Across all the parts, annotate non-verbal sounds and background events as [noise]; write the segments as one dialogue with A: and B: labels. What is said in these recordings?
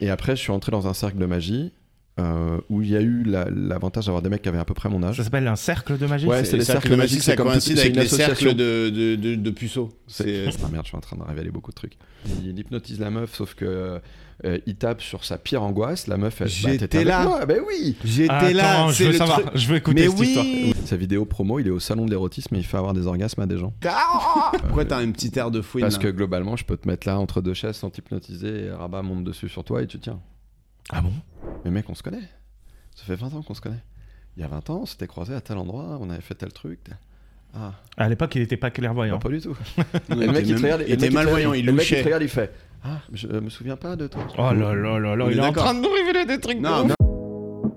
A: Et après, je suis entré dans un cercle de magie euh, où il y a eu la- l'avantage d'avoir des mecs qui avaient à peu près mon âge. [laughs]
B: Hein, Ça s'appelle un cercle de magie
A: Ouais,
B: c'est-
A: c'est les cercles magiques, c'est
C: ça
A: comme tout-
C: coïncide
A: c'est
C: avec
A: une
C: les cercles
A: association.
C: de, de, de, de puceaux. C'est-
A: Ah merde, je suis en train de révéler beaucoup de trucs. Il hypnotise la meuf, sauf que euh, il tape sur sa pire angoisse. La meuf, elle bah,
C: J'étais
A: t'étais avec
C: là.
A: moi, bah oui.
C: J'étais là,
B: Attends, je
C: c'est
B: veux
C: le
B: savoir,
C: truc.
B: je veux écouter
C: Mais
B: cette histoire.
C: oui
A: Sa vidéo promo, il est au salon de l'érotisme et il fait avoir des orgasmes à des gens.
C: Ah Pourquoi t'as un petit air de fouine
A: Parce
C: là
A: que globalement, je peux te mettre là entre deux chaises sans t'hypnotiser, et rabat monte dessus sur toi et tu tiens.
B: Ah bon
A: Mais mec, on se connaît. Ça fait 20 ans qu'on se connaît. Il y a 20 ans, on s'était croisés à tel endroit, on avait fait tel truc. tel- Ah,
B: À l'époque, il n'était pas clairvoyant.
A: non, pas du tout. Et
C: Ouais,
A: le mec,
C: t'es
A: il
C: même-
A: te regarde. et le mec, il
C: et t'es
A: te regarde,
C: malvoyant, il
A: Le mec, il
C: louchait.
A: te regarde, il fait Ah, je me souviens pas de toi.
B: Oh là là là là,
C: On
B: il est
C: est
B: en
C: d'accord.
B: train de nous révéler des trucs. de
C: Non,
B: ouf.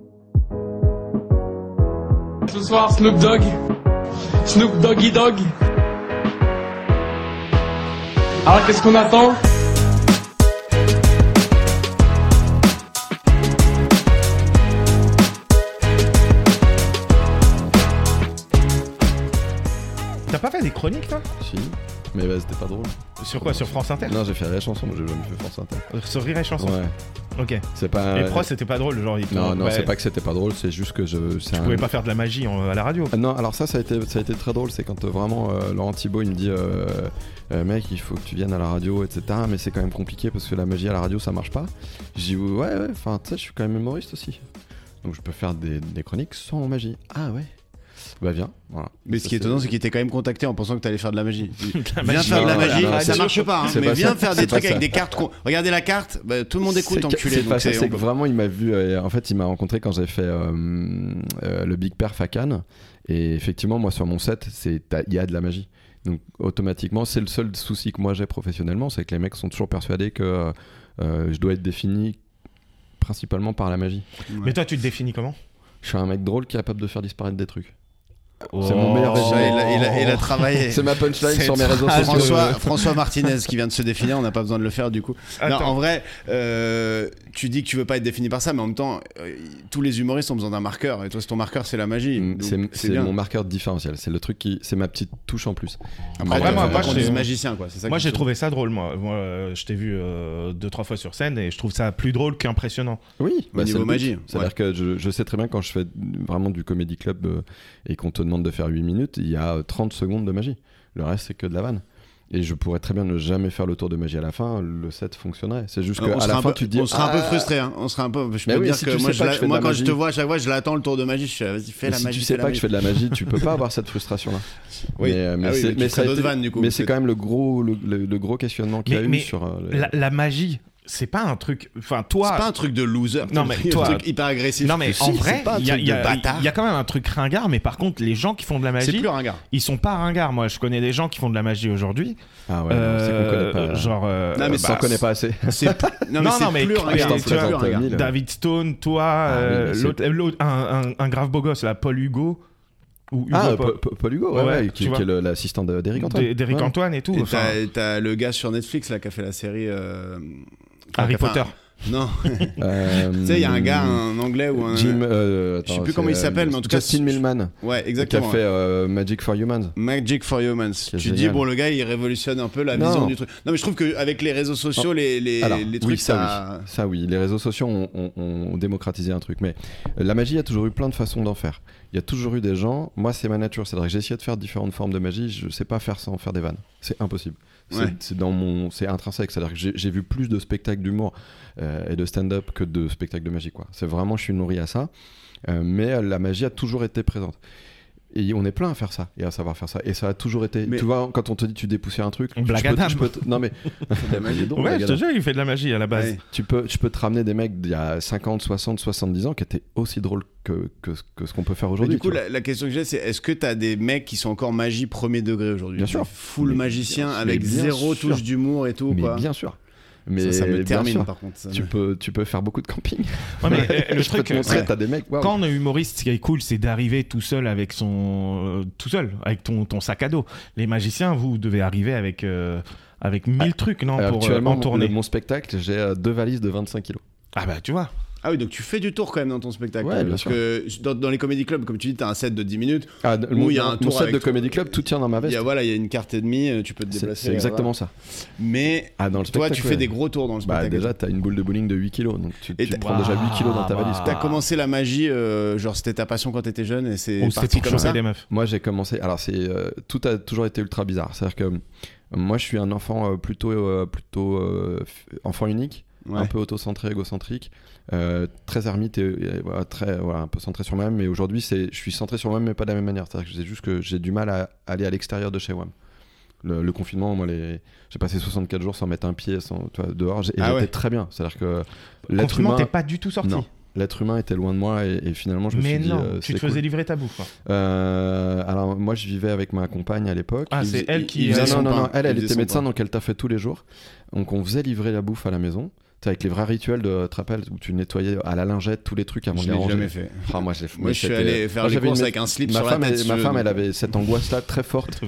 D: Ce soir, Snoop Dogg. Snoop Doggy Dogg. Alors, qu'est-ce qu'on attend
B: T'as pas fait des chroniques, toi
A: Si. Mais bah, c'était pas drôle.
B: Sur quoi Sur France Inter Euh,
A: Non, j'ai fait la chanson, moi j'ai jamais fait Force Inter.
B: Sur Rire et Chanson
A: Ouais.
B: Ok.
A: C'est
C: Ah
A: pas.
B: Et Pro, c'était pas drôle, genre. ils-
A: Non, non,
B: ouais,
A: c'est pas que c'était pas drôle, c'est juste que je. c'est
B: Tu
A: un-
B: pouvais pas faire de la magie en- à la radio. [laughs]
A: Ah Non, alors ça, ça a été, ça a été très drôle. C'est quand euh, vraiment euh, Laurent Thibault, il me dit euh, Euh, Mec, il faut que tu viennes à la radio, etc. Mais c'est quand même compliqué parce que la magie à la radio, ça marche pas. Je dis Ouais, ouais, enfin, tu sais, je suis quand même humoriste aussi. Donc je peux faire des, des chroniques sans magie. Ah ouais Bah, viens. Voilà.
C: Mais ce
A: Ça,
C: qui est
A: c'est-
C: étonnant, c'est qu'il était quand même contacté en pensant que t'allais faire de la magie.
B: La
C: Viens
B: magie,
C: faire de la
A: Non,
C: magie,
A: non, non,
C: ça
A: c'est-
C: marche pas. hein,
A: c'est
C: mais
A: pas
C: viens
A: ça,
C: faire
A: c'est
C: des
A: pas
C: trucs avec
A: ça.
C: des cartes. qu'on- Regardez la carte, bah, tout le monde écoute,
A: C'est que-
C: enculé.
A: C'est pas
C: donc euh,
A: ça,
C: c'est-
A: c'est que vraiment, il m'a vu. euh, en fait, il m'a rencontré quand j'ai fait euh, euh, le Big Perf à Cannes. Et effectivement, moi, sur mon set, c'est- t'as- il y a de la magie. Donc, automatiquement, c'est le seul souci que moi j'ai professionnellement, c'est que les mecs sont toujours persuadés que euh, je dois être défini principalement par la magie.
B: Mais toi, tu te définis comment
A: Je suis un mec drôle qui est capable de faire disparaître des trucs.
C: Oh.
A: C'est mon meilleur
C: on-
A: réseau.
C: Ouais, il a- il
B: Oh.
C: a- il a travaillé.
A: C'est ma punchline
B: c'est
A: sur mes réseaux
B: trash.
A: sociaux.
C: Ah, François, François Martinez qui vient de se définir, on n'a pas besoin de le faire du coup. Non,
B: Attends.
C: en vrai, euh, tu dis que tu veux pas être défini par ça, mais en même temps, euh, tous les humoristes ont besoin d'un marqueur, et toi, c'est ton marqueur, c'est la magie.
A: Mm,
C: Donc,
A: C'est c'est
C: bien.
A: mon marqueur différentiel. C'est le truc qui, c'est ma petite touche en plus.
C: Après,
B: Vraiment,
C: vraiment,
B: moi,
C: pas qu'on
B: je-
C: dise magicien, quoi. c'est ça
B: Moi,
C: que
B: j'ai
C: je-
B: trouvé ça drôle, moi. Moi, euh, je t'ai vu euh, deux, trois fois sur scène et je trouve ça plus drôle qu'impressionnant.
A: Oui, bah,
C: Au niveau
A: c'est le but.
C: magie,
A: C'est-à-dire
C: ouais.
A: que je, je sais très bien quand je fais vraiment du comedy club euh, et qu'on te demande de faire 8 minutes, il y a euh, 30 secondes de magie. Le reste, c'est que de la vanne. Et je pourrais très bien ne jamais faire le tour de magie à la fin, le set fonctionnerait. C'est juste
C: Ah, on
A: qu'à
C: sera
A: la
C: un
A: fin,
C: peu-
A: tu te dis.
C: on sera un peu
A: Ah,
C: frustré, hein. on sera un peu. Je
A: Mais
C: peux
A: oui,
C: dire
A: si
C: que
A: tu
C: moi,
A: sais pas
C: je la-
A: que je fais de
C: moi,
A: la
C: quand je te
A: magie.
C: vois à chaque fois, je l'attends le tour de magie. Je suis là, vas-y, fais
A: mais
C: la
A: si
C: magie.
A: tu sais
C: la
A: pas que
C: magie.
A: je fais de la magie,
C: [laughs]
A: tu peux pas avoir cette frustration-là.
C: Oui.
A: euh,
C: Ah oui,
A: c'est-
C: mais tu
A: ça
C: ferais
A: a
C: d'autres
A: été-
C: vannes, du coup,
A: mais c'est
C: peut-être.
A: quand même le gros, le, le- le gros questionnement qu'il y a
B: Mais-
A: eu
B: mais
A: sur. euh, le-
B: La, la magie, c'est pas un truc. Enfin,
C: C'est
B: toi.
C: pas un truc de loser.
B: Non, mais
C: c'est [laughs] un
B: toi-
C: truc hyper agressif.
B: Non, mais
C: Si,
B: en
C: c'est
B: vrai,
C: pas un
B: il y, a-
C: truc
B: il y
C: de
B: a-
C: bâtard.
B: il y a quand même un truc ringard, mais par contre, les gens qui font de la
C: C'est
B: magie,
C: plus un gars.
B: ils sont pas ringards. Moi, je connais des gens qui font de la magie aujourd'hui.
A: Ah ouais, non, c'est qu'on connaît
B: Euh,
A: pas.
B: Genre. euh,
C: Non, mais
A: on
C: bah,
A: s'en connaît pas assez.
C: C'est plus- Non, mais
B: Non, non,
C: c'est
B: mais-
C: plus un
B: mais
C: gars.
B: je t'en
C: C'est plus
A: présente
C: un gars.
A: mille.
B: David Stone, toi,
A: Ah oui, mais
B: euh,
A: c'est-
B: l'autre, l'autre- un, un- un grave beau gosse, là, Paul Hugo. Ou Hugo
A: Ah,
B: Paul-
A: Paul Paul Hugo, ouais,
B: Ouais,
A: ouais,
B: tu
A: qui,
B: vois.
A: qui est le- l'assistant de- d'Eric Antoine.
B: d'E- d'Eric
A: Ouais.
B: Antoine et tout.
C: Et
B: enfin,
C: t'as- et t'as le gars sur Netflix là qui a fait la série euh,
B: Harry
C: enfin,
B: Potter.
C: Non,
A: Euh,
C: tu sais, il y a un gars, un anglais ou un.
A: Jim, euh,
C: je sais
A: attends,
C: plus comment
A: c'est,
C: il s'appelle, mais en tout cas,
A: Justin
C: je-
A: Millman,
C: Ouais,
A: qui a
C: exactement.
A: fait euh, Magic for Humans.
C: Magic for Humans.
A: Qui est
C: Tu dis,
A: génial.
C: bon, le gars, il révolutionne un peu la
A: Non.
C: vision du truc. Non, mais je trouve qu'avec les réseaux sociaux, les, les,
A: Alors,
C: les
A: oui,
C: trucs,
A: ça, oui. Ça, oui. Les réseaux sociaux ont, ont- ont démocratisé un truc. Mais la magie, il y a toujours eu plein de façons d'en faire. Il y a toujours eu des gens. Moi, c'est ma nature. C'est-à-dire que j'ai essayé de faire différentes formes de magie. Je sais pas faire sans faire des vannes. C'est impossible. C'est
C: Ouais.
A: c'est dans mon, c'est intrinsèque. C'est-à-dire que j'ai j'ai vu plus de spectacles d'humour euh, et de stand-up que de spectacles de magie. Quoi. C'est vraiment, je suis nourri à ça. Euh, mais euh, la magie a toujours été présente. Et on est plein à faire ça et à savoir faire ça. Et ça a toujours été.
C: Mais-
A: Tu vois, quand on te dit tu dépoussières un truc,
B: Blague
A: je
B: à
A: peux-
B: dame.
A: je peux te- Non mais.
C: la magie.
A: [laughs] Donc, bah,
B: Ouais,
A: blague
B: je
A: à
B: te
A: dame.
B: jure, il fait de la magie à la base.
C: Ouais.
A: Tu peux, tu peux te ramener des mecs d'il y a 50, 60, 70 ans qui étaient aussi drôles que, que, ce- que ce qu'on peut faire
C: Mais
A: aujourd'hui.
C: du coup,
A: tu vois.
C: la, la question que j'ai, c'est est-ce que t'as des mecs qui sont encore magie premier degré aujourd'hui
A: Bien
C: Des
A: sûr.
C: Full
A: Mais-
C: magicien
A: mais
C: avec
A: bien
C: zéro
A: sûr.
C: touche d'humour et tout,
A: mais
C: quoi.
A: bien sûr. Mais
C: ça, ça me
A: bien
C: termine
A: sûr.
C: par contre. ça
A: Tu
C: me-
A: peux, tu peux faire beaucoup de camping.
B: Ouais,
A: [laughs]
B: mais, euh, le
A: Je peux
B: truc,
A: te montrer,
C: ouais.
A: t'as des mecs. waouh.
B: Quand on est humoriste, ce qui est cool, c'est d'arriver tout seul avec son, euh, tout seul avec ton, ton sac à dos. Les magiciens, vous devez arriver avec euh, avec mille trucs, non,
A: Alors,
B: pour euh,
A: Ah, Actuellement,
B: en
A: mon-
B: tournée.
A: le- mon spectacle, j'ai euh, deux valises de 25 kilos.
B: Ah bah tu vois.
C: Ah oui, donc tu fais du tour quand même dans ton spectacle. euh,
A: Ouais, bien
C: parce
A: sûr.
C: que dans, dans les comédie clubs, comme tu dis, t'as un set de 10 minutes.
A: Ah,
C: Où
A: mon,
C: il y a un
A: mon
C: tour
A: set
C: avec
A: de
C: toi.
A: comedy club, tout tient dans ma
C: Il y
A: veste.
C: a, voilà, il y a une carte et demie, euh, tu peux te
A: C'est-
C: déplacer.
A: C'est exactement ça.
C: voilà. Mais
A: Ah, dans le
C: toi,
A: spectacle.
C: tu fais
A: ouais.
C: des gros tours dans le
A: Bah
C: spectacle.
A: déjà, t'as une boule de bowling de 8 kilos, donc tu,
C: Et
A: tu
C: t'as-
A: prends déjà 8 kilos dans ta
B: Waouh.
A: valise. quoi.
C: T'as commencé la magie, euh, genre c'était ta passion quand t'étais jeune et c'est
B: On
A: Oh,
B: s'était
C: parti
B: pour
C: comme ça.
B: les meufs.
A: Moi, j'ai commencé. Alors, c'est euh, tout a toujours été ultra bizarre. C'est-à-dire que euh, moi, je suis un enfant euh, plutôt euh, plutôt euh, f- enfant unique,
C: Ouais.
A: un peu autocentré, égocentrique, euh, très ermite et, et voilà, très voilà, un peu centré sur moi-même. Mais aujourd'hui, c'est je suis centré sur moi-même, mais pas de la même manière. C'est-à-dire que c'est juste que j'ai du mal à aller à l'extérieur de chez moi. Le, le confinement, moi, les... j'ai passé 64 jours sans mettre un pied sans, tu vois, dehors, j'ai- et
C: Ah
A: j'étais
C: ouais.
A: très bien. C'est-à-dire que l'être
B: Confinement,
A: humain,
B: t'es pas du tout sorti.
A: Non. l'être humain était loin de moi, et, et finalement, je me
B: Mais
A: suis
B: non,
A: dit, euh,
B: tu
A: c'est
B: te
A: cool.
B: faisais livrer
A: [laughs]
B: ta bouffe. quoi.
A: Euh, alors moi je vivais avec ma compagne à l'époque.
B: Ah,
A: Ils-
B: c'est elle qui.
C: ils
A: Non,
C: faisaient
A: non,
C: son
A: non,
C: pain.
A: non, elle, elle
C: Ils faisaient
A: était
C: son
A: médecin,
C: pain.
A: donc elle taffait tous les jours. Donc on faisait livrer la bouffe à la maison. C'est avec les vrais rituels de, tu te rappelles, où tu nettoyais à la lingette tous les trucs avant
C: Je
A: de les
C: l'ai
A: ranger.
C: jamais fait.
A: Ah, moi, j'ai-
C: Moi,
A: mais
C: je suis
A: c'était- euh,
C: allé faire
A: moi,
C: les
A: j'avais une
C: courses
A: mé-
C: avec un slip
A: Ma
C: sur la
A: femme,
C: tête.
A: elle-
C: si
A: ma
C: tu veux,
A: femme, elle
C: donc
A: avait cette angoisse-là très forte.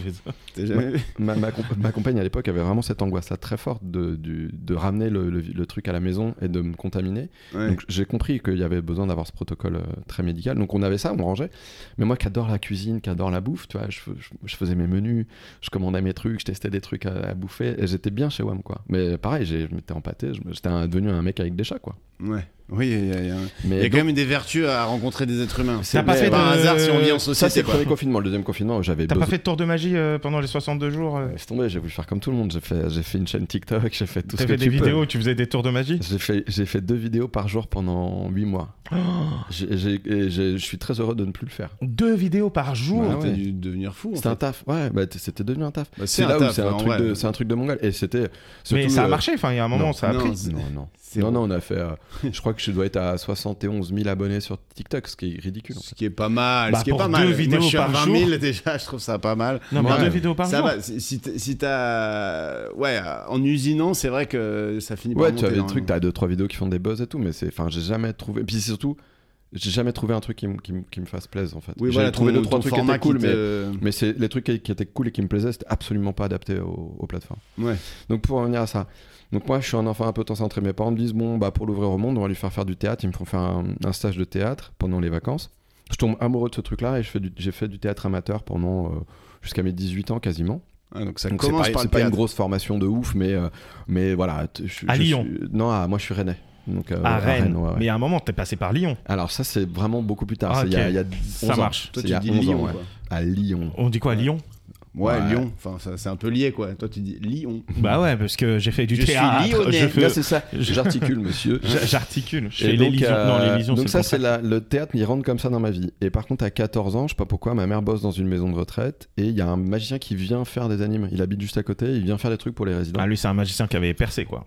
C: t'es jamais-
A: Ma, ma comp- ma compagne à l'époque avait vraiment cette angoisse-là très forte de, du- de ramener le- le- le truc à la maison et de me contaminer.
C: Ouais.
A: Donc j'ai compris qu'il y avait besoin d'avoir ce protocole euh, très médical. Donc on avait ça, on rangeait. Mais moi qui adore la cuisine, qui adore la bouffe, tu vois, je, je- je faisais mes menus, je commandais mes trucs, je testais des trucs à, à bouffer. Et j'étais bien chez WAM, quoi. Mais pareil, j'ai- je m'étais empâté, je me- j'étais un- devenu un mec avec des chats, quoi.
C: Ouais. Oui, il y a- il y a- il y
A: Mais
C: a quand même des vertus à rencontrer des êtres humains.
A: C'est-
B: T'as pas
A: mais-
B: fait
C: Par
B: de-
C: hasard, si on vit en
A: ça, c'est
C: société,
A: le
C: quoi.
A: premier confinement. Le deuxième confinement, j'avais
B: T'as pas
A: besoin.
B: fait de tour de magie euh, pendant les 62 jours euh,
A: Laisse tomber, j'ai voulu faire comme tout le monde. J'ai fait, j'ai fait une chaîne TikTok, j'ai fait tout ce
B: T'as
A: que
B: fait des
A: tu peux.
B: vidéos où tu faisais des tours de magie
A: J'ai fait, j'ai fait deux vidéos par jour pendant huit mois.
B: Oh.
A: J'ai- j'ai- et j'ai- je suis très heureux de ne plus le faire.
B: Deux vidéos par jour
A: Ah Ouais.
C: T'as Ah dû devenir fou. en
A: C'était un
C: fait.
A: taf, ouais, bah, t- c'était devenu un taf.
C: Bah,
A: C'est là
C: taf,
A: où c'est
C: en
A: un, truc
C: vrai.
A: de- c'est un truc de mongol. Et c'était.
B: Mais
A: surtout,
B: ça a
A: euh,
B: marché, enfin, il y a un moment,
A: non.
B: ça a
C: Non,
B: pris.
C: c'est-
A: Non, non.
C: c'est
A: Non,
C: bon.
A: non, on a fait. euh, je crois que je dois être à 71 000 abonnés sur TikTok, ce qui est ridicule. en fait.
C: Ce qui est pas mal.
B: Bah,
C: ce qui est
B: pour
C: pas
B: deux
C: mal. Moi,
B: vidéos
C: je suis à
B: par
C: 20
B: jour.
C: 000 déjà, je trouve ça pas mal.
B: Non, mais
A: Ouais.
B: deux vidéos par
C: ça
B: jour.
C: va, si si t- si t'as. ouais, en usinant, c'est vrai que ça finit par
A: Ouais, tu
C: monter
A: as des
C: dans-
A: trucs, t'as deux, trois vidéos qui font des buzz et tout, mais c'est. Enfin, j'ai jamais trouvé. Puis surtout, j'ai jamais trouvé un truc qui, me- qui, me- qui me fasse plaisir en fait.
C: Oui,
A: j'ai
C: voilà,
A: trouvé
C: ton-
A: deux, trois
C: ton
A: trucs qui
C: format
A: étaient cool, mais. euh,
C: te-
A: Mais c'est les trucs qui, qui étaient cool et qui me plaisaient, c'était absolument pas adapté aux, aux plateformes.
C: Ouais.
A: Donc pour revenir à ça, donc moi je suis un enfant un peu centré. Mes parents me disent bon bah pour l'ouvrir au monde, on va lui faire faire du théâtre. Ils me font faire un, un stage de théâtre pendant les vacances. Je tombe amoureux de ce truc-là et je fais du- j'ai fait du théâtre amateur pendant euh, jusqu'à mes 18 ans quasiment.
C: Ah, donc ça
A: Donc c'est
C: commence
A: pas,
C: par
A: c'est
C: le
A: pas une
C: théâtre.
A: grosse formation de ouf, mais euh, mais voilà. t- je-
B: À
A: je
B: Lyon.
A: suis- non, ah, moi je suis rennais. Donc, euh,
B: À
A: à
B: Rennes.
A: ouais, ouais.
B: Mais à un moment, t'es passé par Lyon.
A: Alors ça c'est vraiment beaucoup plus tard.
B: Ah,
A: C'est il y a-
B: ok.
A: il y a 11
B: Ça
A: ans.
B: marche.
A: C'est
C: Toi, tu
A: il y a
C: dis
A: 11 ans,
C: Lyon.
A: ouais.
C: quoi.
A: À Lyon.
B: On dit quoi, Lyon
C: Ouais,
A: Ouais.
C: Lyon. Enfin, ça- c'est un peu lié, quoi. Toi, tu dis Lyon.
B: Bah ouais, parce que j'ai fait du
C: Je suis
B: théâtre.
C: lyonnais.
B: [laughs] je
A: Là
B: fais-
A: c'est ça. J'articule monsieur.
B: j'a- J'articule. Je
A: Et
B: fais
A: donc,
B: l'élision.
A: euh,
B: non, l'élision,
A: donc
B: c'est
A: ça,
B: le
A: c'est
B: contraire.
A: la- le théâtre m'y rentre comme ça dans ma vie. Et par contre, à 14 ans, je sais pas pourquoi, ma mère bosse dans une maison de retraite et il y a un magicien qui vient faire des animes. Il habite juste à côté, il vient faire des trucs pour les résidents.
B: Ah, lui, c'est un magicien qui avait percé, quoi.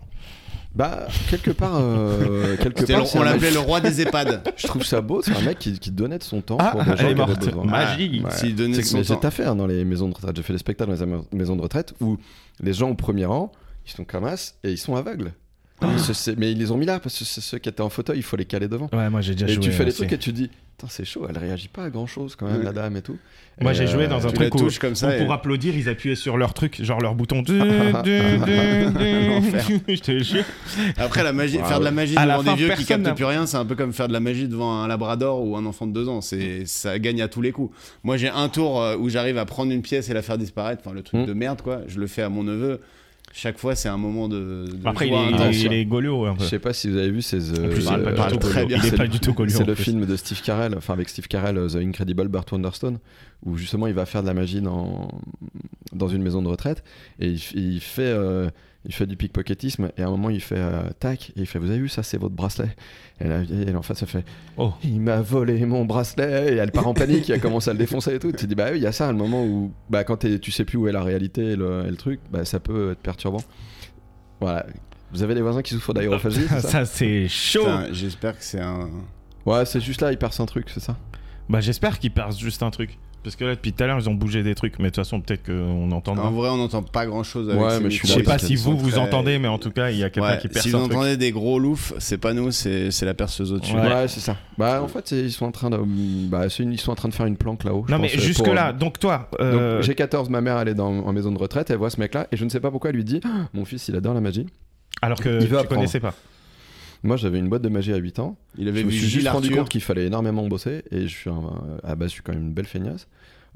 A: Bah, quelque part, euh,
B: [laughs]
A: quelque
C: C'était le-
A: part, c'est
C: on
A: un mec-
C: l'appelait le roi
A: [laughs]
C: des EHPAD.
A: Je trouve ça beau, c'est un mec qui, qui donnait de son temps
B: Ah,
A: pour des gens
B: elle est
A: qui avaient
B: morte.
A: besoin.
B: Magie.
A: Ouais.
C: S'il donnait
A: C'est
C: de
A: que-
C: son
A: mais J'ai
C: temps.
A: taffé hein, dans les maisons de retraite. J'ai fait des spectacles dans les ama- maisons de retraite où les gens au premier rang, ils sont camasses et ils sont aveugles.
B: Ah.
A: Ils se- c'est- mais ils les ont mis là parce que c'est ceux qui étaient en fauteuil, il faut les caler devant.
B: Ouais, moi, j'ai déjà
A: Et
B: joué.
A: tu fais
B: euh,
A: les
B: c'est-
A: trucs et tu dis, putain, c'est chaud, elle réagit pas à grand chose quand même,
C: Ouais.
A: la dame et tout.
B: Moi,
A: Et,
B: j'ai joué dans un
A: Euh, tu
C: Tu la
B: truc où.
C: touches comme
B: où
C: ça. et-
B: pour applaudir, ils appuyaient sur leur truc, genre leur
A: [laughs]
B: bouton. Du, du, du, du. [laughs] Je te jure.
C: Après, la magie,
A: Ah
C: faire de la
A: ouais.
C: magie
B: À la
C: devant
B: fin,
C: des vieux qui
B: personne n'a-
C: captent plus rien, c'est un peu comme faire de la magie devant un labrador ou un enfant de 2 ans. C'est, ça gagne à tous les coups. Moi, j'ai un tour euh, où j'arrive à prendre une pièce et la faire disparaître. Enfin, le truc
A: Mm.
C: de merde, quoi. Je le fais à mon neveu. Chaque fois, c'est un moment de. de
B: Après, il
C: joie
B: est, il
C: intense,
B: est, il
C: quoi.
B: est gaulo, un peu.
A: Je sais pas si vous avez vu ces. euh,
B: En plus, il
C: bah,
B: est pas
C: bah,
B: du tout
C: très
B: gaulo.
C: bien.
B: Il est
A: C'est-
B: pas du tout gaulo, en
A: C'est le
B: plus.
A: film de Steve Carell, enfin avec Steve Carell, euh, The Incredible Burt Wonderstone, où justement il va faire de la magie dans, dans une maison de retraite et il, f- il fait, euh, il fait du pickpocketisme et à un moment il fait euh, tac et il fait Vous avez vu ça, c'est votre bracelet Et la vieille, elle en face, elle fait
B: Oh.
A: Il m'a volé mon bracelet et elle part en panique et elle commence à le défoncer et tout. Tu te dis Bah oui, il y a ça, le moment où bah, quand t'es- tu sais plus où est la réalité et le, et le truc, bah, ça peut être perturbant. Voilà. Vous avez des voisins qui souffrent
B: [laughs]
A: d'aérophagie c'est ça
B: Ça, c'est chaud.
C: Putain, j'espère que c'est un.
A: Ouais, c'est juste là, il perce un truc, c'est ça
B: Bah, j'espère qu'ils passent juste un truc. Parce que là, depuis tout à l'heure, ils ont bougé des trucs. Mais de toute façon, peut-être qu'on entendra.
C: En vrai, on n'entend pas grand chose avec
A: bah. Ouais,
C: ces
A: mais je suis là,
B: Je sais
A: oui,
B: pas
A: parce
B: si
A: qu'ils
B: vous vous
C: très-
B: entendez, mais en tout cas, il y a quelqu'un
C: Ouais,
B: qui
C: si
B: perce
C: vous
B: un truc.
C: entendez des gros loufs, c'est pas nous, c'est c'est la perceuse au-dessus.
B: Ouais.
A: Ouais, c'est ça. Bah en fait, c'est- ils sont en train de bah, c'est une- ils sont en train de faire une planque là-haut. je
B: Non, mais
A: pense, euh,
B: jusque
A: pour,
B: là,
A: euh,
B: donc toi,
A: donc,
B: euh,
A: j'ai 14, ma mère elle est dans, en maison de retraite, elle voit ce mec là et je ne sais pas pourquoi elle lui dit "Ah, mon fils, il adore la magie."
B: alors que
A: il veut
B: tu
A: apprendre.
B: connaissais pas.
A: Moi, j'avais une boîte de magie à 8 ans.
C: Il avait
A: Je me
C: vu
A: suis juste
C: Gilles
A: rendu
C: Arthur.
A: compte qu'il fallait énormément bosser et je suis un- à base, je suis quand même une belle feignasse.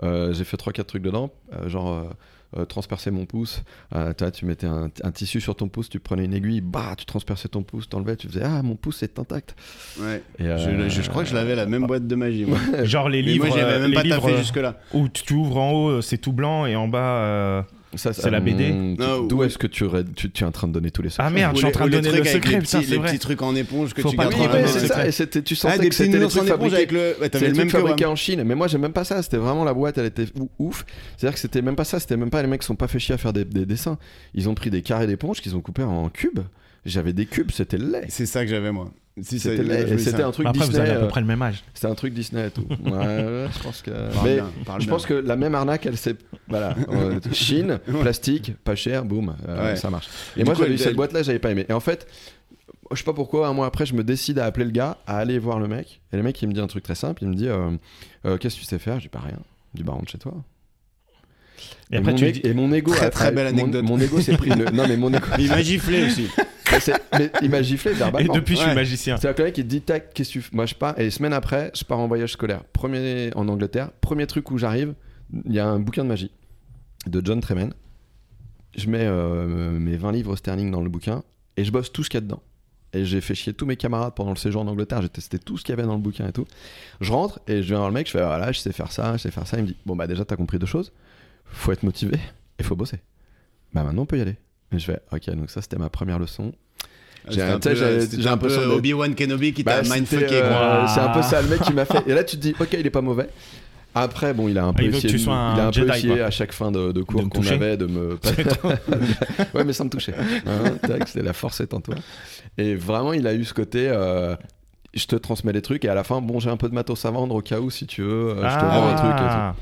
A: Euh, j'ai fait 3-4 trucs dedans, euh, genre euh, euh, transpercer mon pouce. Euh, toi, tu mettais un, un tissu sur ton pouce, tu prenais une aiguille, bah, tu transperçais ton pouce, t'enlevais, tu faisais Ah, mon pouce est intact.
C: Ouais.
A: Et, euh,
C: Je, je- je crois que je l'avais la même boîte de magie. Moi.
B: Genre les
C: Mais
B: livres, euh,
C: moi, j'avais même
B: les
C: pas
B: livres
C: tapé jusque-là.
B: où tu tu ouvres en haut, euh, c'est tout blanc et en bas. euh,
A: ça,
B: c'est la BD.
A: hum, tu-
C: Non,
A: D'où
C: oui.
A: est-ce que tu, aurais- tu, tu es en train de donner tous les
B: Ah
A: secrets
B: merde, je suis en train de donner le secret,
C: les
B: putain,
C: petits,
B: c'est
C: les
B: vrai.
C: petits trucs en éponge que
B: Faut
C: tu
B: pas
C: gardes
A: Oui,
C: dans
B: trop
C: la
A: mais
C: main.
B: le
A: c'est ça,
B: secret.
A: et c'était- tu sentais
C: Ah, des
A: que
C: petits
A: c'était les
C: nounours
A: trucs
C: en éponge
A: fabriqués.
C: avec le. Ouais,
A: C'était
C: t'avais le même hein. que moi.
A: fabriqué en Chine, mais moi j'ai même pas ça. C'était vraiment la boîte, elle était ou- ouf. C'est-à-dire que c'était même pas ça. C'était même pas les mecs qui sont pas fait chier à faire des, des dessins. Ils ont pris des carrés d'éponge qu'ils ont coupés en cubes. J'avais des cubes, c'était laid.
C: C'est ça que j'avais moi. Si, ça-
A: C'était laid. Et
C: je me
A: C'était
C: souviens.
A: un truc
B: Après, vous
A: Disney.
B: avez à peu
A: euh,
B: près le même âge.
A: C'était un truc Disney et tout. Ouais, ouais, je pense que.
C: Parle
A: Mais
C: bien, parle
A: Ah, je
C: bien.
A: pense que la même arnaque, elle s'est.
C: [laughs]
A: Voilà. Euh, Chine, plastique, pas cher, boum, euh,
C: Ouais.
A: ça marche. Et
C: Du
A: moi,
C: coup,
A: j'avais eu
C: elle-
A: cette boîte-là, j'avais pas aimé. Et en fait, je sais pas pourquoi, un mois après, je me décide à appeler le gars, à aller voir le mec. Et le mec, il me dit un truc très simple. Il me dit euh, Euh, Qu'est-ce que tu sais faire Je dis pas rien. Il me dit Bah, rentre chez toi.
B: Et après,
A: mon,
B: tu
A: ég- et mon ego
C: Très,
A: a-
C: très
A: a-
C: belle
A: mon-
C: anecdote.
A: Mon, ego s'est pris une- Non mais
B: [laughs]
A: mon ego.
C: Il m'a giflé aussi.
A: Mais c'est- mais il m'a giflé
B: Et
A: verbalement.
B: depuis, je suis
C: Ouais.
B: magicien.
A: C'est-à-dire que le mec il te dit tac, qu'est-ce que tu fais Moi je pars et semaine après, je pars en voyage scolaire. Premier en Angleterre, premier truc où j'arrive, il y a un bouquin de magie de John Tremen. Je mets euh, mes 20 livres sterling dans le bouquin et je bosse tout ce qu'il y a dedans. Et j'ai fait chier tous mes camarades pendant le séjour en Angleterre, j'ai testé tout ce qu'il y avait dans le bouquin et tout. Je rentre et je vais voir le mec, je fais voilà, je sais faire ça, je sais faire ça. Il me dit bon bah déjà t'as compris deux choses, faut être motivé et faut bosser. Bah maintenant on peut y aller. Et je fais ok, donc ça c'était ma première leçon. J'ai
C: C'était
A: un-
C: un
A: tu sais,
C: peu,
A: j'ai-
C: c'était
A: j'ai
C: un
A: l'impression
C: peu
A: d'être-
C: Obi-Wan Kenobi qui t'a
A: bah,
C: mindfucké.
A: c'était, euh,
C: quoi.
B: quoi.
A: C'est un peu ça le mec qui m'a fait. Et là tu te dis, ok, il est pas mauvais. Après, bon, il a un peu
B: Ah, il veut
A: essayé,
B: que tu
A: de-
B: sois un
A: il a un peu
B: Jedi,
A: essayé
B: quoi.
A: à chaque fin de, de
B: De
A: cours
B: me
A: qu'on
B: toucher.
A: avait de
B: [laughs]
A: me. [laughs] ouais, mais sans me toucher. Hein, tac, c'est la force est en toi. Et vraiment, il a eu ce côté. euh, je te transmets les trucs et à la fin, bon, j'ai un peu de matos à vendre au cas où si tu veux, euh, je te vends un truc. et tout.
B: Ah.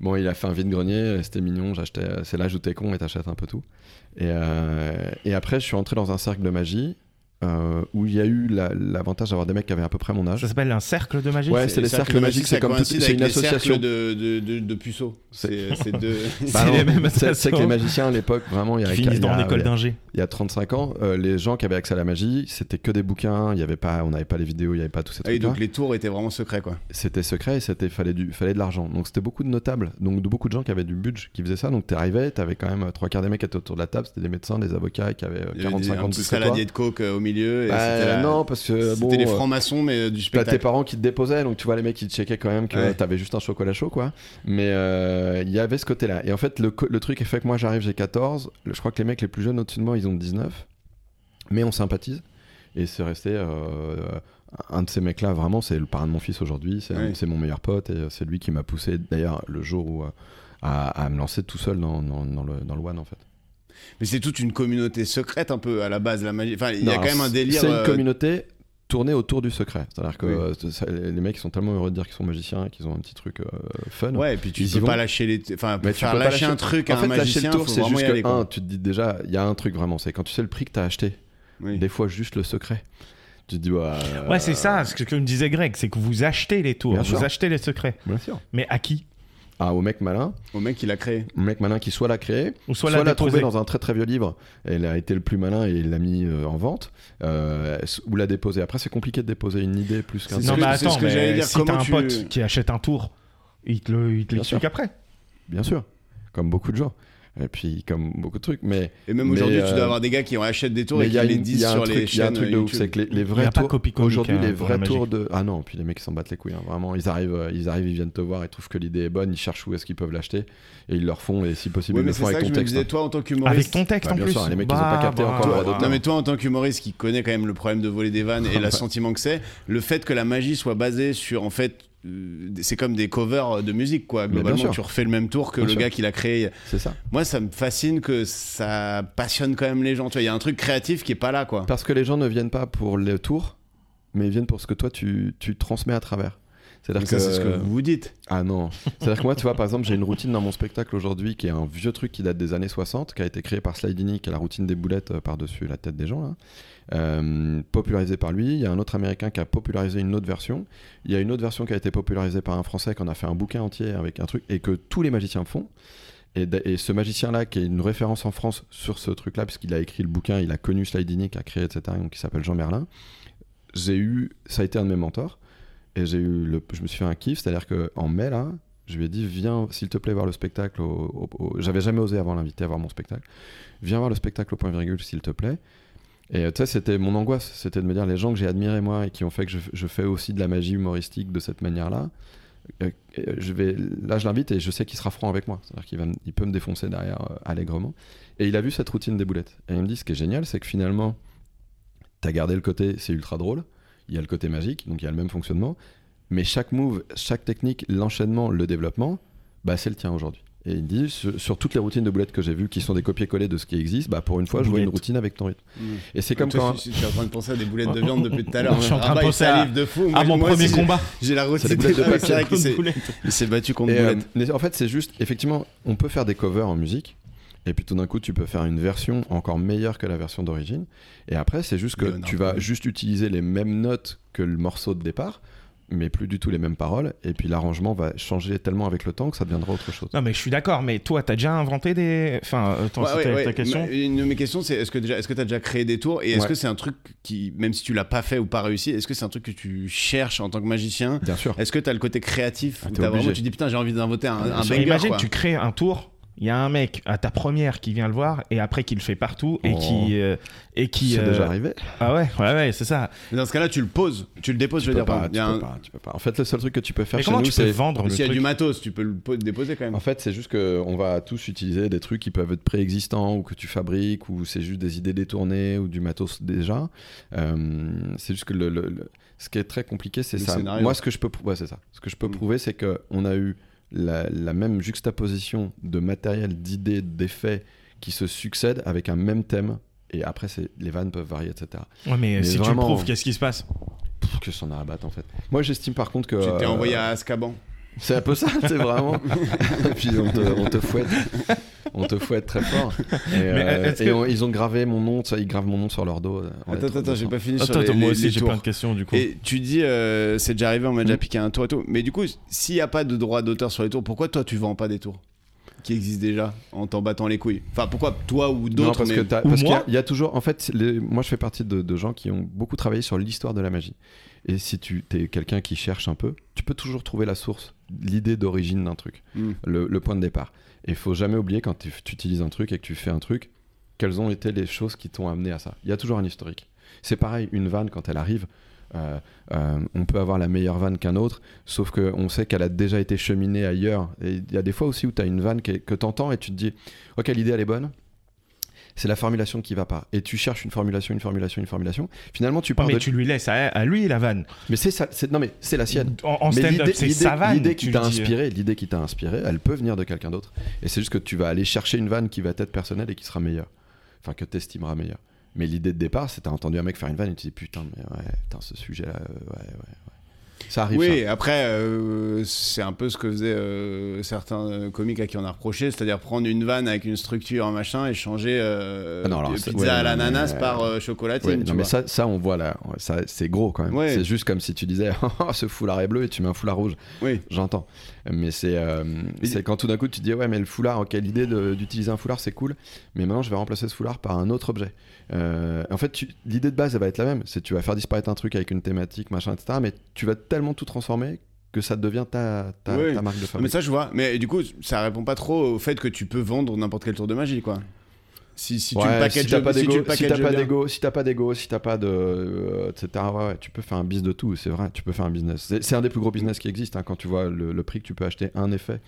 A: Bon, il a fait un vide-grenier, c'était mignon, j'achetais, c'est là où t'es con et t'achètes un peu tout. Et, euh, et après, je suis rentré dans un cercle de magie euh, où il y a eu la- l'avantage d'avoir des mecs qui avaient à peu près mon âge.
B: Ça s'appelle un cercle de magie
A: Ouais, c'est les cercles magiques, c'est
C: ça
A: comme tout-
C: coïncide
A: c'est
C: avec
A: une
C: les cercles
A: association.
C: de, de, de, de puceaux. C'est euh, c'est
A: [laughs]
C: deux.
B: Bah, c'est les mêmes
A: c'est, c'est que les
B: assos.
A: magiciens à l'époque, vraiment, il y a, il y
B: qui finissent
A: a-
B: dans
A: il y
B: une
A: a-
B: école d'ingé.
A: il y a 35 ans, euh, les gens qui avaient accès à la magie, c'était que des bouquins, il y avait pas, on n'avait pas les vidéos, il n'y avait pas tous ces
C: Ah oui,
A: trucs-là.
C: donc les tours étaient vraiment secrets quoi.
A: c'était secret et c'était fallait du fallait de l'argent donc c'était beaucoup de notables donc de beaucoup de gens qui avaient du budget qui faisaient ça donc t'arrivais t'avais quand même euh, trois quarts des mecs qui étaient autour de la table c'était des médecins des avocats qui avaient euh,
C: Il y avait
A: 40
C: des- un
A: 50
C: petit
A: plus que toi
C: saladier de coke euh, au milieu. et
A: Bah,
C: c'était la-
A: non parce que
C: C'était
A: bon
C: les
A: euh,
C: francs-maçons mais euh, du
A: T'as tes
C: spectacle.
A: parents qui te déposaient, donc tu vois les mecs ils te checkaient quand même que
C: Ouais.
A: t'avais juste un chocolat chaud quoi. Mais euh, il y avait ce côté-là. Et en fait, le, co- le truc est fait que moi j'arrive, j'ai 14. Le- Je crois que les mecs les plus jeunes au-dessus de moi ils ont 19. Mais on sympathise. Et c'est resté euh, un de ces mecs-là vraiment, c'est le parrain de mon fils aujourd'hui. C'est un-
C: Ouais.
A: c'est mon meilleur pote et euh, c'est lui qui m'a poussé d'ailleurs le jour où. euh, à, à me lancer tout seul dans, dans- dans le, dans le one en fait.
C: Mais c'est toute une communauté secrète un peu à la base la magie. Enfin, il y a
A: Non,
C: quand même un
A: c'est-
C: délire.
A: C'est une
C: euh,
A: communauté tournée autour du secret. C'est-à-dire que
C: Oui.
A: euh, c'est- ça- les mecs ils sont tellement heureux de dire qu'ils sont magiciens et qu'ils ont un petit truc euh, fun.
C: Ouais, et puis tu
A: Ils y
C: peux
A: vont.
C: pas lâcher les. Enfin,
A: Mais
C: pour
A: tu
C: faire
A: peux pas
C: lâcher
A: lâcher-
C: un truc
A: En
C: à
A: fait,
C: un
A: lâcher le
C: magicien, faut
A: tour, c'est
C: vraiment
A: juste
C: y
A: que,
C: aller.
A: un,
C: quoi.
A: tu te dis déjà, il y a un truc vraiment, c'est quand tu sais le prix que t'as acheté,
C: Oui.
A: des fois juste le secret, tu te dis, ouais, euh,
B: Ouais, c'est ça, ce que, comme disait Greg, c'est que vous achetez les tours,
A: Bien
B: vous
A: sûr.
B: achetez les secrets.
A: Bien sûr.
B: Mais à qui
A: Ah, au mec malin,
C: Au mec, il a créé.
A: au mec malin qui soit l'a créé,
B: Ou soit,
A: soit,
B: la
A: l'a trouvé
B: déposer
A: dans un très très vieux livre, et il a été le plus malin et il l'a mis euh, en vente, euh, ou l'a déposé. Après, c'est compliqué de déposer une idée plus qu'un
C: C'est
B: Non,
A: truc.
C: ce
B: mais
C: que- c'est ce
B: attends,
C: que j'allais
B: mais
C: dire,
B: si t'as
C: comment
B: un
C: tu-
B: pote qui achète un tour, il te le- il te
A: Bien sûr.
B: l'explique après.
A: Bien sûr, comme beaucoup de gens. Et puis, comme beaucoup de trucs, mais
C: Et même
A: Mais,
C: aujourd'hui, tu
A: euh,
C: dois avoir des gars qui achètent des tours
A: mais
C: et
A: il
C: qui
A: y a
C: les
A: une- il y
C: disent
A: a un
C: sur les
A: truc, il y a un
C: chaînes
A: truc de
C: euh,
A: ouf, c'est
C: YouTube.
A: que les, les
B: Il y
A: vrais
B: a pas de
A: tours-
B: copie comique,
A: Aujourd'hui,
B: hein,
A: les
B: pour
A: vrais
B: la
A: tours
B: magie.
A: de. Ah non, puis les mecs ils s'en battent les couilles, hein, vraiment. Ils arrivent, euh, ils arrivent, ils viennent te voir, ils trouvent que l'idée est bonne, ils cherchent où est-ce qu'ils peuvent l'acheter, et ils leur font, et si possible,
C: Ouais,
A: ils
C: mais
A: le
C: c'est
A: font
C: ça
A: avec euh,
C: que je
A: ton
C: me
A: texte.
C: disais, toi, en tant
B: Avec
C: qu'humoriste.
B: ton texte
A: Bah,
B: en
A: bien
B: plus. bah,
A: sûr, les mecs, ils ont pas capté encore le droit d'auteur.
C: Non mais toi en tant qu'humoriste qui connaît quand même le problème de voler des vannes
A: [laughs]
C: et le sentiment que c'est, le fait que la magie soit basée sur en fait euh, c'est comme des covers de musique quoi.
A: bien
C: Globalement
A: sûr.
C: tu refais le même tour que
A: Bien
C: le
A: sûr.
C: gars qui l'a créé.
A: hein. C'est ça.
C: Moi ça me fascine que ça passionne quand même les gens. Tu vois il y a un truc créatif qui est pas là quoi.
A: Parce que les gens ne viennent pas pour le tour, mais ils viennent pour ce que toi tu, tu transmets à travers.
C: Donc euh,
A: C'est-à-dire
C: ça,
A: que.
C: c'est ce que vous dites.
A: Ah non. C'est-à-dire que moi, tu vois, par exemple, j'ai une routine dans mon spectacle aujourd'hui qui est un vieux truc qui date des années 60, qui a été créé par Slidini, qui est la routine des boulettes euh, par-dessus la tête des gens, là. Euh, popularisé par lui. Il y a un autre américain qui a popularisé une autre version. Il y a une autre version qui a été popularisée par un français qui en a fait un bouquin entier avec un truc et que tous les magiciens font. Et, d- et ce magicien-là, qui est une référence en France sur ce truc-là, puisqu'il a écrit le bouquin, il a connu Slidini, qui a créé, etc., donc qui s'appelle Jean Merlin, j'ai eu, ça a été un de mes mentors, et j'ai eu, le, je me suis fait un kiff, c'est-à-dire que en mai là, je lui ai dit viens s'il te plaît voir le spectacle. au- au- au- J'avais jamais osé avant l'inviter à voir mon spectacle. Viens voir le spectacle au point virgule s'il te plaît. Et euh, tu sais, c'était mon angoisse, c'était de me dire les gens que j'ai admirés moi et qui ont fait que je, je fais aussi de la magie humoristique de cette manière-là. euh, euh, je vais, là, je l'invite et je sais qu'il sera franc avec moi, c'est-à-dire qu'il va, me- il peut me défoncer derrière euh, allègrement. Et il a vu cette routine des boulettes. Et il me dit ce qui est génial, c'est que finalement, t'as gardé le côté c'est ultra drôle, il y a le côté magique, donc il y a le même fonctionnement, mais chaque move, chaque technique, l'enchaînement, le développement, bah c'est le tien aujourd'hui. Et il dit sur, sur toutes les routines de boulettes que j'ai vues qui sont des copier-coller de ce qui existe, bah pour une fois, je vois une
B: Boulette.
A: routine avec ton rythme.
C: Mm.
A: Et c'est comme
C: Toi,
A: quand.
C: je suis- je suis en train de penser à des boulettes de viande depuis tout à l'heure.
A: [laughs]
B: Je suis en train de
C: Ah bah, il
B: penser à-
C: salive de fou.
B: À
C: Moi,
B: Ah, mon
C: moi
B: premier
C: aussi,
B: combat.
C: J'ai la
A: C'est
C: routine
A: des boulettes de
C: des-
A: papier.
C: c'est vrai qu'il s'est-
B: Boulette.
C: il s'est battu contre
A: Et, euh,
C: boulettes.
A: mais en fait, c'est juste, effectivement, on peut faire des covers en musique, et puis tout d'un coup, tu peux faire une version encore meilleure que la version d'origine. Et après, c'est juste que
C: Leonard
A: tu vas
C: Cohen.
A: juste utiliser les mêmes notes que le morceau de départ, mais plus du tout les mêmes paroles. Et puis l'arrangement va changer tellement avec le temps que ça deviendra autre chose.
B: Non, mais je suis d'accord, mais toi, t'as déjà inventé des. Enfin, attends,
C: Ouais,
B: c'était
C: ouais,
B: ta
C: ouais.
B: question.
C: Ma- Une de mes questions, c'est est-ce que déjà, est-ce que t'as déjà créé des tours et est-ce
A: Ouais.
C: que c'est un truc qui, même si tu l'as pas fait ou pas réussi, est-ce que c'est un truc que tu cherches en tant que magicien
A: Bien sûr.
C: Est-ce que t'as le côté créatif
A: Ah,
C: où
A: t'es
C: t'as vraiment,
A: obligé.
C: tu dis putain, j'ai envie d'inventer un, un
B: Sur-
C: banger
B: imagine,
C: quoi.
B: tu crées un tour. Il y a un mec à ta première qui vient le voir et après qui le fait partout et
A: Oh.
B: qui euh, et qui
A: C'est
B: euh,
A: déjà arrivé.
B: ah ouais ouais ouais c'est ça.
C: Mais Dans ce cas-là, tu le poses, tu le déposes.
A: Tu
C: je veux
A: peux
C: dire,
A: pas,
C: pardon. Il
A: tu
C: y a
A: peux
C: un-
A: pas, tu peux pas. En fait, le seul truc que tu peux faire
B: Mais
A: chez
B: comment
A: nous,
B: tu peux
A: c'est
B: vendre le
C: S'il y a
B: truc
C: du matos, tu peux le po- déposer quand même.
A: En fait, c'est juste qu'on va tous utiliser des trucs qui peuvent être préexistants ou que tu fabriques ou c'est juste des idées détournées ou du matos déjà. Euh, c'est juste que le, le- le- ce qui est très compliqué, c'est
C: Le
A: ça.
C: scénario.
A: Moi, ce que je peux, prou- ouais, c'est ça. Ce que je peux
C: Mm.
A: prouver, c'est que on a eu la, la même juxtaposition de matériel, d'idées, d'effets qui se succèdent avec un même thème. Et après, c'est- les vannes peuvent varier, etc.
B: Ouais, mais,
A: Mais
B: si tu le
A: vraiment.
B: prouves qu'est-ce qui se passe
A: Pff, que s'en a à battre, en fait. Moi, j'estime par contre que.
C: Tu t'es
A: euh,
C: envoyé à Azkaban.
A: c'est un peu ça, c'est vraiment. [laughs] Et puis on te, on te fouette. On te fouette très fort. Et, euh,
B: est-ce
A: et
B: que-
A: on- ils ont gravé mon nom, tu sais, ils gravent mon nom sur leur dos. euh, en
C: Attends,
A: lettres
C: attends, attends, j'ai
A: grossement.
C: pas fini sur
B: Attends,
C: les,
B: attends, Ah, moi
C: les-
B: aussi
C: les
B: j'ai
C: tours.
B: plein de questions du coup.
C: Et tu dis, euh, c'est déjà arrivé, on m'a déjà
A: Mm.
C: piqué un tour et tout. Mais du coup, s'il n'y a pas de droit d'auteur sur les tours, pourquoi toi tu vends pas des tours qui existent déjà en t'en battant les couilles Enfin, pourquoi toi
A: Non,
C: ou d'autres
A: parce
C: mais-
A: que t'as-
B: Ou
A: parce qu'il y a-
B: moi
A: il y, a toujours. En fait, les- moi, je fais partie de, de gens qui ont beaucoup travaillé sur l'histoire de la magie. Et si tu es quelqu'un qui cherche un peu, tu peux toujours trouver la source, l'idée d'origine d'un truc,
C: Mm.
A: le, le point de départ. Et il faut jamais oublier quand tu tu utilises un truc et que tu fais un truc, quelles ont été les choses qui t'ont amené à ça. Il y a toujours un historique. C'est pareil, une vanne, quand elle arrive, euh, euh, on peut avoir la meilleure vanne qu'un autre, sauf qu'on sait qu'elle a déjà été cheminée ailleurs. Et il y a des fois aussi où tu as une vanne qui est- que tu entends et tu te dis, ok, l'idée elle est bonne, c'est la formulation qui va pas. Et tu cherches une formulation, une formulation, une formulation. Finalement, tu
B: Oh,
A: pars
B: mais
A: de...
B: tu lui laisses à, à lui la vanne.
A: Mais c'est ça, c'est- non mais c'est la sienne.
B: En, en
A: Mais
B: stand-up
A: l'idée-
B: c'est
A: l'idée-
B: sa vanne.
A: L'idée
B: tu
A: qui t'a
B: le dis.
A: inspiré, l'idée qui t'a inspiré, elle peut venir de quelqu'un d'autre. Et c'est juste que tu vas aller chercher une vanne qui va être personnelle et qui sera meilleure. Enfin, que t'estimeras meilleure. Mais l'idée de départ, c'est t'as entendu un mec faire une vanne et tu dis putain, mais ouais, putain, ce sujet-là, euh, ouais, ouais, ouais. Ça arrive.
C: Oui, après, euh, c'est un peu ce que faisaient euh, certains euh, comiques à qui on a reproché, c'est-à-dire prendre une vanne avec une structure, un machin, et changer euh,
A: Ah non, alors,
C: de
A: c'est-
C: pizza
A: ouais,
C: à l'ananas
A: mais, euh,
C: par euh,
A: ça.
C: chocolatine.
A: Ouais,
C: tu
A: non,
C: vois.
A: mais ça, ça, on voit là. Ouais, Ça, c'est gros quand même.
C: Ouais.
A: C'est juste comme si tu disais [laughs] Oh, ce foulard est bleu et tu mets un foulard rouge.
C: Oui.
A: J'entends. Mais c'est euh, c'est quand tout d'un coup tu te dis ouais mais le foulard, ok l'idée de- d'utiliser un foulard c'est cool, mais maintenant je vais remplacer ce foulard par un autre objet. Euh, en fait tu- l'idée de base elle va être la même, c'est tu vas faire disparaître un truc avec une thématique machin etc. Mais tu vas tellement tout transformer que ça devient ta, ta,
C: Oui.
A: ta marque de
C: Non, mais
A: fabrique.
C: ça, je vois. Mais du coup, ça répond pas trop au fait que tu peux vendre n'importe quel tour de magie, quoi. Si, si tu
A: Ouais,
C: le packages
A: si t'as pas
C: si tu
A: d'ego,
C: le
A: si t'as
C: packages
A: pas
C: bien.
A: d'ego, si t'as pas d'ego, si t'as pas de, euh, etc. Ouais, ouais, tu peux faire un business de tout, c'est vrai. Tu peux faire un business. C'est c'est un des plus gros business qui existe hein, quand tu vois le, le prix que tu peux acheter un effet.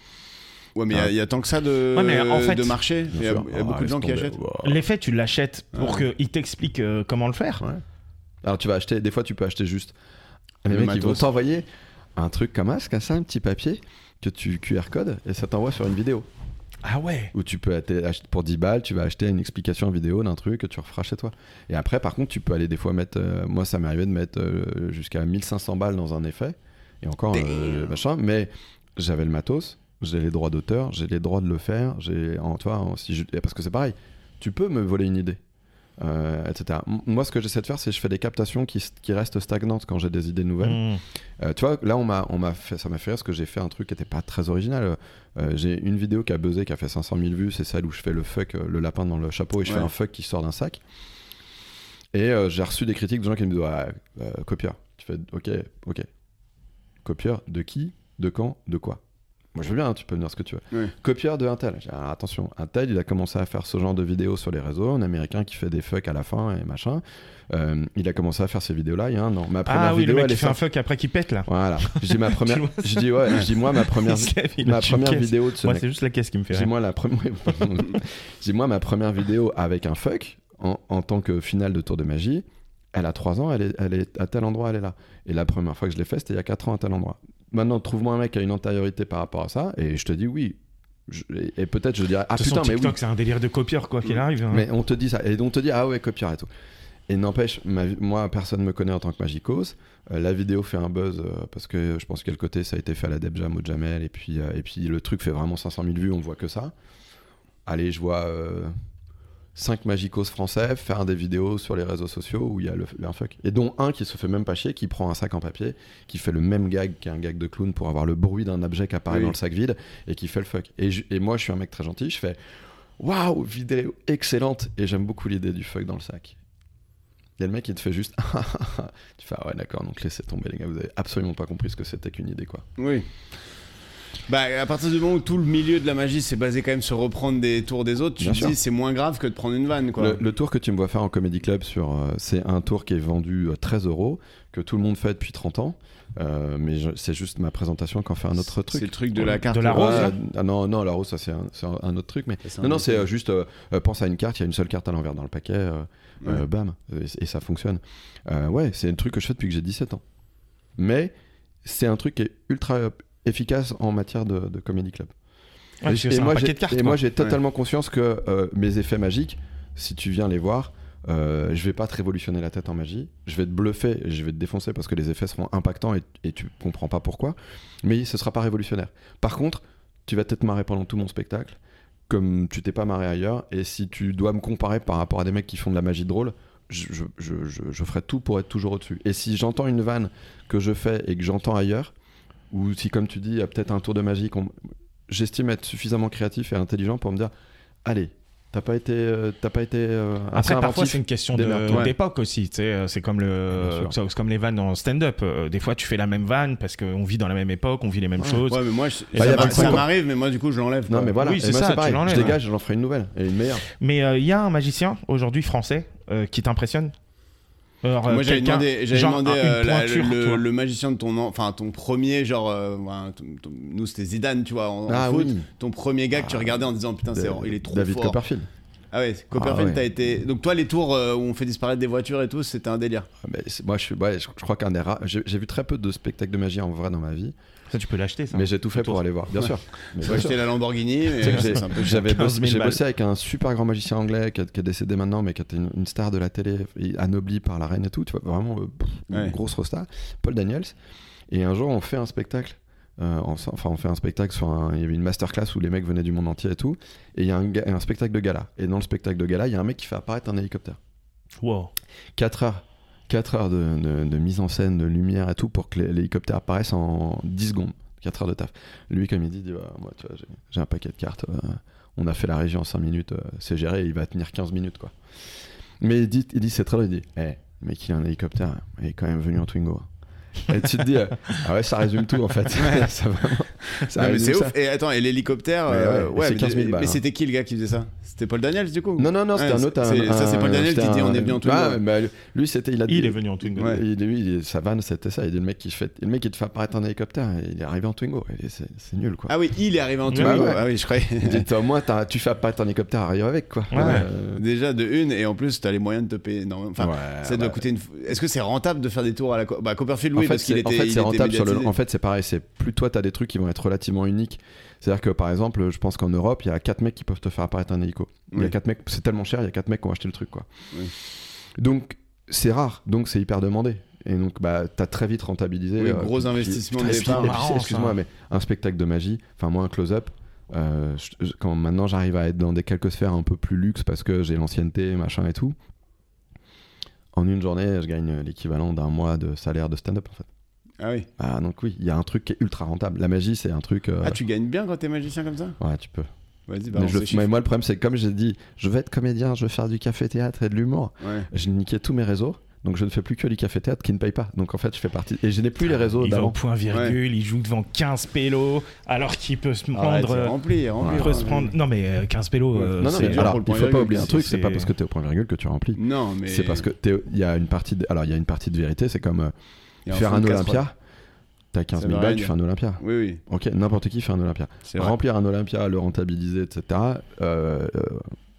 C: Ouais, mais il y a- il y, a tant que ça de,
B: Ouais, mais en fait-
C: de marché.
A: Bien
C: Il y a,
A: sûr.
C: il y a
A: Ah,
C: beaucoup de gens
A: laisse
C: qui
A: tomber.
C: achètent.
A: Wow.
B: L'effet tu l'achètes pour
C: Ouais.
B: qu'il t'explique euh, comment le faire.
A: Ouais. Alors tu vas acheter, des fois tu peux acheter juste. Les
C: Le
A: mecs ils
C: matos.
A: vont t'envoyer un truc comme ça, comme ça, un petit papier que tu QR code et ça t'envoie sur une vidéo.
B: Ah ouais.
A: Où tu peux acheter acheter- pour 10 balles, tu vas acheter une explication vidéo d'un truc que tu referas chez toi. Et après, par contre, tu peux aller des fois mettre. euh, moi, ça m'est arrivé de mettre euh, jusqu'à 1500 balles dans un effet. Et encore, euh, machin. Mais j'avais le matos, j'ai les droits d'auteur, j'ai les droits de le faire. J'ai en toi, en- si je- parce que c'est pareil. Tu peux me voler une idée. euh, etc. M- Moi, ce que j'essaie de faire, c'est je fais des captations qui, s- qui restent stagnantes quand j'ai des idées nouvelles.
B: Mmh.
A: Euh, tu vois, là, on m'a, on m'a fait, ça m'a fait rire parce que j'ai fait un truc qui n'était pas très original. Euh, j'ai une vidéo qui a buzzé, qui a fait 500 000 vues. C'est celle où je fais le fuck, euh, le lapin dans le chapeau et je
C: Ouais.
A: fais un fuck qui sort d'un sac. Et euh, j'ai reçu des critiques de gens qui me disent ah, euh, copieur. Tu fais ok, ok. Copieur de qui De quand De quoi Moi je veux bien, hein, tu peux me dire ce que tu veux.
C: Ouais.
A: Copieur de Intel. J'ai dit, Ah, attention, Intel il a commencé à faire ce genre de vidéos sur les réseaux, un américain qui fait des fucks à la fin et machin. Euh, il a commencé à faire ces vidéos là il y a un an. Ma première
B: Ah oui, le
A: vidéo
B: mec
A: elle est
B: qui fait un
A: sortie-
B: fuck après qui pète là.
A: Voilà. J'ai
B: [laughs]
A: ma première.
B: vois
A: Je dis ouais, je dis moi ma première.
B: [laughs] Il se lève, il
A: Ma
B: lâche une
A: première
B: caisse.
A: vidéo de ce
B: Moi,
A: mec.
B: c'est juste la caisse qui me fait
A: J'ai
B: rire.
A: moi la première, [laughs] j'ai moi ma première vidéo avec un fuck en, en tant que finale de tour de magie. Elle a 3 ans, elle est, elle est à tel endroit, elle est là. Et la première fois que je l'ai fait, c'était il y a 4 ans à tel endroit. Maintenant, trouve-moi un mec qui a une antériorité par rapport à ça, et je te dis oui. Je- et- et peut-être je dirais ah
B: De toute façon,
A: putain mais oui.
B: TikTok, c'est un délire de copieur quoi qu'il arrive. hein.
A: Mais on te dit ça. Et on te dit, ah ouais, copyright et tout. Et n'empêche, ma vie- moi, personne me connaît en tant que Magicos. Euh, la vidéo fait un buzz euh, parce que je pense que le côté, ça a été fait à la Deb Jam, au Jamel. Et puis, euh, et puis le truc fait vraiment 500 000 vues, on voit que ça. Allez, je vois 5 Magicos français faire des vidéos sur les réseaux sociaux où il y a le, un fuck. Et dont un qui se fait même pas chier, qui prend un sac en papier, qui fait le même gag qu'un gag de clown pour avoir le bruit d'un objet qui apparaît
C: Oui.
A: dans le sac vide et qui fait le fuck. Et, je- et moi, je suis un mec très gentil, je fais Waouh, vidéo excellente Et j'aime beaucoup l'idée du fuck dans le sac. Il y a le mec qui te fait juste [laughs] Ah, ah, ah. Tu fais Ah ouais, d'accord, donc laissez tomber les gars, vous avez absolument pas compris ce que c'était qu'une idée quoi.
C: Oui. Bah, à partir du moment où tout le milieu de la magie s'est basé quand même sur reprendre des tours des autres, tu
A: Bien
C: te
A: sûr.
C: dis c'est moins grave que de prendre une vanne quoi.
A: Le, le tour que tu me vois faire en Comedy Club, sur, euh, c'est un tour qui est vendu euh, 13 euros, que tout le monde fait depuis 30 ans, euh, mais je- c'est juste ma présentation qu'en fait un autre
C: C'est le
A: truc.
C: truc de la carte.
B: De la
A: Ah,
B: rose, hein. là
A: ah non, non, la rose, ça c'est un, c'est un- un autre truc, mais
C: C'est un
A: Non, non,
C: autre
A: c'est
C: truc.
A: euh, juste euh, euh, pense à une carte, il y a une seule carte à l'envers dans le paquet, euh,
C: Ouais.
A: euh, bam, et, et ça fonctionne. Euh, ouais, c'est un truc que je fais depuis que j'ai 17 ans. Mais c'est un truc qui est ultra euh, efficace en matière de, de comedy club.
B: Ouais, parce que c'est un
A: moi,
B: paquet
A: j'ai-
B: de cartes,
A: et
B: quoi.
A: moi, j'ai totalement conscience que euh, mes effets magiques, si tu viens les voir, euh, je vais pas te révolutionner la tête en magie, je vais te bluffer, je vais te défoncer parce que les effets seront impactants et, et tu comprends pas pourquoi, mais ce sera pas révolutionnaire. Par contre, tu vas peut-être marrer pendant tout mon spectacle, comme tu t'es pas marré ailleurs, et si tu dois me comparer par rapport à des mecs qui font de la magie drôle, je, je, je- je- je ferai tout pour être toujours au-dessus. Et si j'entends une vanne que je fais et que j'entends ailleurs, ou si comme tu dis, il y a peut-être un tour de magie, qu'on- j'estime être suffisamment créatif et intelligent pour me dire, allez, t'as pas été, euh, t'as pas été euh, assez
B: Après, parfois,
A: inventif.
B: c'est une question de-
A: Démerde-toi.
B: de- d'époque aussi. tu sais, euh, C'est comme, le,
A: Bien sûr.
B: c'est comme les vannes en stand-up. Euh, Des fois, tu fais la même vanne parce qu'on vit dans la même époque, on vit les mêmes
A: Ouais.
B: choses.
C: Ouais, mais moi, je-
B: Et
C: ça
A: il y a
C: m'a-
A: 25
C: ça
A: ans.
C: m'arrive, mais moi, du coup, je l'enlève.
A: Non
C: quoi.
A: mais voilà,
B: Oui,
A: Et
B: c'est
A: moi,
B: ça,
A: c'est
B: tu
A: pareil. Je
B: l'enlèves. hein.
A: dégage, j'en ferai une nouvelle et une meilleure.
B: Mais euh, il y a un magicien aujourd'hui français euh, qui t'impressionne Alors, euh,
C: Moi, j'avais
B: quelqu'un-
C: demandé, j'avais
B: genre,
C: demandé
B: un- une
C: euh, la-
B: pointure,
C: le,
B: toi.
C: le magicien de ton, an- enfin ton premier genre, euh, ouais, ton- ton- nous c'était Zidane, tu vois, en, en
A: Ah
C: foot,
A: oui. Ah.
C: ton premier gars que tu regardais en disant putain, c'est,
A: Da-
C: il est trop
A: David
C: fort.
A: Copperfield.
C: Ah ouais, Copperfield,
A: Ah ouais.
C: t'as été. Donc toi, les tours euh, où on fait disparaître des voitures et tout, c'était un délire.
A: Ah, mais c'est- moi je suis, ouais, je, je crois qu'un des rares. J'ai j'ai vu très peu de spectacles de magie en vrai dans ma vie,
B: Ça, tu peux l'acheter, ça.
A: mais j'ai tout fait pour
B: tour.
A: aller voir. Bien
C: Ouais.
A: sûr. Mais bien
C: Moi,
A: sûr.
C: j'étais la Lamborghini, mais
A: Tu sais que
C: c'est
A: j'ai-
C: un peu cher.
A: J'avais
B: 15
A: bossé,
B: 000
A: j'ai
B: balles.
A: bossé avec un super grand magicien anglais qui, est- qui est décédé maintenant, mais qui était une, une star de la télé, et anobli par la reine et tout, tu vois, vraiment euh, pff, une
C: Ouais.
A: grosse rosta, Paul Daniels. Et un jour, on fait un spectacle. euh, en- enfin, on fait un spectacle sur un. Il y avait une masterclass où les mecs venaient du monde entier et tout. Et il y a un, ga- un spectacle de gala. Et dans le spectacle de gala, il y a un mec qui fait apparaître un hélicoptère.
B: Wow.
A: 4 heures. 4 heures de, de- de mise en scène, de lumière et tout pour que l'hé- l'hélicoptère apparaisse en 10 secondes. 4 heures de taf. Lui, comme il dit, dit, Bah, moi, tu vois, j'ai- j'ai un paquet de cartes. euh, on a fait la régie en 5 minutes. euh, c'est géré. Il va tenir 15 minutes, quoi. Mais il dit, il dit c'est très drôle. Il dit, eh, le mec, il a un hélicoptère. hein, Il est quand même venu en Twingo. hein. Et tu te dis, euh, ah ouais, ça résume tout, en
C: [laughs]
A: fait. ça, vraiment, ça
C: Non, mais
A: résume
C: c'est
A: ça.
C: ouf. Et attends, et l'hélicoptère,
A: Mais
C: euh,
A: ouais, et c'est
C: mais-
A: 15 000 balles,
C: mais
A: hein.
C: c'était qui le gars qui faisait ça C'était Paul Daniels du coup
A: Non, non, non, c'était
C: Ouais,
A: un autre.
C: c'est-
A: un-
C: ça, c'est Paul
A: un-
C: Daniels qui
A: c'était
C: dit,
A: un-
C: on est bien en Twingo.
A: Ah, bah, lui, c'était. Il, a
B: Il
A: dit-
B: est venu en Twingo.
C: Ouais.
A: Il, lui, il- sa vanne, c'était ça. Il dit le mec qui fait, le mec qui te fait apparaître un hélicoptère, et il est arrivé en Twingo. Et c'est c'est nul, quoi.
C: Ah oui, il est arrivé en
B: Ouais,
A: Bah
C: Twingo.
A: ouais.
C: Ah oui, je croyais.
A: Il dit, au moins, t'as- tu fais apparaître un hélicoptère, arrive avec, quoi.
B: Ouais.
A: Euh,
C: [laughs] Déjà de une, et en plus, t'as les moyens de te payer énormément. Enfin,
A: ouais,
C: ça doit
A: ouais.
C: coûter une. f- Est-ce que c'est rentable de faire des tours à la. co- Bah, Copperfield,
A: bah.
C: oui,
A: en fait,
C: parce qu'il
A: c'est-
C: était.
A: en fait,
C: il
A: c'est
C: était
A: rentable sur le.
C: médiatisé.
A: En fait, c'est pareil. C'est plus toi, t'as des trucs qui vont être relativement uniques. C'est-à-dire que, par exemple, je pense qu'en Europe, il y a quatre mecs qui peuvent te faire apparaître un hélico. Il y a
C: Oui.
A: quatre mecs. C'est tellement cher. Il y a quatre mecs qui ont acheté le truc, quoi.
C: Oui.
A: Donc, c'est rare. Donc, c'est hyper demandé. Et donc, bah, t'as très vite rentabilisé.
C: Oui,
A: euh,
C: gros
A: puis-
C: investissement
A: puis-
C: de
A: et puis-
C: départ.
A: et puis,
B: Marrant, ça.
A: Excuse-moi, mais un spectacle de magie. Enfin, moi, un close-up. euh, je- je- quand maintenant j'arrive à être dans des quelques sphères un peu plus luxe parce que j'ai l'ancienneté, machin et tout. En une journée, je gagne l'équivalent d'un mois de salaire de stand-up en fait.
C: Ah oui.
A: Ah donc oui, il y a un truc qui est ultra rentable. La magie, c'est un truc. euh,
C: Ah, tu gagnes bien quand t'es magicien comme ça
A: Ouais, tu peux.
C: Vas-y,
A: Mais
C: balance
A: je-
C: les
A: mais
C: chiffres.
A: moi, le problème, c'est que comme j'ai dit, je vais être comédien, je vais faire du café-théâtre et de l'humour,
C: Ouais.
A: j'ai niqué tous mes réseaux. Donc je ne fais plus que les cafés-théâtres qui ne payent pas. Donc en fait, je fais partie. Et je n'ai plus les
C: Ah,
A: réseaux
B: il va au
A: Oh, d'avant.
B: point virgule, il joue devant 15 pélos, alors qu'il peut se
C: Arrête,
B: prendre. euh,
C: c'est rempli, c'est rempli,
B: il peut se
C: hein.
B: prendre. Non, mais euh, 15 pélos.
C: Ouais.
B: euh,
A: Non, non,
B: c'est-
A: mais
C: déjà
A: alors,
C: pour
A: il
C: le point
A: faut pas
C: virgule,
A: oublier un
B: c'est-
A: truc, c'est pas
B: c'est-
A: parce que t'es au point virgule que tu remplis.
C: Non, mais.
A: C'est parce que t'es- il y a une partie. De... Alors il y a une partie de vérité, c'est comme euh,
C: il y a
A: faire
C: fond
A: un
C: de casserole.
A: Olympia. T'as 15 000
C: veut
A: balles,
C: rien
A: tu
C: dire.
A: fais un Olympia.
C: Oui, oui.
A: Ok, n'importe qui fait un Olympia.
C: C'est vrai.
A: Remplir un Olympia, le rentabiliser, etc. euh, euh,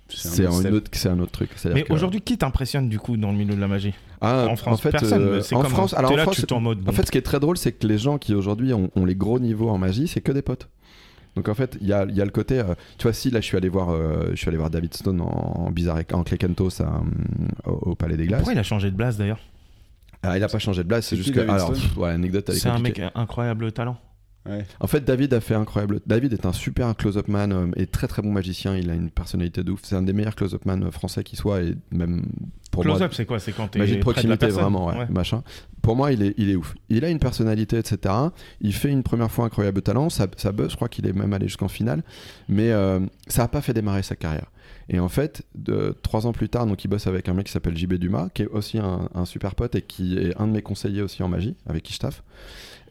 A: c'est
C: autre
A: un,
C: step.
A: autre, c'est un autre truc. C'est-à-dire
B: Mais
A: que-
B: aujourd'hui, qui t'impressionne du coup dans le milieu de la magie
A: Ah,
B: En France,
A: en fait,
B: personne.
A: euh,
B: c'est
A: en
B: comme- hein.
A: France, alors
B: t'es
A: en
B: là,
A: France,
B: tu t'es en mode.
A: En
B: bon.
A: fait, ce qui est très drôle, c'est que les gens qui aujourd'hui ont, ont les gros niveaux en magie, c'est que des potes. Donc en fait, il y a, il y a le côté, euh, tu vois, si là je suis allé voir, euh, je suis allé voir David Stone en, en bizarre, en Clecantos à, euh, au, au Palais des Glaces.
B: Pourquoi il a changé de place d'ailleurs
A: Ah, il a pas changé de blague, c'est
C: C'est
A: juste
C: qui,
A: que,
C: David
A: alors,
C: Stone
A: pff, ouais, l'anecdote elle est
B: C'est un
A: compliquée.
B: mec à incroyable talent.
C: Ouais.
A: En fait, David a fait incroyable. David est un super close-up man euh, et très très bon magicien. Il a une personnalité de ouf. C'est un des meilleurs close-up man euh, français qui soit et même pour moi,
B: Close-up, c'est quoi C'est quand t'es.
A: Magie de
B: près la
A: proximité,
B: personne.
A: vraiment, ouais,
B: Ouais. [laughs]
A: machin. Pour moi, il est, il est ouf. Il a une personnalité, etc. Il fait une première fois incroyable talent. Ça, ça buzz, je crois qu'il est même allé jusqu'en finale. Mais euh, ça n'a pas fait démarrer sa carrière. Et en fait, de, trois ans plus tard, donc il bosse avec un mec qui s'appelle JB Dumas, qui est aussi un, un super pote et qui est un de mes conseillers aussi en magie, avec qui je taffe.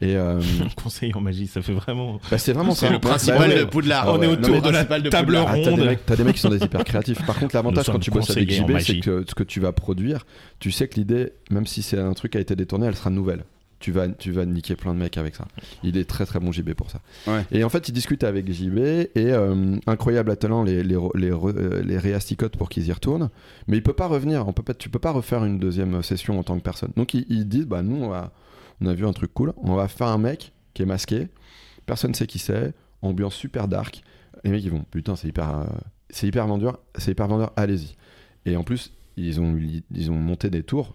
A: Et euh,
B: Conseil en magie, ça fait vraiment.
A: bah, c'est vraiment
C: C'est
A: ça.
C: le principal
A: Bah ouais.
C: de Poudlard.
A: Ah ouais.
C: Le
A: Non,
B: mais de la
C: principal de
B: table
C: Poudlard.
A: Ah, T'as des,
B: Ronde.
A: mecs- t'as des mecs qui sont des hyper créatifs. Par contre, l'avantage
B: Nous
A: quand tu bosses avec
B: sommes
A: JB, c'est
B: conseillers
A: que ce que tu vas produire, tu sais que l'idée, même si c'est un truc qui a été détourné, elle sera nouvelle. Tu vas, tu vas niquer plein de mecs avec ça. Il est très très bon JB pour ça.
C: Ouais.
A: Et en fait, il discute avec JB et euh, incroyable à talent les, les, re- les, re- euh, les réasticote pour qu'ils y retournent. Mais il peut pas revenir. On peut pas, tu peux pas refaire une deuxième session en tant que personne. Donc ils, ils disent bah nous on, va- on a vu un truc cool. On va faire un mec qui est masqué. Personne sait qui c'est. Ambiance super dark. Les mecs ils vont putain c'est hyper euh, c'est hyper vendeur c'est hyper vendeur allez-y. Et en plus ils ont eu- ils ont monté des tours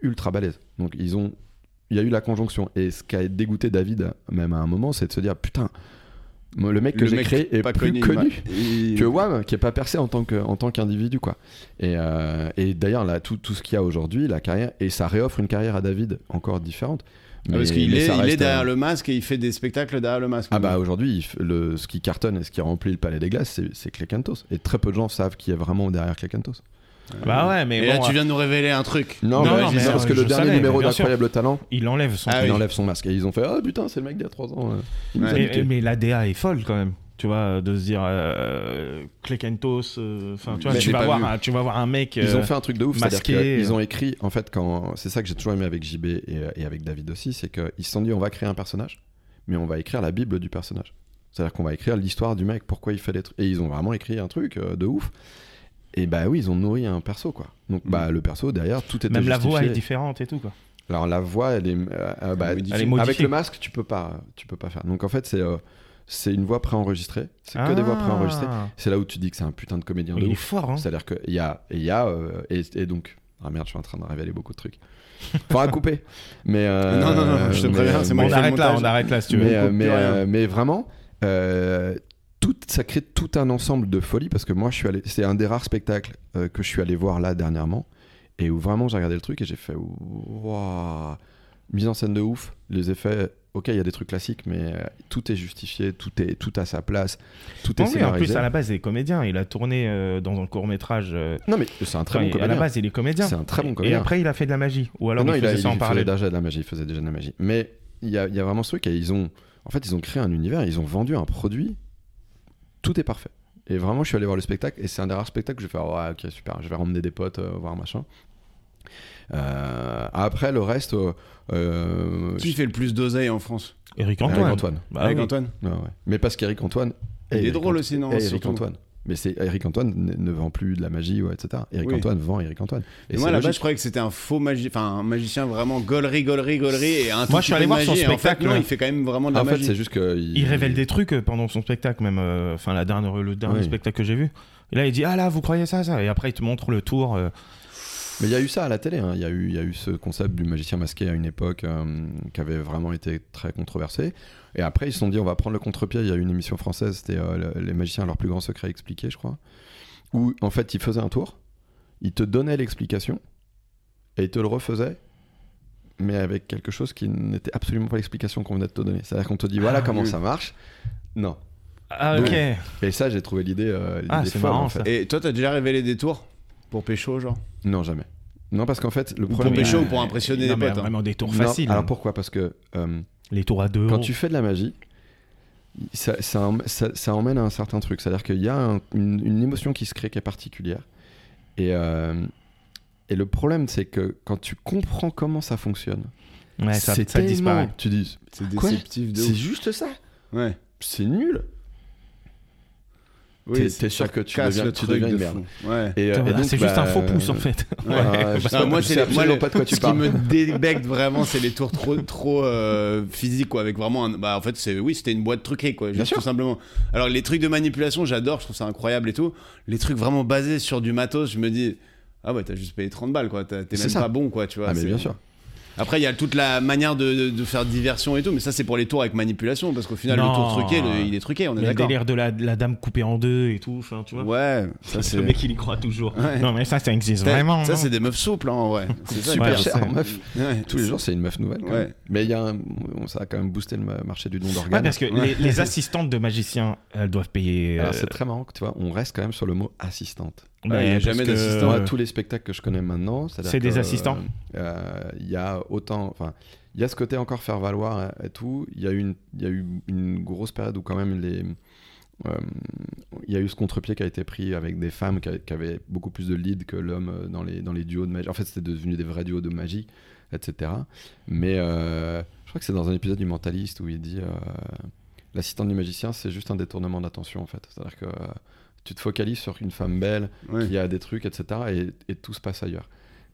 A: ultra balèzes. Donc ils ont il y a eu la conjonction et ce qui a dégoûté David même à un moment c'est de se dire putain moi, le mec que
C: Le
A: j'ai
C: mec
A: créé est
C: pas
A: plus
C: il m'a-
A: connu
C: il-
A: que WAM qui est pas percé en tant que en tant qu'individu quoi et, euh, et d'ailleurs là tout, tout ce qu'il y a aujourd'hui la carrière et ça réoffre une carrière à David encore différente
C: Ah, parce
A: Mais-
C: qu'il
A: mais
C: est,
A: ça
C: il est
A: reste,
C: derrière
A: euh,
C: le masque et il fait des spectacles derrière le masque.
A: ah bah aujourd'hui il f- le ce qui cartonne et ce qui remplit le palais des glaces c'est- c'est Clecantos et très peu de gens savent qui est vraiment derrière Clecantos
B: Bah ouais, mais
C: Et là,
B: bon,
C: tu viens de nous révéler un truc.
A: non,
B: Non,
A: mais
B: non,
A: je dis
B: mais,
A: ça parce
B: euh,
A: que le
B: je
A: dernier
B: savais,
A: numéro
B: bien sûr.
A: d'Incroyable Talent
B: il enlève son.
C: Ah
A: il
C: oui.
A: enlève son masque et ils ont fait ah putain c'est le mec d'il y a 3 ans euh, il nous a
C: Ouais.
A: niqué.
B: Mais, mais la DA est folle quand même. Tu vois, de se dire euh, Clekentos, euh, enfin, tu, vois,
C: Mais
B: tu
C: j'ai
B: vas
C: pas
B: voir,
C: vu.
B: un- tu vas voir un mec.
A: Ils ont
B: euh,
A: fait un truc de ouf, c'est-à-dire
B: masqué, euh.
A: qu'ils ont écrit, en fait, quand c'est ça que j'ai toujours aimé avec JB et, euh, et avec David aussi, c'est qu'ils se sont dit on va créer un personnage, mais on va écrire la Bible du personnage. C'est-à-dire qu'on va écrire l'histoire du mec, pourquoi il fait des trucs. Et ils ont vraiment écrit un truc euh, de ouf. Et bah oui, ils ont nourri un perso, quoi. Donc bah le perso, derrière, tout était
B: Mm. Même la
A: justifié.
B: voix est différente et tout, quoi.
A: Alors la voix, elle est, euh, euh, bah,
C: Elle est
B: modifiée.
A: avec le masque, tu peux pas, tu peux pas faire. Donc en fait, c'est euh, c'est une voix préenregistrée. C'est que des voix
B: Ah.
A: préenregistrées. C'est là où tu dis que c'est un putain de comédien de
B: Il est
A: ouf.
B: fort, hein.
A: C'est-à-dire qu'il y a. Et, il y a euh, et, et donc. Ah merde, je suis en train de révéler beaucoup de trucs. Faudra couper. Mais. euh,
C: Non, non, non, je te
A: mais,
C: préviens,
A: euh,
C: c'est moi
A: mais-
B: On
C: qui fais le
B: arrête là,
C: montage.
B: on arrête là si tu veux.
A: Mais, euh,
C: coupes
A: mais,
C: plus rien.
A: euh, mais vraiment, euh, tout, ça crée tout un ensemble de folie parce que moi, je suis allé. C'est un des rares spectacles euh, que je suis allé voir là dernièrement et où vraiment j'ai regardé le truc et j'ai fait. Waouh Mise en scène de ouf, les effets. Ok, il y a des trucs classiques, mais euh, tout est justifié, tout est tout à sa place, tout est
B: Non, oui, en
A: scénarisé.
B: plus, à la base, il est comédien. Il a tourné euh, dans un court-métrage. euh,
A: Non, mais c'est un très
B: enfin,
A: bon
B: À la
A: comédien.
B: base, il est comédien.
A: C'est un très bon
B: Et
A: comédien.
B: après, il a fait de la magie. Ou alors,
A: non,
B: il
A: il, a-
B: faisait
A: il
B: ça en
A: faisait
B: parallèle.
A: déjà de la magie, il faisait déjà de la magie. Mais il y a, il y a vraiment ce truc, et ils ont, en fait, ils ont créé un univers, ils ont vendu un produit, tout est parfait. Et vraiment, je suis allé voir le spectacle, et c'est un des rares spectacles que je vais faire, ouais, ok, super, je vais ramener des potes, euh, voir machin. Euh, après, le reste, euh, euh,
C: Qui fait le plus d'oseille en France
B: Eric
A: Eric
B: Antoine.
A: Antoine.
B: Bah
C: Avec
B: oui.
C: Antoine
A: Ouais, ouais. Mais parce qu'Eric Antoine.
C: Il est
A: Eric
C: drôle
A: Antoine-
C: aussi, non
A: et Eric
C: surtout.
A: Antoine. Mais c'est Eric Antoine ne, ne vend plus de la magie, ouais, etc. Eric
C: Oui.
A: Antoine vend Eric Antoine.
C: Et
A: Et
C: moi,
A: c'est
C: là-bas,
A: logique.
C: je croyais que c'était un faux magicien, enfin un magicien vraiment gaulerie, gaulerie, gaulerie. Et un tout
B: Moi, je
C: petit
B: suis allé
C: peu de
B: voir son
C: magie, et en fait,
B: spectacle,
C: non,
B: ouais.
C: il fait quand même vraiment de la
A: En fait,
C: magie.
A: c'est juste que.
B: Il révèle des trucs euh, pendant son spectacle, même. euh, Enfin, la dernière, le dernier
A: Oui.
B: spectacle que j'ai vu. Et là, il dit Ah là, vous croyez ça, ça Et après, il te montre le tour. euh,
A: Mais il y a eu ça à la télé, hein. il y, a eu- il y a eu ce concept du magicien masqué à une époque euh, qui avait vraiment été très controversé. Et après, ils se sont dit, on va prendre le contre-pied. Il y a eu une émission française, c'était euh, le- Les magiciens, leur plus grand secret expliqué, je crois. Où en fait, ils faisaient un tour, ils te donnaient l'explication et ils te le refaisaient, mais avec quelque chose qui n'était absolument pas l'explication qu'on venait de te donner. C'est-à-dire qu'on te dit, voilà
B: Ah,
A: comment
C: oui.
A: ça marche. Non.
B: Ah, ok.
A: Ouais. Et ça, j'ai trouvé l'idée euh, l'idée
B: Ah, c'est
A: folle,
B: marrant,
A: en fait.
B: ça.
C: Et toi, t'as déjà révélé des tours pour pécho, genre
A: Non, jamais. Non, parce qu'en fait, le
C: Pour
A: problème.
C: pécho
B: euh,
C: ou pour impressionner
B: non,
C: les
B: mais
C: potes, hein.
B: Vraiment des tours
A: Non,
B: faciles.
A: Alors pourquoi Parce que euh,
B: Les tours à deux
A: quand
B: euros.
A: tu fais de la magie, ça, ça, em- ça- ça emmène à un certain truc. C'est-à-dire qu'il y a un- une, une émotion qui se crée qui est particulière. Et, euh, et le problème, c'est que quand tu comprends comment ça fonctionne,
B: Ouais, ça,
A: c'est
B: ça
A: tellement-
B: disparaît.
A: Tu dis,
C: C'est
A: Quoi
C: déceptif de
A: c'est
C: ouf.
A: juste ça.
C: Ouais.
A: C'est nul.
C: Oui,
A: T'es-
C: c'est-
A: t'es sûr
C: ça
A: que tu
C: casse
A: deviens-
C: le
A: tu
C: truc
A: deviens
C: de
A: une merde.
C: fou. Ouais.
A: Et, euh,
B: Putain,
A: et donc,
B: c'est juste un
A: bah,
B: faux
C: euh,
B: pouce en fait.
A: [laughs] voilà, je sais
C: Bah,
A: pas-
C: moi,
A: je
C: c'est
A: sais
C: les- moi,
A: absolument
C: le-
A: pas de quoi tu
C: [laughs] ce qui
A: parles.
C: me débecte vraiment, c'est les tours trop, trop euh, physiques, quoi. Avec vraiment, un- bah, en fait, c'est oui, c'était une boîte truquée, quoi. juste
A: sûr.
C: tout simplement. Alors, les trucs de manipulation, j'adore, je trouve ça incroyable et tout. Les trucs vraiment basés sur du matos, je me dis. Ah ouais, t'as juste payé 30 balles, quoi. T'as- T'es
A: C'est
C: même
A: ça.
C: pas bon, quoi, tu vois.
A: Ah, mais
C: c'est-
A: bien sûr.
C: Après, il y a toute la manière de, de- de faire diversion et tout, mais ça, c'est pour les tours avec manipulation, parce qu'au final,
B: Non.
C: le tour truqué, le- il est truqué, on est
B: Mais le
C: d'accord.
B: délire de la, la dame coupée en deux et tout, enfin, tu vois.
C: Ouais, ça, c'est.
B: Le mec, il y croit toujours.
C: Ouais.
B: Non, mais ça, ça existe
C: Ça-
B: vraiment.
C: Ça,
B: non
C: c'est des meufs souples, hein, en vrai. C'est ça,
A: Super
B: ouais,
A: cher,
B: c'est-
A: en meuf.
C: Ouais.
A: Tous les jours, c'est une meuf nouvelle. quand
C: Ouais.
A: même. Mais il y a un- on- ça a quand même boosté le ma- marché du don
B: Ouais,
A: d'organes.
B: parce que
C: Ouais. Ah,
B: les,
C: [laughs]
B: les assistantes de magiciens, elles doivent payer.
A: Alors,
B: euh,
A: c'est très marrant que tu vois, on reste quand même sur le mot assistante.
B: bah,
C: il y a
B: parce
C: jamais
B: que-
C: d'assistant.
A: Moi, tous les spectacles que je connais maintenant, c'est-à-dire
B: C'est des
A: que,
B: assistants.
A: euh, Il y a autant, enfin, il y a ce côté encore faire valoir euh, et tout. Il y a eu une, il y a eu une grosse période où quand même les, euh, il y a eu ce contre-pied qui a été pris avec des femmes qui, a- qui avaient beaucoup plus de lead que l'homme euh, dans les dans les duos de magie. En fait, c'était devenu des vrais duos de magie, etc. Mais euh, je crois que c'est dans un épisode du Mentaliste où il dit. euh, L'assistant du magicien, c'est juste un détournement d'attention en fait. C'est-à-dire que euh, tu te focalises sur une femme belle,
C: Ouais.
A: il y a des trucs, etc. Et, et tout se passe ailleurs.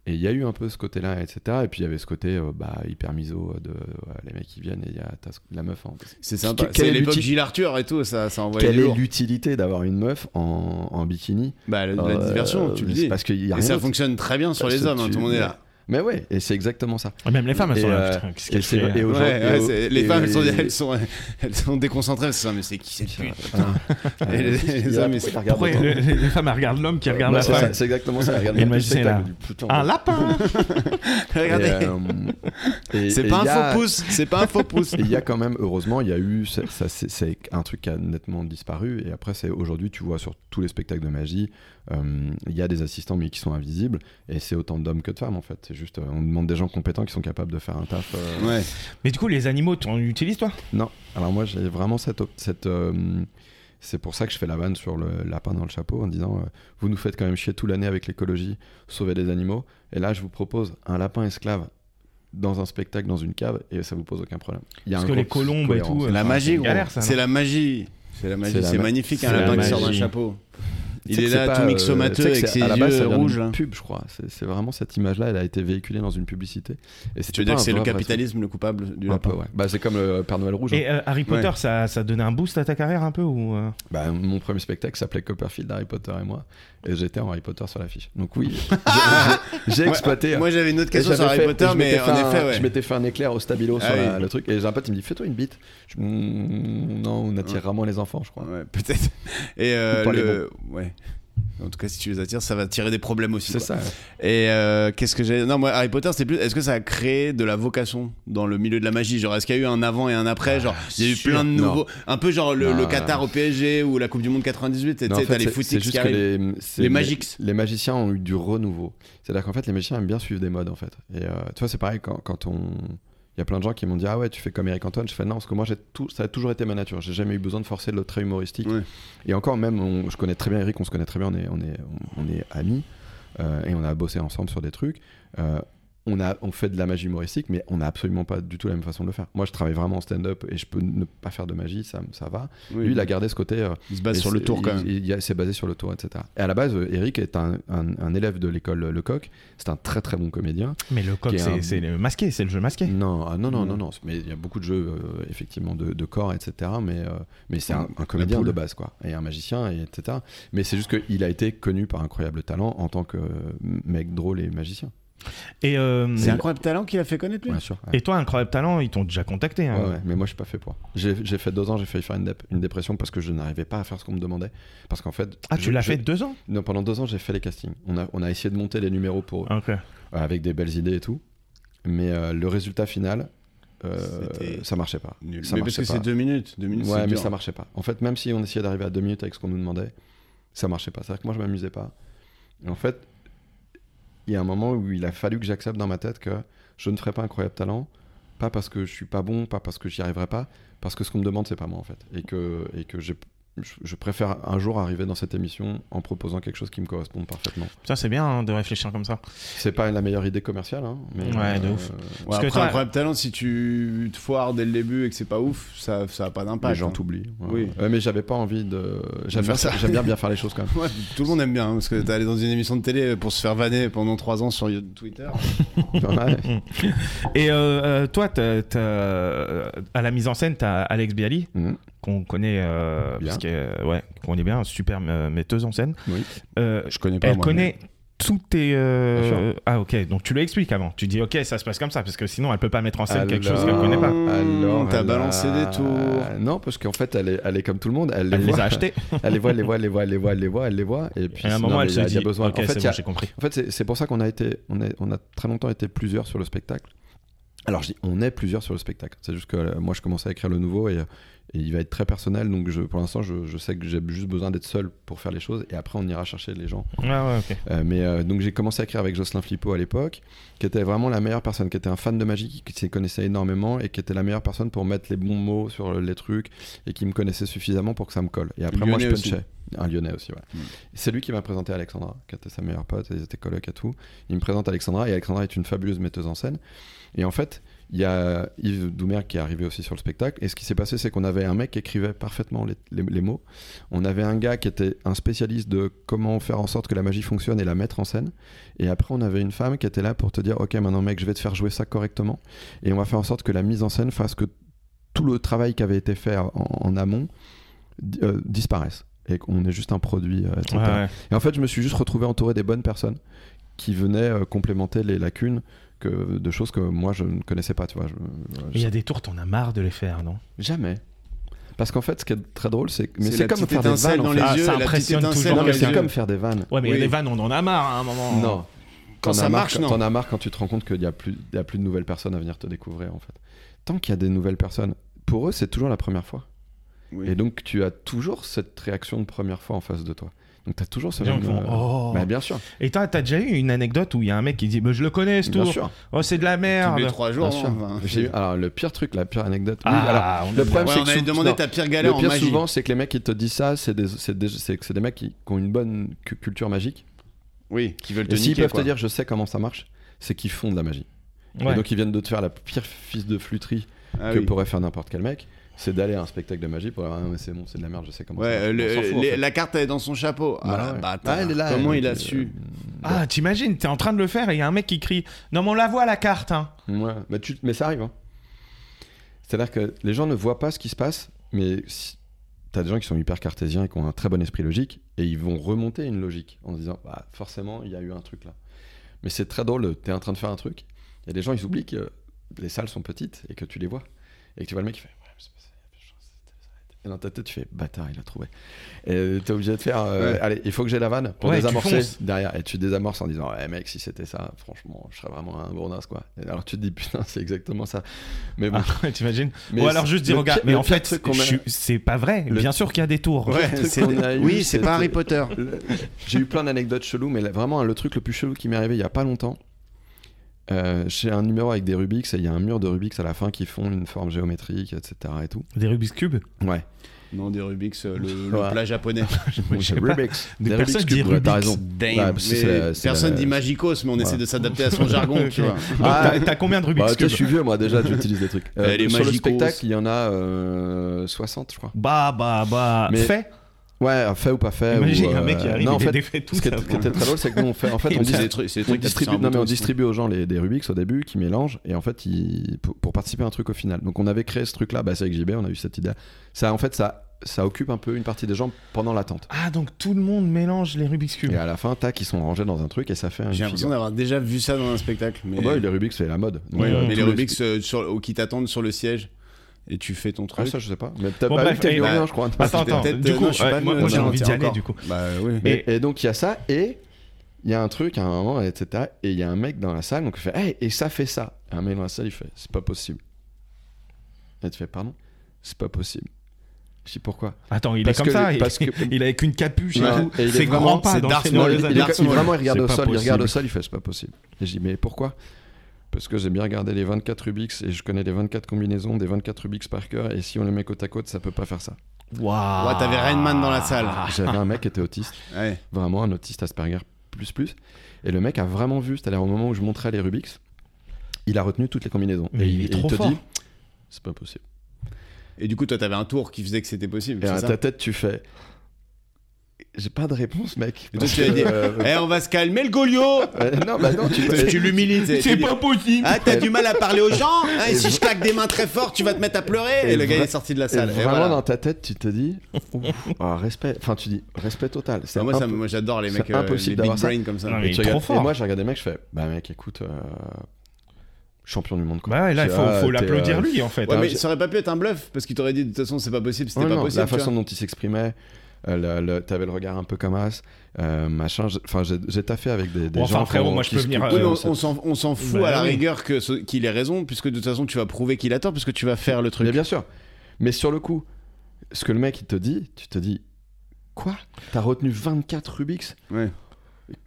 A: Et il y a eu un peu ce côté-là, etc. Et puis il y avait ce côté euh, bah, hyper miso euh, de ouais, les mecs qui viennent et il y a t'as ce- la meuf. En...
C: C'est sympa.
A: Que- quelle
C: C'est
A: est
C: l'époque
A: l'uti-
C: Gilles Arthur et tout, ça, ça envoyait
A: Quelle
C: du
A: est
C: lourd.
A: l'utilité d'avoir une meuf en, en bikini
C: Bah, la, la
A: Euh,
C: diversion, tu
A: c'est
C: le dis.
A: Parce qu'il y a
C: Et
A: rien.
C: ça
A: d'autre.
C: fonctionne très bien sur
A: Parce
C: les
A: que
C: hommes, hein,
A: tu-
C: tout le monde est là.
A: Mais ouais, et c'est exactement ça.
B: Même les femmes, elles
A: Et,
B: sont
A: euh,
B: là. Putain, qu'est-ce
A: et
B: qu'elle
A: c'est vrai-
B: fait
A: et
C: Ouais,
A: aujourd'hui-
C: ouais,
A: et-
C: c'est- les femmes, elles sont,
A: et-
C: elles sont, elles sont déconcentrées, elles sont, mais c'est qui cette pute
A: Ah,
C: [laughs] Et les-
A: c'est-
C: les
A: il y a-
C: hommes,
A: pourquoi
C: ils se-
A: la regardent
B: Pourquoi
A: autant
B: le- les, femmes, elles regardent l'homme qui regarde
A: Ah, Bah,
B: la
A: c'est
B: femme
A: ça, C'est exactement ça.
B: Et le
A: Regarde
B: magicien est là. Un lapin
C: Ah, Regardez,
A: euh,
C: c'est pas un faux pouce, c'est pas un faux pouce.
A: Et il y a quand même, heureusement, il y a eu, ça- ça- c'est c'est un truc qui a nettement disparu. Et après, c'est aujourd'hui, tu vois, sur tous les spectacles de magie, euh, il y a des assistants, mais qui sont invisibles. Et c'est autant d'hommes que de femmes, en fait. C'est juste, euh, on demande des gens compétents qui sont capables de faire un taf. euh.
C: Ouais.
B: Mais du coup, les animaux, tu en utilises, toi
A: Non, alors moi, j'ai vraiment cette. op- cette euh, c'est pour ça que je fais la vanne sur le lapin dans le chapeau en disant euh, Vous nous faites quand même chier toute l'année avec l'écologie, sauver des animaux. Et là, je vous propose un lapin esclave dans un spectacle, dans une cave, et ça vous pose aucun problème. Il y a
B: Parce
A: un
B: que
A: gros-
B: les colombes et
A: cohérence.
B: tout, euh,
C: La
B: enfin,
C: magie,
B: c'est
C: gros.
B: galère, ça,
C: C'est
B: non
C: la magie. C'est la magie.
A: C'est la
C: C'est
A: ma-
C: magnifique,
B: c'est
C: un
B: la
C: lapin qui sort d'un
B: magie.
C: chapeau.
A: Tu
C: Il
A: sais
C: est
A: que c'est
C: là,
A: pas,
C: tout
A: euh,
C: mixomateux,
A: tu sais que
C: avec
A: c'est-
C: ses
A: à la base, ça
C: yeux
A: vient d'une
C: rouges. là.
A: pub, je crois. C'est c'est vraiment cette image-là, elle a été véhiculée dans une publicité. Et
C: Tu veux
A: c'était
C: dire
A: pas
C: que
A: un
C: c'est le
A: vrai, vrai
C: capitalisme le coupable du
A: truc. Un peu,
C: lapin
A: ouais. Bah, c'est comme le Père Noël rouge. hein.
B: Et euh, Harry
C: Ouais.
B: Potter, ça, ça donnait un boost à ta carrière un peu ou euh
A: Bah, mon premier spectacle s'appelait Copperfield, Harry Potter et moi. Et j'étais en Harry Potter sur l'affiche. Donc oui, j'ai-
C: [laughs]
A: j'ai j'ai exploité. hein.
C: Moi j'avais une autre
A: Et
C: question sur
A: j'avais fait-
C: Harry Potter,
A: je
C: mais
A: m'étais fait
C: en
A: un-
C: effet,
A: Je
C: ouais.
A: m'étais fait un éclair au stabilo sur
C: Ah
A: la-
C: oui.
A: le truc. Et j'ai un pote qui me dit Fais-toi une bite. Je- Mm, non, on attirera moins les enfants, je crois.
C: Ouais, peut-être. Et euh,
A: Pas les
C: le. Ouais. En tout cas, si tu les attires, ça va tirer des problèmes aussi.
A: C'est ça.
C: quoi.
A: hein.
C: Et euh, qu'est-ce que j'ai. Non, moi, Harry Potter, c'est plus. Est-ce que ça a créé de la vocation dans le milieu de la magie Genre, est-ce qu'il y a eu un avant et un après Genre, il y a eu
A: sûr,
C: plein de
A: non.
C: nouveaux. Un peu genre le,
A: Non,
C: le
A: non,
C: Qatar
A: non.
C: au PSG ou la Coupe du Monde 98, et tu
A: Non,
C: sais,
A: en
C: t'as
A: fait, c'est-
C: les
A: c'est
C: footix
A: juste
C: qui
A: que
C: arrivent.
A: les, c'est-
C: Les Magics.
A: Les magiciens ont eu du renouveau. C'est-à-dire qu'en fait, les magiciens aiment bien suivre des modes, en fait. Et euh, tu vois, c'est pareil quand, quand on. Il y a plein de gens qui m'ont dit Ah ouais, tu fais comme Eric Antoine. Je fais non, parce que moi, j'ai tout... ça a toujours été ma nature. J'ai jamais eu besoin de forcer le trait humoristique.
C: Ouais.
A: Et encore, même, on- je connais très bien Eric, on se connaît très bien, on est, on est, on, on est amis. euh, et on a bossé ensemble sur des trucs. Euh, on, a, on fait de la magie humoristique, mais on n'a absolument pas du tout la même façon de le faire. Moi, je travaille vraiment en stand-up et je peux ne pas faire de magie, ça, ça va.
C: Oui,
A: Lui, il a gardé ce côté. euh,
C: il se base
A: et
C: sur le
A: c'est-
C: tour quand
A: il-
C: même.
A: il y a- C'est basé sur le tour, etc. Et à la base, euh, Eric est un, un- un élève de l'école euh, Lecoq. C'est un très très bon comédien.
B: Mais le coq,
A: Qui est
B: c'est
A: un-
B: c'est le masqué, c'est le jeu masqué.
A: Non, ah, non, non,
C: Mm.
A: non, non. Mais il y a beaucoup de jeux, euh, effectivement, de, de corps, etc. Mais, euh, mais c'est un, un
C: La
A: comédien
C: poule.
A: de base, quoi. Et un magicien, et etc. Mais c'est juste qu'il a été connu par incroyable talent en tant que euh, mec drôle et magicien.
B: Et, euh,
C: C'est incroyable talent qu'il a fait connaître lui.
A: Bien sûr. ouais.
B: et toi, incroyable talent, ils t'ont déjà contacté. hein.
A: Ouais, ouais, mais moi je suis pas fait pour. J'ai j'ai fait deux ans, j'ai failli faire une, dép- une dépression parce que je n'arrivais pas à faire ce qu'on me demandait. Parce qu'en fait,
B: Ah, tu
A: je-
B: l'as
A: je-
B: fait deux ans
A: Non, pendant deux ans j'ai fait les castings. On a, on a essayé de monter les numéros pour
B: Ok.
A: euh, avec des belles idées et tout. Mais euh, le résultat final, euh,
C: C'était
A: ça marchait pas.
C: Nul.
A: Ça
C: mais parce
A: marchait
C: que c'est
A: pas.
C: deux minutes. Deux minutes,
A: Ouais,
C: c'est
A: mais
C: dur.
A: ça marchait pas. En fait, même si on essayait d'arriver à deux minutes avec ce qu'on nous demandait, ça marchait pas. C'est-à-dire que moi, je m'amusais pas. Et en fait, il y a un moment où il a fallu que j'accepte dans ma tête que je ne ferai pas incroyable talent, pas parce que je suis pas bon, pas parce que j'y arriverai pas, parce que ce qu'on me demande, c'est pas moi en fait. Et que, et que j'ai- je, je préfère un jour arriver dans cette émission en proposant quelque chose qui me corresponde parfaitement.
B: Ça, c'est bien hein, de réfléchir comme ça.
A: C'est pas la meilleure idée commerciale, hein, mais
B: Ouais, de ouf.
C: Ouais,
B: Parce que
C: après,
B: toi-
C: incroyable talent, si tu te foires dès le début et que c'est pas ouf, ça ça a pas d'impact.
A: les gens
C: hein.
A: t'oublient. Ouais.
C: Oui.
A: Ouais, mais j'avais pas envie de. J'aime bien,
C: faire ça.
A: j'aime bien bien faire les choses quand même.
C: [laughs] Ouais, tout le monde aime bien, hein, parce que t'es allé dans une émission de télé euh, pour se faire vanner pendant 3 ans sur Twitter. [laughs]
A: Ouais.
B: Et euh, euh, toi, t'as- t'as, euh, à la mise en scène, t'as Alex Bialy,
C: Mm.
A: Mhm.
B: qu'on connaît, euh,
A: Bien.
B: parce que, euh, ouais, qu'on est bien, super euh, metteuse en scène.
A: Oui.
B: Euh,
C: Je connais pas.
B: elle
C: moi,
B: connaît tous tes. euh,
A: Bien sûr.
B: euh, Ah, ok, donc tu lui expliques avant. Tu dis, ok, ça se passe comme ça, parce que sinon, elle peut pas mettre en scène quelque
A: Alors-
B: chose qu'elle connaît pas.
A: Alors,
C: Mm, T'as
A: elle
C: balancé
A: a-
C: des tours.
A: Non, parce qu'en fait, elle est, elle est comme tout le monde. Elle les
B: Elle
A: voit,
B: les a achetés.
A: elle les voit, elle les voit, elle les voit, elle les voit, elle les voit, elle les voit. Et puis,
B: Et à un
A: non,
B: moment,
A: mais
B: elle
A: il y
B: se
A: a- il y
B: dit,
A: a besoin.
B: ok,
A: en fait,
B: c'est
A: il y
B: bon,
A: a-
B: j'ai compris.
A: en fait, c'est c'est pour ça qu'on a été, on, est- on a très longtemps été plusieurs sur le spectacle. Alors, je dis, on est plusieurs sur le spectacle. C'est juste que euh, moi, je commence à écrire le nouveau et, euh, et il va être très personnel. Donc, je, pour l'instant, je, je sais que j'ai juste besoin d'être seul pour faire les choses. Et après, on ira chercher les gens.
B: Ouais, Ah ouais, ok.
A: Euh, mais euh, donc j'ai commencé à écrire avec Jocelyn Flippo à l'époque, qui était vraiment la meilleure personne, qui était un fan de magie, qui- qui s'y connaissait énormément et qui était la meilleure personne pour mettre les bons mots sur euh, les trucs et qui me connaissait suffisamment pour que ça me colle. Et après, moi, je
C: Lyonnais aussi.
A: punchais. Un lyonnais aussi, ouais.
C: Mm.
A: C'est lui qui m'a présenté Alexandra, qui était sa meilleure pote, ils étaient colocs et tout. Il me présente Alexandra et Alexandra est une fabuleuse metteuse en scène. Et en fait, il y a Yves Doumer qui est arrivé aussi sur le spectacle. Et ce qui s'est passé, c'est qu'on avait un mec qui écrivait parfaitement les, les- les mots. On avait un gars qui était un spécialiste de comment faire en sorte que la magie fonctionne et la mettre en scène. Et après, on avait une femme qui était là pour te dire Ok, maintenant, mec, je vais te faire jouer ça correctement. Et on va faire en sorte que la mise en scène fasse que tout le travail qui avait été fait en, en amont di- euh, disparaisse. Et qu'on est juste un produit, euh, etc.
B: Ouais, ouais.
A: Et en fait, je me suis juste retrouvé entouré des bonnes personnes qui venaient euh, complémenter les lacunes que, de choses que moi je ne connaissais pas, tu vois. Je- je-
B: Il y a des tours, t'en as marre de les faire, non
A: Jamais. Parce qu'en fait, ce qui est très drôle, c'est que. Mais
C: C'est
A: c'est
C: la
A: comme
C: petite
A: faire des vannes.
C: étincelle
A: en
C: dans
A: fait.
C: les
B: Ah,
C: yeux,
B: ça
C: la petite
B: impressionne
C: étincelle
B: toujours
C: dans
A: Non, mais
C: les
A: c'est
C: yeux.
A: comme faire des vannes.
B: Ouais, mais
C: Oui.
B: les vannes, on en a marre
A: hein,
B: à un moment.
A: Non.
C: Quand
A: T'en
C: ça
A: as marre-
C: marche, non.
A: T'en as marre quand tu te rends compte qu'il n'y a, plus- il y a plus de nouvelles personnes à venir te découvrir, en fait. Tant qu'il y a des nouvelles personnes, pour eux, c'est toujours la première fois.
C: Oui.
A: Et donc, tu as toujours cette réaction de première fois en face de toi. Donc, tu as toujours ce
B: Les gens
A: même,
B: font,
A: euh,
B: oh.
A: bah, bien sûr,
B: Et toi, t'as déjà eu une anecdote où il y a un mec qui dit, bah, je le connais ce
A: bien
B: tour.
A: sûr.
B: Oh, c'est de la
C: Tous les
B: merde.
C: 3
A: Bien
C: jours.
A: sûr.
C: enfin.
A: J'ai eu- alors, le pire truc, la pire anecdote. oui, alors,
B: Ah, on
A: le
B: est-
A: problème,
C: Ouais,
A: c'est
C: on
A: que
C: avait
A: sou-
C: demandé
A: non,
C: ta pire
A: le
C: galère en
A: pire
C: magie.
A: souvent, c'est que les mecs qui te disent ça, c'est des, c'est des- c'est que c'est des mecs qui, qui ont une bonne cu- culture magique.
C: Oui, qui veulent te
A: Et s'ils
C: niquer.
A: peuvent
C: quoi.
A: te dire, je sais comment ça marche, c'est qu'ils font de la magie.
B: Ouais.
A: Et donc ils viennent de te faire la pire fils de flûterie
C: Ah
A: que
C: oui.
A: pourrait faire n'importe quel mec, c'est d'aller à un spectacle de magie pour dire, ah, mais c'est bon, c'est de la merde, je sais comment ça
C: Ouais, euh,
A: marche.
C: le-
A: On s'en fout, en
C: les-
A: fait.
C: la carte elle est dans son chapeau. Ah,
A: Bah ouais.
C: bah,
A: Ah, elle est là,
C: Comment
A: elle-
C: il a
A: euh,
C: su
B: Ah, t'imagines, t'es en train de le faire et il y a un mec qui crie Non, mais on la voit la carte, hein.
A: Ouais, mais, tu- mais ça arrive. hein. C'est-à-dire que les gens ne voient pas ce qui se passe, mais si... t'as des gens qui sont hyper cartésiens et qui ont un très bon esprit logique, et ils vont remonter une logique en se disant Bah, forcément, il y a eu un truc là. Mais c'est très drôle, t'es en train de faire un truc, et les gens ils oublient que les salles sont petites et que tu les vois, et que tu vois le mec qui fait Ouais, mais c'est pas ça, il y a plus de chance, c'était ça, arrête. et dans ta tête, tu fais bâtard, il a trouvé. Et t'es obligé de faire euh,
C: Ouais.
A: Allez, il faut que j'ai la vanne pour
B: Ouais, tu
A: désamorcer
B: fonces.
A: derrière. Et tu désamorces en disant Ouais, mec, si c'était ça, franchement, je serais vraiment un bournasse, quoi. Et alors tu te dis [laughs] Putain, c'est exactement ça. Mais bon.
B: Ah, [laughs] t'imagines
A: Mais
B: Ou alors
A: c'est-
B: juste dire
A: le
B: Regarde,
A: pire-
B: mais
A: le
B: en
A: pire
B: fait,
A: truc qu'on
B: je
A: a-
B: suis- c'est pas vrai.
A: Le-
B: Bien sûr qu'il y a des tours.
A: Le truc
C: c'est-
A: qu'on a eu,
C: Oui, c'est
A: c'était-
C: pas Harry Potter.
A: [laughs] Le- J'ai eu plein d'anecdotes cheloues, mais là, vraiment le truc le plus chelou qui m'est arrivé il y a pas longtemps. Euh, j'ai un numéro avec des Rubik's et il y a un mur de Rubik's à la fin qui font une forme géométrique, etc. et tout.
B: Des Rubik's Cube
A: [laughs] Ouais.
C: Non, des Rubik's, euh, le, le
A: Ouais.
C: plat japonais.
B: Je sais pas.
A: Rubik's.
B: Des
A: Des Rubik's
B: personnes
A: Cube,
B: disent
A: ouais, T'as
B: Rubik's.
A: raison. Ouais, parce que c'est la-
C: Mais
A: c'est
C: Personne
A: la-
C: dit magicos, mais on essaie
A: Ouais.
C: de s'adapter à son jargon, tu vois.
B: Donc,
A: Ah.
B: t'as- t'as combien de
A: Bah,
B: Rubik's
A: tu sais,
B: Cube
A: je suis vieux, moi, déjà, j'utilise [laughs] des trucs.
C: Euh, les
A: sur le
C: magicos.
A: spectacle, il y en a euh, 60, je crois.
B: Bah, bah, bah.
A: Mais-
B: Fait
A: Ouais, fait ou pas fait.
B: Imagine
A: ou,
B: un mec
A: euh,
B: qui arrive
A: non, en
B: et
A: fait,
B: défait tout
A: ce qui
B: ça.
A: est- ce qui était très drôle, c'est que nous, on [laughs] fait, en fait, on,
B: Il
A: dis-
C: C'est des trucs, c'est des
A: on
C: trucs t'appuies sur
A: distribue,
C: un
A: non, mais
C: bouton,
A: on
C: c'est-
A: distribue aux gens les, des Rubik's au début qui mélangent et en fait, ils- pour, pour participer à un truc au final. Donc, on avait créé ce truc-là, bah, c'est avec JB, on a eu cette idée. Ça, en fait, ça, ça occupe un peu une partie des gens pendant l'attente.
B: Ah, donc tout le monde mélange les Rubik's Cube.
A: Et à la fin, tac, ils sont rangés dans un truc et ça fait un.
C: Hum.
A: Oh, bah
C: J'ai l'impression d'avoir déjà vu ça dans un spectacle. Mais,
A: les Rubik's, c'est la mode. Donc,
C: Ouais,
A: euh,
C: mais
A: tous
C: les Rubik's euh, sur, ou qui t'attendent sur le siège et tu fais ton
A: Ah,
C: truc.
A: ça, je sais pas. Mais t'as
B: Bon,
A: pas
B: bref,
A: vu que t'as
B: et
A: eu
C: bah-
A: rien, je crois.
B: Attends,
C: C'était
B: attends.
C: peut-être-
B: Du
C: euh,
B: coup,
C: non, je suis
B: ouais,
C: pas
B: moi
C: venu,
B: moi, j'ai
C: non,
B: envie d'y
C: tiens,
B: aller,
C: encore.
B: du coup.
C: Bah oui.
B: Mais-
A: Et, et donc il y a ça, et il y a un truc à un moment, etc. Et il y a un mec dans la salle, donc il fait, Hey, et ça fait ça. Un mec dans la salle, il fait, c'est pas possible. Et tu fais pardon C'est pas possible. Je dis pourquoi
B: Attends, il
A: Parce
B: est comme
A: que
B: ça.
A: le-
B: il-
A: parce que-
B: Il est avec une capuche et
A: Ouais,
B: tout.
A: et il est
B: C'est
A: vraiment-
B: grand pas
C: c'est
B: dans le
C: Darth
B: Seigneur
C: Maul,
B: des
A: il,
C: il-
A: est-
B: Anneaux.
C: Dark
A: il- vraiment, il
B: C'est
A: regarde au
B: pas
A: sol, il regarde au
B: possible.
A: sol, il fait c'est pas possible. Et je dis mais pourquoi Parce que j'ai bien regardé les 24 Rubik's et je connais les 24 combinaisons des 24 Rubik's par cœur et si on les met côte à côte, ça peut pas faire ça.
B: Waouh.
C: Ouais, t'avais Rainman dans la salle.
A: J'avais un mec qui était autiste,
C: Ouais.
A: vraiment un autiste Asperger plus plus, et le mec a vraiment vu, c'est-à-dire au moment où je montrais les Rubik's, il a retenu toutes les combinaisons
B: Mais
A: et
B: il est
A: et
B: trop
A: te
B: fort.
A: dit c'est pas possible.
C: Et du coup, toi, t'avais un tour qui faisait que c'était possible.
A: Et
C: c'est
A: à
C: ça
A: ta tête tu fais j'ai pas de réponse mec.
C: Et
A: [laughs]
C: toi,
A: Parce
C: tu as
A: que,
C: dit,
A: euh,
C: Eh, on va se calmer le Golio
A: euh, non bah
C: [laughs]
A: non tu
C: Tu- Tu l'humilies. tu- tu
B: C'est
C: dis,
B: pas possible.
C: Ah, t'as du mal à parler aux gens hein, Et si je claque des mains très fort, tu vas te mettre à pleurer Et,
A: Et
C: le gars, il
A: vra-
C: est sorti de la
A: Et
C: salle. Et
A: vraiment
C: voilà.
A: dans ta tête, tu te dis,
C: [laughs]
A: ouf, ah, respect. Enfin, tu dis respect total. C'est
C: Ah, moi, ça
A: impo-
C: me- moi, j'adore les
A: c'est
C: mecs euh,
A: impossible
C: les big
A: d'avoir ça.
C: brain comme ça.
B: Non,
A: Et
B: mais- il est
A: tu regardes-
B: trop fort.
A: Et moi, je regardais mec, je fais, bah mec, écoute, euh, champion du monde. Quoi.
B: Bah ouais, là, il
A: Tu
B: faut,
A: vois,
B: faut
A: t'es,
B: l'applaudir
A: euh,
B: lui en fait.
C: Ouais,
A: Non,
C: mais
A: j'ai-
C: ça aurait pas pu être un bluff parce qu'il t'aurait dit de toute façon, c'est pas possible, c'était
A: ouais,
C: pas
A: non,
C: possible.
A: La
C: tu vois.
A: façon dont il s'exprimait, euh, le- le- t'avais le regard un peu comme as, euh, machin. j'ai- Enfin, j'ai j'ai taffé avec des, des
B: Bon,
A: gens.
B: enfin,
A: qui
B: frérot,
A: ont-
B: moi, je
A: qui
B: peux
A: se-
B: venir, euh,
A: qui
C: Oui, mais
A: ont
C: on,
A: cette-
C: on s'en, on s'en fout
B: Bah
C: à la
B: oui.
C: rigueur que ce- qu'il ait raison, puisque de toute façon tu vas prouver qu'il a tort, puisque tu vas faire le
A: Mais
C: truc.
A: bien sûr. Mais sur le coup, ce que le mec il te dit, tu te dis quoi T'as retenu 24 Rubik's
C: Ouais.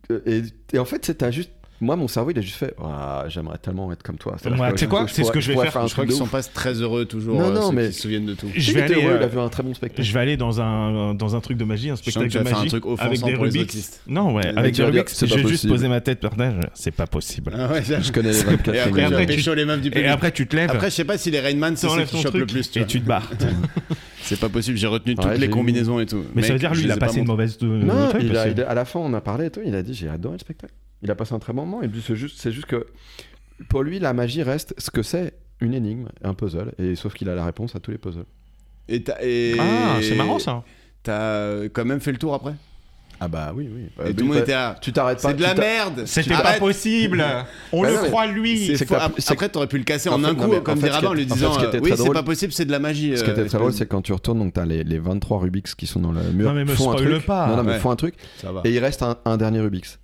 A: Euh, Et, et en fait, c'est t'as juste. Moi, mon cerveau, il a juste fait. Ouah, J'aimerais tellement être comme toi. C'est-à-dire
B: Ouais,
A: que
B: tu sais
A: je-
B: quoi
A: je
B: C'est ce
A: pourrais-
B: que je vais
A: pourrais
B: faire.
A: un
C: Je crois
A: truc
C: qu'ils
A: de
C: sont
A: ouf.
C: pas très heureux toujours,
A: Non,
C: euh,
A: non,
C: ceux
A: mais-
C: qui se souviennent de tout.
B: Je
A: Il
B: vais
A: était
B: aller.
A: heureux, il a
B: euh,
A: vu un très bon spectacle.
B: Je vais aller dans un, dans un truc de magie, un
C: Je sens
B: spectacle
C: que tu
B: de
C: vas faire un
B: magie.
C: truc offensant
B: avec des
C: pour les
B: Rubik's.
C: autistes.
B: Non, ouais,
C: Et
B: avec
A: tu
B: des
A: vas dire,
B: Rubik's,
A: c'est
B: je
A: pas
B: vais juste
A: possible.
B: poser ma tête par terre. je- C'est pas possible.
C: Ah ouais,
A: Je connais les 24
C: Et après,
A: lignes.
C: je
B: après,
C: vais
B: tu-
C: pécho les meufs du
B: Et
C: public. Après,
B: après, tu te lèves,
C: je sais pas si les Rainman, c'est ceux
B: t'enlèves
C: qui
B: ton
C: chopent le
B: truc
C: plus. tu
B: et
C: vois.
B: tu te barres.
C: [laughs] C'est pas possible, j'ai retenu
A: Ouais,
C: toutes
A: j'ai
C: les
A: eu-
C: combinaisons et tout.
B: Mais
C: Mec,
B: ça veut dire, lui,
C: je
B: il a
C: les ai pas
B: passé une
C: montrées.
B: mauvaise. de-
A: Non,
B: de truc,
A: il a-
B: parce que-
A: il a- à la fin, on a parlé et tout. Il a dit J'ai adoré le spectacle. Il a passé un très bon moment. Et puis, c'est juste, c'est juste que pour lui, la magie reste ce que c'est une énigme, un puzzle. Et sauf qu'il a la réponse à tous les puzzles.
C: Et t'as- et-
B: Ah, c'est marrant ça.
C: T'as euh, quand même fait le tour après
A: Ah bah oui, oui. Bah,
C: Et
A: oui,
C: tout le monde
A: bah,
C: était là.
A: Tu t'arrêtes pas.
C: C'est de la
A: tu t'a-
C: merde
B: C'était pas
C: Arrête.
B: possible. On
A: Bah
B: le
A: non, mais-
B: croit lui.
A: c'est-
C: C'est
A: que t'as-
C: faux.
A: c'est que-
C: Après, t'aurais pu le casser
A: En
C: en
A: fait,
C: un
A: non,
C: coup,
A: mais en
C: comme
A: fait,
C: dit
A: ce
C: Rabat,
A: qui
C: en lui
A: était- en
C: disant
A: fait, ce qui
C: euh,
A: était
C: Oui,
A: très
C: c'est pas
A: drôle-
C: possible, c'est de la magie.
A: Ce qui
C: euh,
A: était très drôle, c'est quand tu retournes, donc t'as les, les 23 Rubik's qui sont dans le mur.
B: Non, mais me
A: font un
B: spoil
A: truc.
B: pas.
A: Non, non, mais
C: Ouais.
A: font un truc.
C: Ça va.
A: Et il reste un, un dernier Rubik's.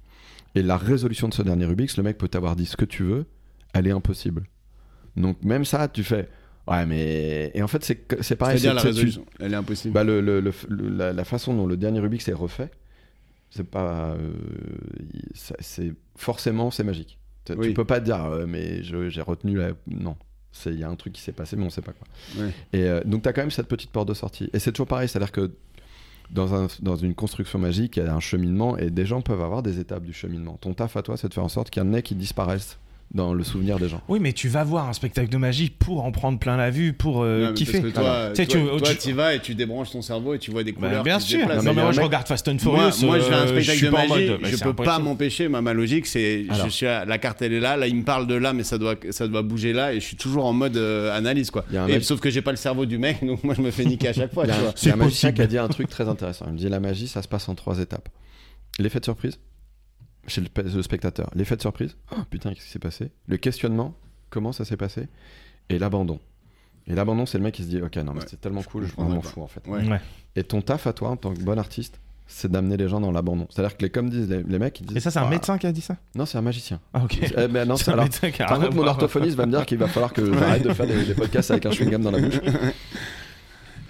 A: Et la résolution de ce dernier Rubik's, le mec peut t'avoir dit ce que tu veux, elle est impossible. Donc même ça, tu fais. Ouais, mais. Et en fait, c'est que- c'est pareil.
C: C'est-à-dire la
A: c'est- c'est- tu-
C: résolution, elle est impossible.
A: bah, le, le- le- le- la, la façon dont le dernier Rubik's est refait, c'est pas. euh, il- ça- c'est forcément c'est magique. Tu, tu
C: Oui.
A: peux pas te dire euh, mais je- j'ai retenu la. Non, C'est- il y a un truc qui s'est passé mais on sait pas quoi.
C: Ouais.
A: Et euh, donc t'as quand même cette petite porte de sortie. Et c'est toujours pareil, c'est à dire que dans, un- dans une construction magique, il y a un cheminement et des gens peuvent avoir des étapes du cheminement. Ton taf à toi, c'est de faire en sorte qu'il y en ait qui disparaissent dans le souvenir des gens.
B: Oui, mais tu vas voir un spectacle de magie pour en prendre plein la vue, pour euh,
C: Non, mais
B: kiffer.
C: Parce que toi,
B: Tu sais, tu-
C: toi, toi,
B: tu-
C: t'y vas et tu débranches ton cerveau et tu vois des
B: Bah,
C: couleurs.
B: bien
C: qui se
B: sûr.
C: déplacent.
B: Non,
A: Non,
B: mais
A: mais
B: moi,
A: un
B: je
A: mec-
B: regarde Fast and Furious.
C: Moi, moi, je fais un
B: euh,
C: spectacle
B: suis
C: de
B: pas en
C: magie,
B: mode, mais
C: je
B: c'est
C: peux pas
B: impossible.
C: m'empêcher. Ma, ma logique, c'est je
A: Alors.
C: suis à- la carte, elle est là. Là, il me parle de là, mais ça doit, ça doit bouger là. Et je suis toujours en mode euh, analyse, quoi.
A: Il y a un
C: Et
A: mec-
C: sauf que j'ai pas le cerveau du mec, [laughs] donc moi, je me fais niquer à chaque fois.
A: Il y
C: tu
A: a un-
C: vois.
A: il y a un
B: C'est
A: magicien
B: possible.
A: qui a dit un truc très intéressant. Il me dit la magie, ça se passe en trois étapes. L'effet de surprise chez le, pe- le spectateur. L'effet de surprise, oh, putain, qu'est-ce qui s'est passé Le questionnement, comment ça s'est passé Et l'abandon. Et l'abandon, c'est le mec qui se dit ok, non, mais
C: Ouais,
A: c'est tellement cool, je
C: comprendrais
A: m'en
C: pas.
A: fous en fait.
C: Ouais.
B: Ouais.
A: Et ton taf à toi en tant que bon artiste, c'est d'amener les gens dans l'abandon. C'est-à-dire que les, comme disent les, les mecs, ils disent.
B: Et ça, c'est un
A: Ah,
B: médecin qui a dit ça
A: Non, c'est un
B: [laughs]
A: magicien.
B: Ah,
C: Euh,
B: ok.
A: Eh ben non,
B: C'est un
A: alors,
B: médecin qui a
A: par
B: rien
A: contre,
B: à
A: mon
B: voir.
A: orthophoniste va me dire qu'il va falloir que j'arrête de faire des, des podcasts avec un chewing-gum dans la bouche.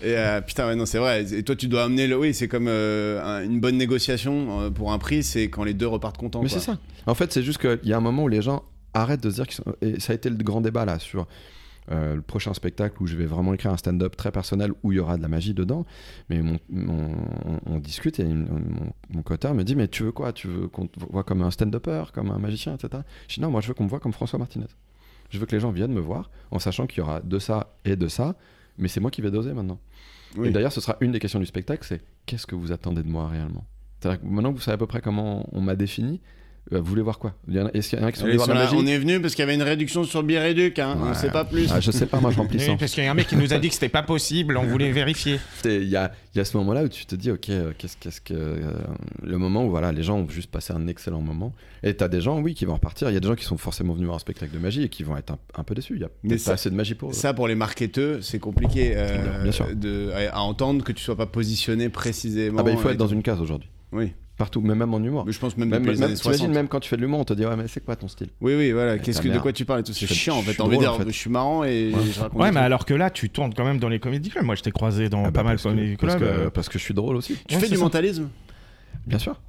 C: Et euh, putain, ouais, non, c'est vrai. Et toi, tu dois amener le. Oui, c'est comme euh, un- une bonne négociation euh, pour un prix, c'est quand les deux repartent contents.
A: Mais
C: quoi.
A: c'est ça. En fait, c'est juste qu'il y a un moment où les gens arrêtent de se dire qu'ils sont. Et ça a été le grand débat là sur euh, le prochain spectacle où je vais vraiment écrire un stand-up très personnel où il y aura de la magie dedans. Mais mon- mon- on, on discute et il- mon, mon coteur me dit Mais tu veux quoi Tu veux qu'on te voit comme un stand-upper, comme un magicien, etc. Je dis Non, moi je veux qu'on me voit comme François Martinez. Je veux que les gens viennent me voir en sachant qu'il y aura de ça et de ça. Mais c'est moi qui vais doser maintenant.
C: Oui.
A: Et d'ailleurs, ce sera une des questions du spectacle, c'est qu'est-ce que vous attendez de moi réellement C'est-à-dire que maintenant que vous savez à peu près comment on m'a défini, euh, vous voulez voir quoi Il y en a- Est-ce qu'il y en a qui sont
C: Allez,
A: venus voir
C: sur
A: la
C: la-
A: magie
C: on est venu parce qu'il y avait une réduction sur le billet réduc, hein, on
A: Ouais.
C: sait pas plus.
A: Ah, Je sais pas, moi je remplis
B: [laughs] Oui,
A: ça.
B: parce qu'il y a un mec qui nous a dit que c'était pas possible, on voulait vérifier.
A: Et Il y a, il y a ce moment-là où tu te dis, ok, euh, qu'est-ce qu'est-ce que. euh, le moment où voilà, les gens ont juste passé un excellent moment. Et t'as des gens, oui, qui vont repartir. Il y a des gens qui sont forcément venus voir un spectacle de magie et qui vont être un, un peu déçus. Il y a
C: Mais
A: peut-être
C: ça-
A: pas assez de magie pour eux.
C: Ça, pour les marketeurs, c'est compliqué euh,
A: Bien sûr.
C: de, à, à entendre que tu sois pas positionné précisément.
A: ah bah il faut
C: et
A: être dans une case aujourd'hui.
C: Oui.
A: Partout, mais même en humour.
C: Mais je pense même,
A: Même,
C: depuis les
A: même-
C: années
A: t'imagines,
C: 60.
A: même quand tu fais de l'humour, on te dit ouais, mais c'est quoi ton style
C: Oui, oui, voilà.
A: Avec
C: Qu'est-ce
A: ta
C: que de
A: mère.
C: quoi tu parles et tout C'est
A: Je suis-
C: chiant en
A: je
C: fait.
A: suis
C: T'as envie de
A: drôle, en
C: dire,
A: fait.
C: je suis marrant et
A: Ouais.
C: je raconte.
B: Ouais,
C: des
B: mais
C: trucs.
B: alors que là, tu tournes quand même dans les comédies clubs. Moi, je t'ai croisé dans
A: Ah bah,
B: pas mal
A: parce
B: de
A: que-
B: comédies
A: parce
B: clubs.
A: que-
B: euh,
A: Parce que je suis drôle aussi.
C: Tu
B: Ouais,
C: fais
B: c'est
C: du
B: ça.
C: mentalisme
A: Bien sûr.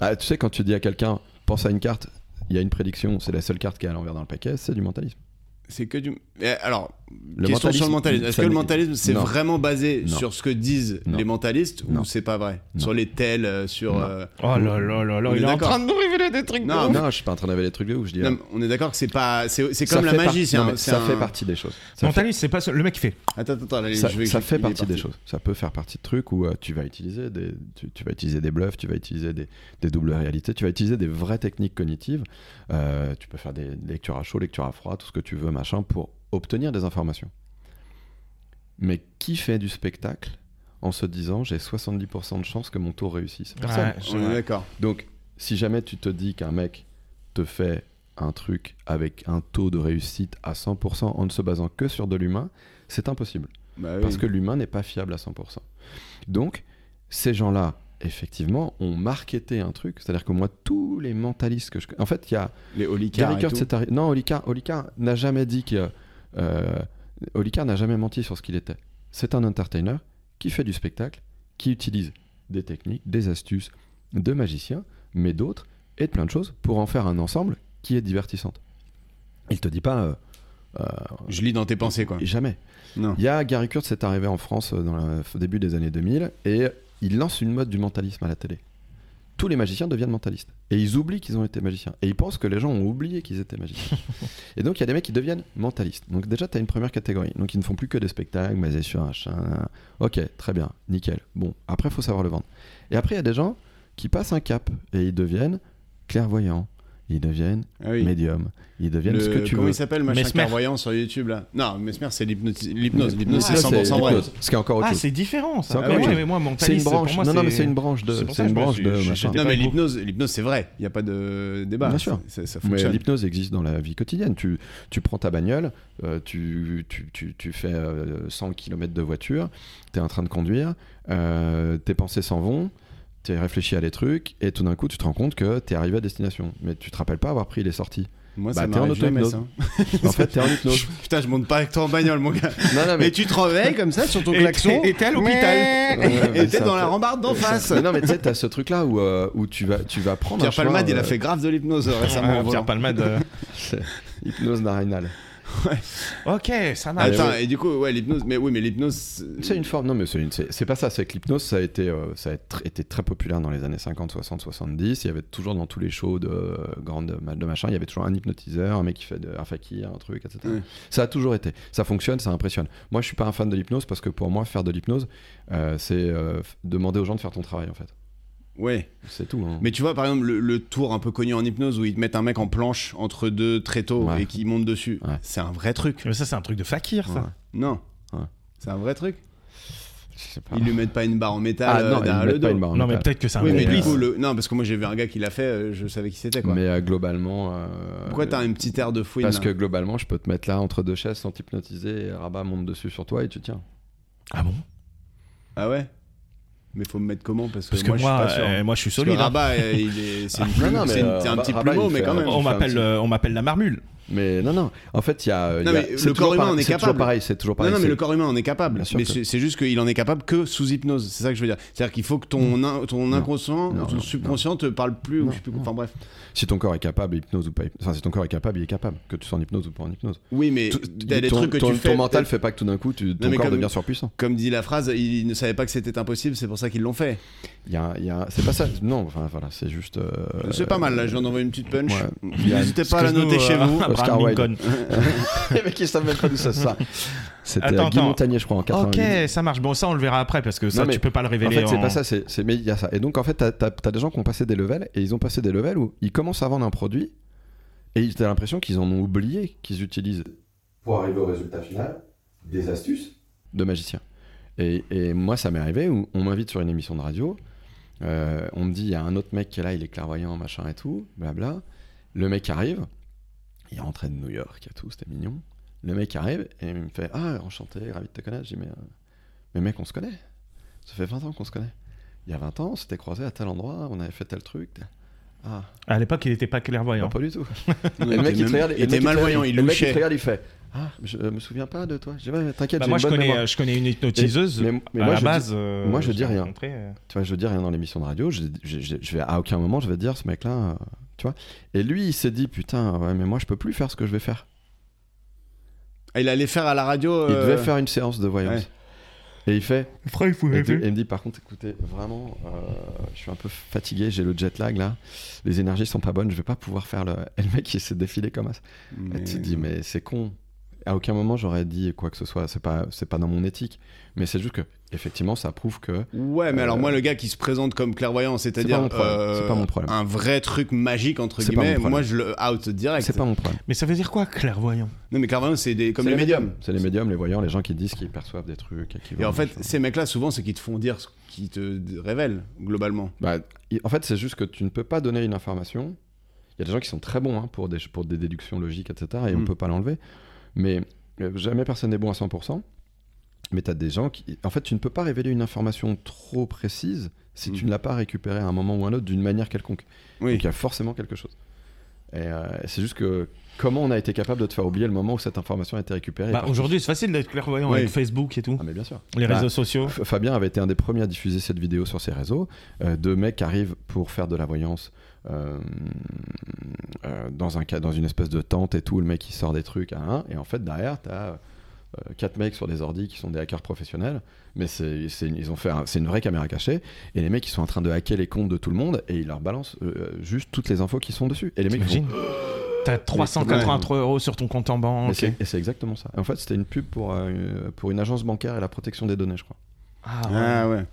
A: Ah, tu sais, quand tu dis à quelqu'un, pense à une carte, il y a une prédiction, c'est la seule carte qui est à l'envers dans le paquet, c'est du mentalisme.
C: C'est que du. Eh, Alors,
A: Le
C: question sur
A: mentalisme,
C: le mentalisme. Est-ce
A: ça
C: que le
A: n'est-
C: mentalisme, c'est
A: Non.
C: vraiment basé
A: Non.
C: sur ce que disent
A: Non.
C: les mentalistes ou
A: Non.
C: c'est pas vrai
A: Non.
C: Sur les tels, euh, sur.
A: Non.
C: euh,
B: Oh là là là là,
C: On est
B: il est en
C: d'accord.
B: train de nous révéler des trucs.
C: Non,
B: de ouf.
A: Ah, non, je suis pas en train d'avoir des trucs de ouf, je dis. euh,
C: non, mais on est d'accord que c'est pas. C'est c'est
A: ça
C: comme la
A: fait par-
C: magie. c'est
A: non,
C: un-
A: mais
C: c'est
A: ça
C: un-
A: fait partie des choses. Ça fait-
B: Mentaliste, c'est pas ça. le mec qui fait.
C: Attends, attends, allez,
A: ça,
C: je vais-
A: ça
C: je-
A: fait
C: il est
A: partie des
C: parti.
A: choses. Ça peut faire partie de trucs où euh, tu vas utiliser des, tu, tu vas utiliser des bluffs, tu vas utiliser des, des doubles réalités, tu vas utiliser des vraies techniques cognitives. Euh, tu peux faire des lectures à chaud, lectures à froid, tout ce que tu veux, machin, pour obtenir des informations. Mais qui fait du spectacle en se disant j'ai 70% de chance que mon tour réussisse
C: Ah.
A: Personne.
B: Ouais, c'est
C: On est
B: vrai.
C: d'accord.
A: Donc, si jamais tu te dis qu'un mec te fait un truc avec un taux de réussite à 100% en ne se basant que sur de l'humain, c'est impossible
C: Bah oui.
A: parce que l'humain n'est pas fiable à 100%. Donc, ces gens-là, effectivement, ont marketé un truc. C'est-à-dire que moi, tous les mentalistes que je. En fait, il y a.
C: les oligarques.
A: Gary Kurtz est arri- Non, Olika, Olika n'a jamais dit que. Euh, Olika n'a jamais menti sur ce qu'il était. C'est un entertainer qui fait du spectacle, qui utilise des techniques, des astuces de magiciens, mais d'autres et de plein de choses pour en faire un ensemble qui est divertissante. Il te dit pas. euh, euh,
C: Je lis dans tes pensées, quoi.
A: Jamais.
C: Non.
A: Il y a Gary Kurtz est arrivé en France euh, dans le au début des années 2000 et il lance une mode du mentalisme à la télé. Tous les magiciens deviennent mentalistes et ils oublient qu'ils ont été magiciens et ils pensent que les gens ont oublié qu'ils étaient
C: [laughs]
A: magiciens. et donc il y a des mecs qui deviennent mentalistes. Donc déjà tu as une première catégorie. Donc ils ne font plus que des spectacles basés sur un chien. OK, très bien, nickel. Bon, après faut savoir le vendre. Et après il y a des gens qui passent un cap et ils deviennent clairvoyants, ils deviennent
C: Ah oui.
A: médiums, ils deviennent
C: Le-
A: ce que tu
C: comment
A: veux.
C: il s'appelle, machin
B: Mesmer.
C: clairvoyant sur YouTube là Non, Mesmer, c'est l'hypnose. L'hypnose, l'hypnose,
A: Ça,
C: c'est 100% vrai.
A: l'hypnose, Ce qui est encore autre
B: Ah,
A: chose.
B: c'est différent.
A: C'est
B: Ça.
A: encore
B: Ah oui,
A: autre
B: mais moi, mentaliste,
A: C'est une
B: pour
A: branche.
B: moi,
A: non, non, mais
B: c'est-
A: c'est une branche de.
B: c'est pour
A: C'est
B: ça que
A: une
B: je me
A: branche
B: suis-
A: de.
B: j'étais
A: machin.
B: pas
C: Non,
B: pas
C: mais
B: le mot.
C: l'hypnose, l'hypnose, c'est vrai. Il n'y a pas de débat.
A: Bien sûr.
C: Ça, ça
A: Mais
C: fonctionne.
A: l'hypnose existe dans la vie quotidienne. Tu, tu prends ta bagnole, euh, tu, tu, tu, tu fais euh, 100 km de voiture, tu es en train de conduire, euh, tes pensées s'en vont, tu réfléchis à des trucs, et tout d'un coup, tu te rends compte que tu es arrivé à destination. Mais tu te rappelles pas avoir pris les
B: [laughs]
A: sorties.
C: Moi,
A: Bah,
C: ça
A: t'es
C: m'arrive
A: en
C: jamais,
A: auto-hypnose.
C: ça.
A: En fait, tu es en hypnose.
C: [laughs] Putain, je monte pas avec toi en bagnole, mon gars.
A: Non, non,
C: Mais tu te réveilles comme ça sur ton
B: Et-
C: klaxon.
B: et- et t'es à
A: Ouais,
B: l'hôpital.
A: ouais,
C: Et
A: ça
C: t'es dans
A: fait-
C: la rambarde d'en face.
A: Mais non, mais tu sais, t'as ce truc-là où, euh, où tu, vas, tu vas prendre un
C: Pierre
A: choix,
C: Palmade, il a
A: euh,
C: fait grave de l'hypnose euh, récemment.
B: Ah,
C: au volant.
B: Pierre Palmade. euh,
A: [laughs] hypnose narinale.
B: ok, ça
A: Ah,
B: marche.
C: Ah, Attends, et du coup, ouais, l'hypnose. Mais oui, mais l'hypnose. c'est-
A: C'est une forme. Non, mais c'est, une- c'est, c'est pas ça. C'est que l'hypnose, ça a, été, euh, ça a tr- été très populaire dans les années 50, 60, 70. Il y avait toujours dans tous les shows de, euh, grandes ma- de machin, il y avait toujours un hypnotiseur, un mec qui fait de, un fakir, un truc, etc.
C: Ouais.
A: Ça a toujours été. Ça fonctionne, ça impressionne. Moi, je suis pas un fan de l'hypnose parce que pour moi, faire de l'hypnose, euh, c'est euh, f- demander aux gens de faire ton travail, en fait.
C: Ouais.
A: C'est tout. hein.
C: Mais tu vois, par exemple, le, le tour un peu connu en hypnose où ils te mettent un mec en planche entre deux tréteaux
A: Ouais.
C: et qui monte dessus.
A: Ouais.
C: C'est un vrai truc.
B: Mais ça, c'est un truc de fakir, ça.
A: Ouais.
C: Non.
A: Ouais.
C: C'est un vrai truc.
A: Je sais pas.
C: Ils lui mettent pas une barre en métal
A: Ah
C: euh,
A: non, ils
C: derrière
A: mettent
C: le
A: pas
C: dos.
A: une barre en
B: Non, mais
A: métal.
B: peut-être que c'est un
C: oui, mais
A: Mais,
C: du
B: complice.
A: euh,
C: coup, le... non, parce que moi j'ai vu un gars qui l'a fait, euh, je savais qui c'était quoi.
A: Mais euh, globalement. euh,
C: Pourquoi t'as un petit air de fouine
A: Parce
C: là
A: que globalement, je peux te mettre là entre deux chaises sans t'hypnotiser, et rabat monte dessus sur toi et tu tiens.
B: Ah bon
C: Ah ouais Mais faut me mettre comment Parce que
B: Parce que
C: moi,
B: moi,
C: je suis pas sûr.
B: euh, moi, je suis
C: Parce que
B: solide. hein.
C: Rabat, euh, il
A: [laughs]
C: est, c'est une
A: Ah,
C: plume,
A: non, non, mais,
C: c'est une-
A: euh,
C: c'est un petit
A: Rabat,
C: plumeau,
A: il
C: mais
A: fait
C: quand
A: un-
C: même.
A: je
B: On
A: fais
B: m'appelle
A: petit-
B: euh, on m'appelle la marmule.
A: Mais non, non. En fait, il y a. euh,
C: Non,
A: il y a-
C: mais
A: c'est
C: le
A: toujours
C: corps humain,
A: pareil-
C: on est
A: c'est toujours
C: capable.
A: pareil, c'est toujours
C: Non,
A: pareil.
C: non, mais
A: c'est-
C: le corps humain en est capable.
A: Bien sûr
C: Mais
A: que-
C: c'est c'est juste qu'il en est capable que sous hypnose. C'est ça que je veux dire. C'est-à-dire qu'il faut que ton, in- ton
A: Non.
C: inconscient,
A: Non,
C: ton
A: non,
C: subconscient te parle plus ou
A: Non,
C: je sais plus.
A: non.
C: Enfin bref.
A: Si ton corps est capable, hypnose ou pas. hypnose- Enfin, si ton corps est capable, il est capable. Que tu sois en hypnose ou pas en hypnose.
C: Oui, mais
A: Tout-
C: il y a des
A: ton,
C: trucs que
A: ton-
C: tu fais.
A: Ton mental fait pas que tout d'un coup, tu, ton
C: mais
A: corps
C: comme-
A: devient surpuissant.
C: Comme dit la phrase, ils ne savaient pas que c'était impossible, c'est pour ça qu'ils l'ont fait.
A: Il y a, un- il y a un- C'est pas ça. Non, enfin voilà, c'est juste. euh,
C: c'est pas mal, là, je viens d'envoyer une petite punch.
A: ouais.
C: N'hésitez pas à la
B: Excuse-nous,
C: noter chez
B: euh,
C: vous.
A: Oscar
B: [laughs] Abraham
A: Wilde.
B: Lincoln.
A: Les mecs, ils savent même pas d'où ça sort. C'était
B: Attends,
A: Guy
B: attends.
A: Montagnier, je crois, en 88.
B: Ok, ça marche. Bon, ça, on le verra après parce que ça,
A: Non, mais
B: tu peux pas le
A: En
B: révéler.
A: fait, c'est pas ça, c'est c'est- mais il y a ça. Et donc, en fait, t'as as, des gens qui ont passé des levels et ils ont passé des levels où ils commencent à vendre un produit et ils- t'as l'impression qu'ils en ont oublié qu'ils utilisent. Pour arriver au résultat final, des astuces de magiciens. Et, et moi, ça m'est arrivé où on m'invite sur une émission de radio, euh, on me dit, il y a un autre mec qui est là, il est clairvoyant, machin et tout, blabla. Le mec arrive, il rentrait de New York et tout, c'était mignon. Le mec arrive et il me fait Ah, enchanté, ravi de te connaître. Je dis Mais, euh, mais mec, on se connaît. Ça fait 20 ans qu'on se connaît. il y a 20 ans, on s'était croisés à tel endroit, on avait fait tel truc. Ah,
B: À l'époque, il n'était pas clairvoyant.
A: non, pas du tout.
C: Il
A: Et [laughs] le mec,
C: était
A: il te
C: même-
A: regarde. et
C: il
A: le
C: était
A: mec, te
C: malvoyant,
A: regarde,
C: il
A: le mec, il
C: louchait.
A: te regarde, il fait Ah, je me souviens pas de toi. Je dis, Ouais, T'inquiète,
B: Bah,
A: j'ai
B: moi,
A: une
B: je
A: bonne
B: connais,
A: mémoire.
B: euh, je connais une hypnothiseuse.
A: Mais, mais
B: à
A: moi,
B: la
A: je
B: base,
A: dis,
B: euh,
A: moi, je
B: l'ai
A: dis rien.
B: rencontrée, euh,
A: tu vois, je dis rien dans l'émission de radio. Je, je- je- je vais à aucun moment, je vais dire ce mec-là, euh, tu vois. Et lui, il s'est dit putain, ouais, mais moi, je peux plus faire ce que je vais faire.
C: Ah, il allait faire à la radio.
A: Il
C: euh,
A: devait faire une séance de voyance. Et il fait. Et,
B: Et-
A: il me dit par contre, écoutez, vraiment, euh, je suis un peu fatigué, j'ai le jet lag là. Les énergies sont pas bonnes, je vais pas pouvoir faire le. [laughs] Et le mec, il s'est défilé comme ça.
C: mais-
A: Et tu te dis, mais c'est con. À aucun moment j'aurais dit quoi que ce soit, c'est pas, c'est pas dans mon éthique. Mais c'est juste que, effectivement, ça prouve que.
C: Ouais, mais
A: Euh,
C: alors moi, le gars qui se présente comme clairvoyant,
A: pas
C: c'est-à-dire
A: mon problème,
C: euh,
A: c'est pas mon problème.
C: un vrai truc magique entre
A: C'est pas mon
C: guillemets,
A: problème.
C: moi je le out direct.
A: C'est pas mon problème.
B: Mais ça veut dire quoi, clairvoyant
C: Non, mais clairvoyant, Ah, c'est des comme les médiums.
A: C'est les médiums, les voyants, les gens qui disent qu'ils perçoivent des trucs. Et, qui
C: Et
A: voient
C: en
A: des
C: fait,
A: choses.
C: ces mecs-là, souvent, c'est qu'ils te font dire ce qu'ils te révèlent globalement.
A: Bah, il- en fait, c'est juste que tu ne peux pas donner une information. Il y a des gens qui sont très bons hein, pour, des, pour des déductions logiques, etc. Et on
C: Mm.
A: ne peut pas l'enlever. Mais euh, jamais personne n'est bon à 100%. Mais tu as des gens qui. En fait, tu ne peux pas révéler une information trop précise si tu
C: Mm.
A: ne l'as pas récupérée à un moment ou à un autre d'une manière quelconque.
C: Oui.
A: Donc il y a forcément quelque chose. Et euh, c'est juste que comment on a été capable de te faire oublier le moment où cette information a été récupérée et
B: Bah,
A: par qui
B: Aujourd'hui, c'est facile d'être clairvoyant
C: Oui.
B: avec Facebook et tout,
A: Ah mais bien sûr.
B: les
A: Bah,
B: réseaux sociaux.
A: F- Fabien avait été un des premiers à diffuser cette vidéo sur ses réseaux. Euh, deux mecs arrivent pour faire de la voyance euh, euh, dans, un, ca- dans une espèce de tente et tout. Le mec il sort des trucs à un. Et en fait, derrière, tu as quatre mecs sur des ordi qui sont des hackers professionnels. Mais c'est c'est une- ils ont fait un- c'est une vraie caméra cachée. Et les mecs ils sont en train de hacker les comptes de tout le monde et ils leur balancent euh, juste toutes les infos qui sont dessus. Et les mecs ils font,
B: T'imagines T'as 383 euros sur ton compte en
A: Mais
B: banque.
A: c'est- Et c'est exactement ça. En fait, c'était une pub pour, euh, une- pour une agence bancaire et la protection des données, je crois.
B: Ah, ouais.
C: Ah ouais.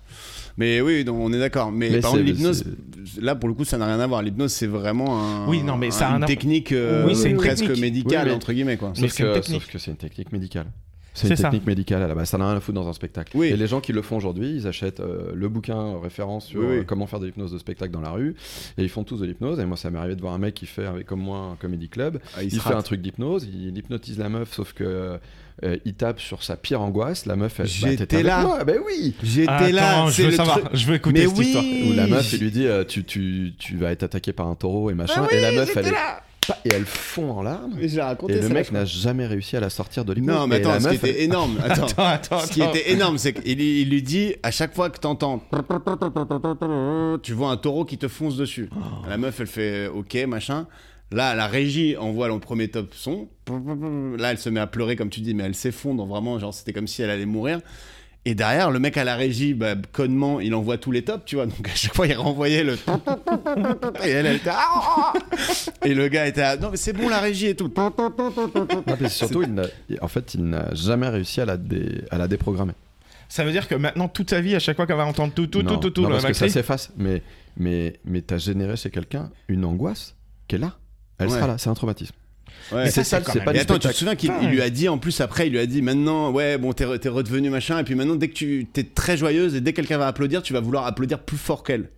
C: Mais oui, donc on est d'accord. Mais,
A: Mais
C: par
A: c'est-
C: contre, l'hypnose, là pour le coup, ça n'a rien à voir. L'hypnose, c'est vraiment un,
B: Oui, non, mais ça a
C: un-
B: un
C: une
B: app-
C: technique euh,
B: Oui, c'est une
C: presque
B: technique.
C: médicale
A: Oui, mais-
C: entre guillemets quoi.
B: Mais
A: Sauf
B: c'est une
A: que-
B: technique.
A: Sauf que c'est une technique médicale. C'est
B: C'est
A: une
B: ça.
A: technique médicale à la base. Ça n'a rien à foutre dans un spectacle.
C: Oui.
A: Et les gens qui le font aujourd'hui, ils achètent euh, le bouquin référent sur
C: Oui, oui.
A: euh, comment faire de l'hypnose de spectacle dans la rue. Et ils font tous de l'hypnose. Et moi, ça m'est arrivé de voir un mec qui fait, avec, comme moi, un comedy club.
C: Ah,
A: Il,
C: se
A: fait un
C: rate.
A: truc d'hypnose. Il hypnotise la meuf, sauf que euh, il tape sur sa pire angoisse. La meuf, elle
C: J'étais
A: t'étais avec
C: là.
A: moi. Ben oui
C: J'étais
B: Attends,
C: là,
B: je
C: c'est
B: veux
C: le
B: savoir,
C: truc.
B: je veux écouter
C: Mais
B: cette histoire. [laughs]
C: oui.
A: Où la meuf, il lui dit euh, tu, tu, tu vas être attaqué par un taureau et machin. et la meuf, elle, est- pa- et elle fond en larmes.
C: Mais je l'ai raconté,
A: Et le
C: ça,
A: mec
C: je
A: n'a jamais réussi à la sortir de
C: crois.
A: l'hypnose.
C: Non, mais
A: Et la
C: attends, ce qui
A: meuf, elle-
C: était énorme. Attends.
B: Attends, attends,
C: Ce qui
B: attends.
C: était énorme, c'est qu'il il lui dit à chaque fois que t'entends, tu vois un taureau qui te fonce dessus. La meuf, elle fait euh, OK, machin. Là, la régie envoie le premier top son. Là, elle se met à pleurer, comme tu dis, mais elle s'effondre vraiment. Genre, c'était comme si elle allait mourir. Et derrière, le mec à la régie, bah, connement, il envoie tous les tops, tu vois. Donc à chaque fois, il renvoyait le. [laughs] Et elle, elle était. ah, Et le gars était. à, Non, mais c'est bon, la régie et tout.
A: Non, mais surtout, il n'a- en fait, il n'a jamais réussi à la, dé- à la déprogrammer.
B: Ça veut dire que maintenant, toute ta vie, à chaque fois qu'elle va entendre tout, tout,
A: non,
B: tout, tout, tout,
A: non,
B: le
A: parce que ça
B: Macri-
A: s'efface. Mais, mais, mais t'as généré chez quelqu'un une angoisse qu'elle a. Elle
C: Ouais.
A: sera là, c'est un traumatisme.
C: Ouais.
B: Mais
A: c'est ça,
B: ça, c'est quand
A: c'est
B: même-
A: pas
C: Mais
A: du
C: attends, tu te
A: spectacle.
C: souviens qu'il il lui a dit, en plus, après, il lui a dit maintenant, ouais, bon, t'es, re- t'es redevenu machin, et puis maintenant, dès que tu t'es très joyeuse, et dès que quelqu'un va applaudir, tu vas vouloir applaudir plus fort qu'elle.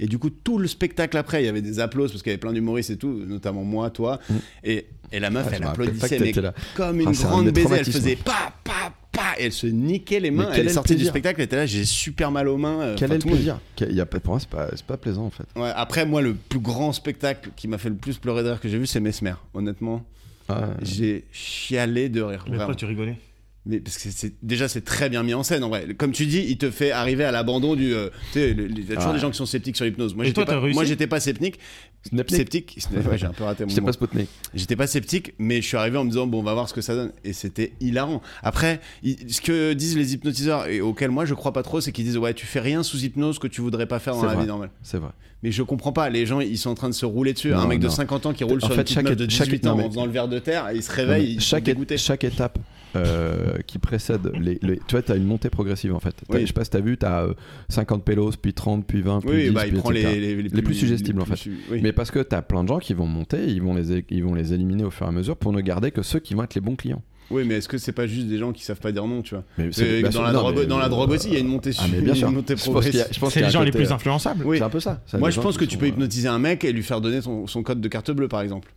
C: Et du coup, tout le spectacle après, il y avait des applauses, parce qu'il y avait plein d'humoristes et tout, notamment moi, toi,
A: Mm.
C: et, et la meuf,
A: Ah, je
C: elle
A: me rappelle pas
C: applaudissait,
A: que
C: mais
A: t'étais là.
C: comme une
A: Ah, c'est un
C: grande
A: des
C: baiser, elle
A: traumatismes.
C: faisait pa, pa, pa, et elle se niquait les
A: Mais
C: mains,
A: quel
C: elle
A: est
C: est
A: le
C: sortie du
A: plaisir
C: spectacle, elle était là, j'ai super mal aux mains. euh,
A: Quel
C: enfin,
A: est
C: tout
A: le
C: le monde-
A: plaisir Quel- il y a pas- Pour moi, c'est pas, c'est pas plaisant en fait.
C: Ouais, après, moi, le plus grand spectacle qui m'a fait le plus pleurer de rire que j'ai vu, c'est Mesmer, honnêtement.
A: Ah,
C: J'ai chialé de rire.
B: Mais
C: vraiment.
B: pourquoi tu rigolais
C: Mais parce que c'est déjà c'est très bien mis en scène en vrai. Comme tu dis, il te fait arriver à l'abandon du. euh, tu sais, le- le- il y a toujours
A: Ouais.
C: des gens qui sont sceptiques sur l'hypnose. Moi,
B: Et
C: j'étais
B: toi, t'as
C: pas,
B: réussi
C: moi, j'étais pas sceptique.
A: Snapnik,
C: Sceptique. Ouais, j'ai un peu raté
A: [laughs]
C: mon
A: je sais
C: mot.
A: pas Sputnik.
C: J'étais pas sceptique, mais je suis arrivé en me disant bon, on va voir ce que ça donne. Et c'était hilarant. Après, il- ce que disent les hypnotiseurs et auquel moi je crois pas trop, c'est qu'ils disent ouais, tu fais rien sous hypnose que tu voudrais pas faire dans
A: C'est
C: la
A: vrai.
C: vie normale.
A: C'est vrai.
C: Mais je comprends pas. Les gens, ils sont en train de se rouler dessus.
A: Non,
C: un mec de
A: non.
C: 50 ans qui roule
A: En
C: sur
A: fait,
C: une petite
A: chaque-
C: meuf de
A: chaque-
C: 18 ans
A: non, mais-
C: en faisant le verre de terre, et il se
A: Non, mais
C: réveille, il se
A: chaque, é-
C: dégoûté.
A: chaque étape euh, qui précède les, les- tu vois t'as une montée progressive en fait T'as-
C: Oui.
A: je sais pas si t'as vu t'as euh, 50 pélos puis 30 puis 20 puis
C: Oui,
A: 10
C: bah, il
A: puis
C: prend les,
A: etc..
C: les,
A: plus suggestibles, en fait.
C: su- oui.
A: Mais parce que t'as plein de gens qui vont monter, ils vont, les, é- ils vont les éliminer au fur et à mesure pour ne garder que ceux qui vont être les bons clients.
C: Oui, mais est-ce que c'est pas juste des gens qui savent pas dire non, tu vois
A: Mais
C: C'est-
A: bah,
C: dans, la
A: non,
C: drogue,
A: mais,
C: dans la
A: euh,
C: drogue aussi, il y a une montée,
A: ah,
C: su-
A: mais bien sûr.
C: [laughs] Une montée
A: Je pense qu'il y a-
C: progressive.
A: je pense qu'il
B: C'est
A: y a
B: les
A: un
B: gens les
A: côté- euh,
B: plus influençables.
C: Oui.
A: C'est un peu ça. C'est
C: Moi,
A: des
C: je
A: gens
C: pense
A: qui
C: que tu
A: sont,
C: peux
A: euh,
C: hypnotiser un mec et lui faire donner son, son code de carte bleue, par exemple.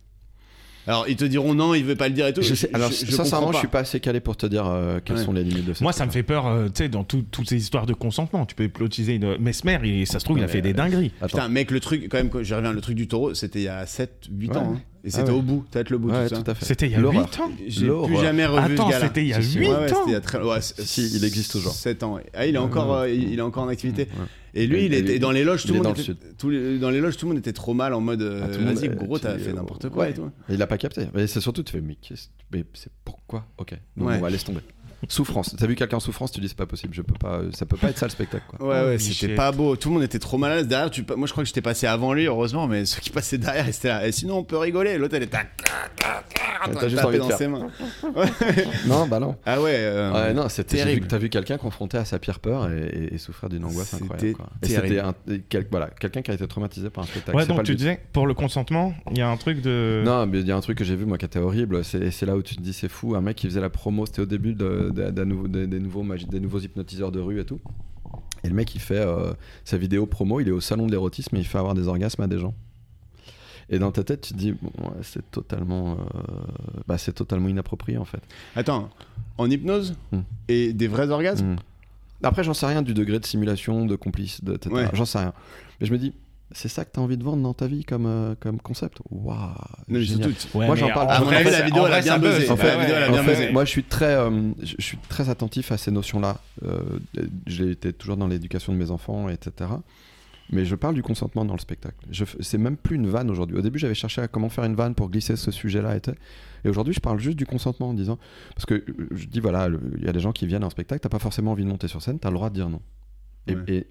C: Alors, ils te diront non, ils veulent pas le dire et tout.
A: Je sais- alors, sincèrement,
C: comprends
A: je suis pas assez calé pour te dire euh, quelles
C: Ouais.
A: sont les limites de ça.
B: Moi, ça me fait peur, euh, tu sais, dans tout- toutes ces histoires de consentement. Tu peux hypnotiser une... Mesmer, il- ça se trouve, il a
A: Ouais,
B: fait
C: euh,
B: des
A: ouais.
B: dingueries.
A: Attends.
C: Putain, mec, le truc, quand même, quand je reviens, le truc du taureau, c'était il y a 7, 8
A: Ouais.
C: ans. hein. Et c'était
A: ouais.
C: au bout, tête le bout,
A: Ouais,
C: tout ça.
A: tout à fait.
B: C'était il y a 8
A: L'horreur.
B: ans.
C: J'ai plus
A: L'horreur.
C: jamais revu
B: Attends,
C: ce gars-là.
B: c'était il y a
A: Si, si,
B: 8
C: ouais, ouais,
B: ans.
C: c'était il y a très- ouais, c-
A: Si, il existe toujours.
C: 7 ans. ouais. Ah, il est encore, euh, il il est encore en activité.
A: Ouais.
C: Et lui,
A: Et
C: il
A: lui,
C: était dans les loges, tout
A: il
C: le
A: est dans
C: monde
A: le
C: était, tous les- dans les loges, tout le monde était trop mal en mode, euh,
A: Ah, tout le monde,
C: vas-y,
A: euh,
C: gros,
A: tu
C: t'as
A: dis,
C: fait
A: oh,
C: n'importe quoi
A: ouais.
C: et tout.
A: Il l'a pas capté. Mais c'est surtout, tu fais, mais, qu'est-ce- mais c'est pourquoi Ok, donc
C: Ouais.
A: on va laisser tomber. Souffrance. T'as vu quelqu'un en souffrance, tu dis c'est pas possible, je peux pas, euh, ça peut pas être ça le spectacle. Quoi.
C: Ouais, ouais,
B: Oh,
C: c'était
B: shit.
C: pas beau. Tout le monde était trop mal à l'aise. Derrière, tu... pa- moi, je crois que j'étais passé avant lui, heureusement, mais ceux qui passaient derrière, ils étaient là. Et sinon, on peut rigoler. L'autre, elle était. à- en train de
A: juste
C: taper
A: envie de
C: Ah, dans
A: faire.
C: ses mains.
A: Non, bah non.
C: Ah ouais. euh,
A: Ouais, non, c'était j'ai vu
C: terrible.
A: que T'as vu quelqu'un confronté à sa pire peur et, et- et souffrir d'une angoisse
C: C'était
A: incroyable. quoi. Et
C: terrible.
A: c'était un- et quel- voilà, quelqu'un qui a été traumatisé par un spectacle.
B: Ouais,
A: C'est pas
B: donc
A: le
B: tu euh,
A: but.
B: disais, pour le consentement, il y a un truc de.
A: Non, mais il y a un truc que j'ai vu, moi, qui était horrible. C'est et c'est là où tu te dis, c'est fou. Un mec qui faisait la promo, c'était au début de- de- d'un nouveau- des, des nouveaux magi- des nouveaux hypnotiseurs de rue et tout. Et le mec, il fait euh, sa vidéo promo, il est au salon de l'érotisme et il fait avoir des orgasmes à des gens. Et dans ta tête, tu te dis, bon, ouais, c'est totalement, euh, bah, c'est totalement inapproprié en fait.
C: Attends, en hypnose
A: Hmm.
C: et des vrais orgasmes
A: Mm. Après, j'en sais rien du degré de simulation, de complice, de, etc.
C: Ouais.
A: J'en sais rien. Mais je me dis, c'est ça que t'as envie de vendre dans ta vie comme, euh, comme concept Waouh
C: Non, mais
A: Hmm. génial.
C: surtout,
B: Ouais,
A: Moi,
B: mais
A: j'en parle
B: en
A: pas. À mon
B: vrai,
C: avis, la
B: ça-
C: vidéo,
B: en
C: elle a
B: vrai,
C: bien
B: ça buzz.
C: buzzé.
A: En fait,
B: Ah ouais,
C: vidéo, elle a
B: ouais.
A: En
C: bien
A: fait,
C: buzzé.
A: moi, je suis très, euh, je je suis très attentif à ces notions-là. Euh, J'ai été toujours dans l'éducation de mes enfants, etc. Mais je parle du consentement dans le spectacle. Je f- C'est même plus une vanne aujourd'hui. Au début, j'avais cherché à comment faire une vanne pour glisser ce sujet-là. Et, tout. et aujourd'hui, je parle juste du consentement en disant. Parce que euh, je dis, voilà, le- il y a des gens qui viennent à un spectacle, t'as pas forcément envie de monter sur scène, t'as le droit de dire non. Et,
C: Ouais.
A: et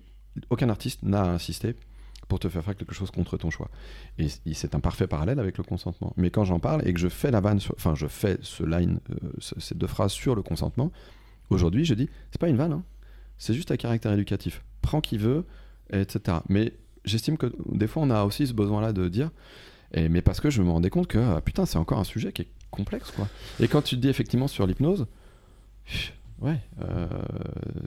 A: aucun artiste n'a à insister pour te faire faire quelque chose contre ton choix. Et c- et c'est un parfait parallèle avec le consentement. Mais quand j'en parle et que je fais la vanne, sur- enfin je fais ce line, euh, ce- ces deux phrases sur le consentement, aujourd'hui je dis, c'est pas une vanne, hein. c'est juste à caractère éducatif. Prends qui veut, etc. Mais j'estime que des fois on a aussi ce besoin-là de dire, et, mais parce que je me rendais compte que, ah, putain, c'est encore un sujet qui est complexe. quoi. Et quand tu te dis effectivement sur l'hypnose, ouais. euh,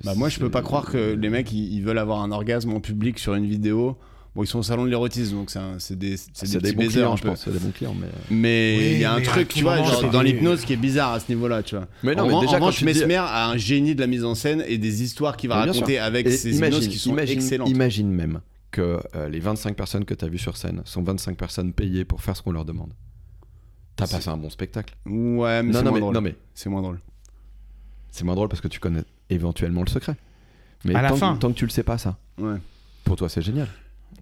C: Bah, moi, je peux
A: c'est-
C: pas croire que les mecs, ils, ils veulent avoir un orgasme en public sur une vidéo. Bon, ils sont au salon de l'érotisme, donc c'est un- c'est des, c'est des,
A: C'est des,
C: petits
A: bons
C: baisers,
A: clients,
C: un
A: je
C: peu.
A: pense. C'est des bons clients, mais.
C: Mais il
B: Oui,
C: y a un
B: mais à
C: truc,
B: tout
C: tu vois,
B: moment,
C: genre,
B: c'est
C: dans
B: des-
C: l'hypnose qui est bizarre à ce niveau-là, tu vois.
A: Mais
C: en, revanche- en
A: quand
C: revanche,
A: tu te dis-
C: Mesmer a un génie de la mise en scène et des histoires qu'il va
A: Mais bien
C: raconter avec
A: Et
C: ses hypnoses qui sont
A: imagine,
C: excellentes.
A: imagine même que euh, les 25 personnes que tu as vues sur scène sont 25 personnes payées pour faire ce qu'on leur demande. T'as
C: C'est-
A: passé un bon spectacle.
C: Ouais, mais c'est
A: non, non,
C: moins
A: mais,
C: drôle.
A: non, mais
C: C'est moins drôle.
A: c'est moins drôle parce que tu connais éventuellement le secret. Mais
B: À la
A: tant,
B: fin.
A: Que, tant que tu le sais pas, ça,
C: Ouais.
A: pour toi, c'est génial.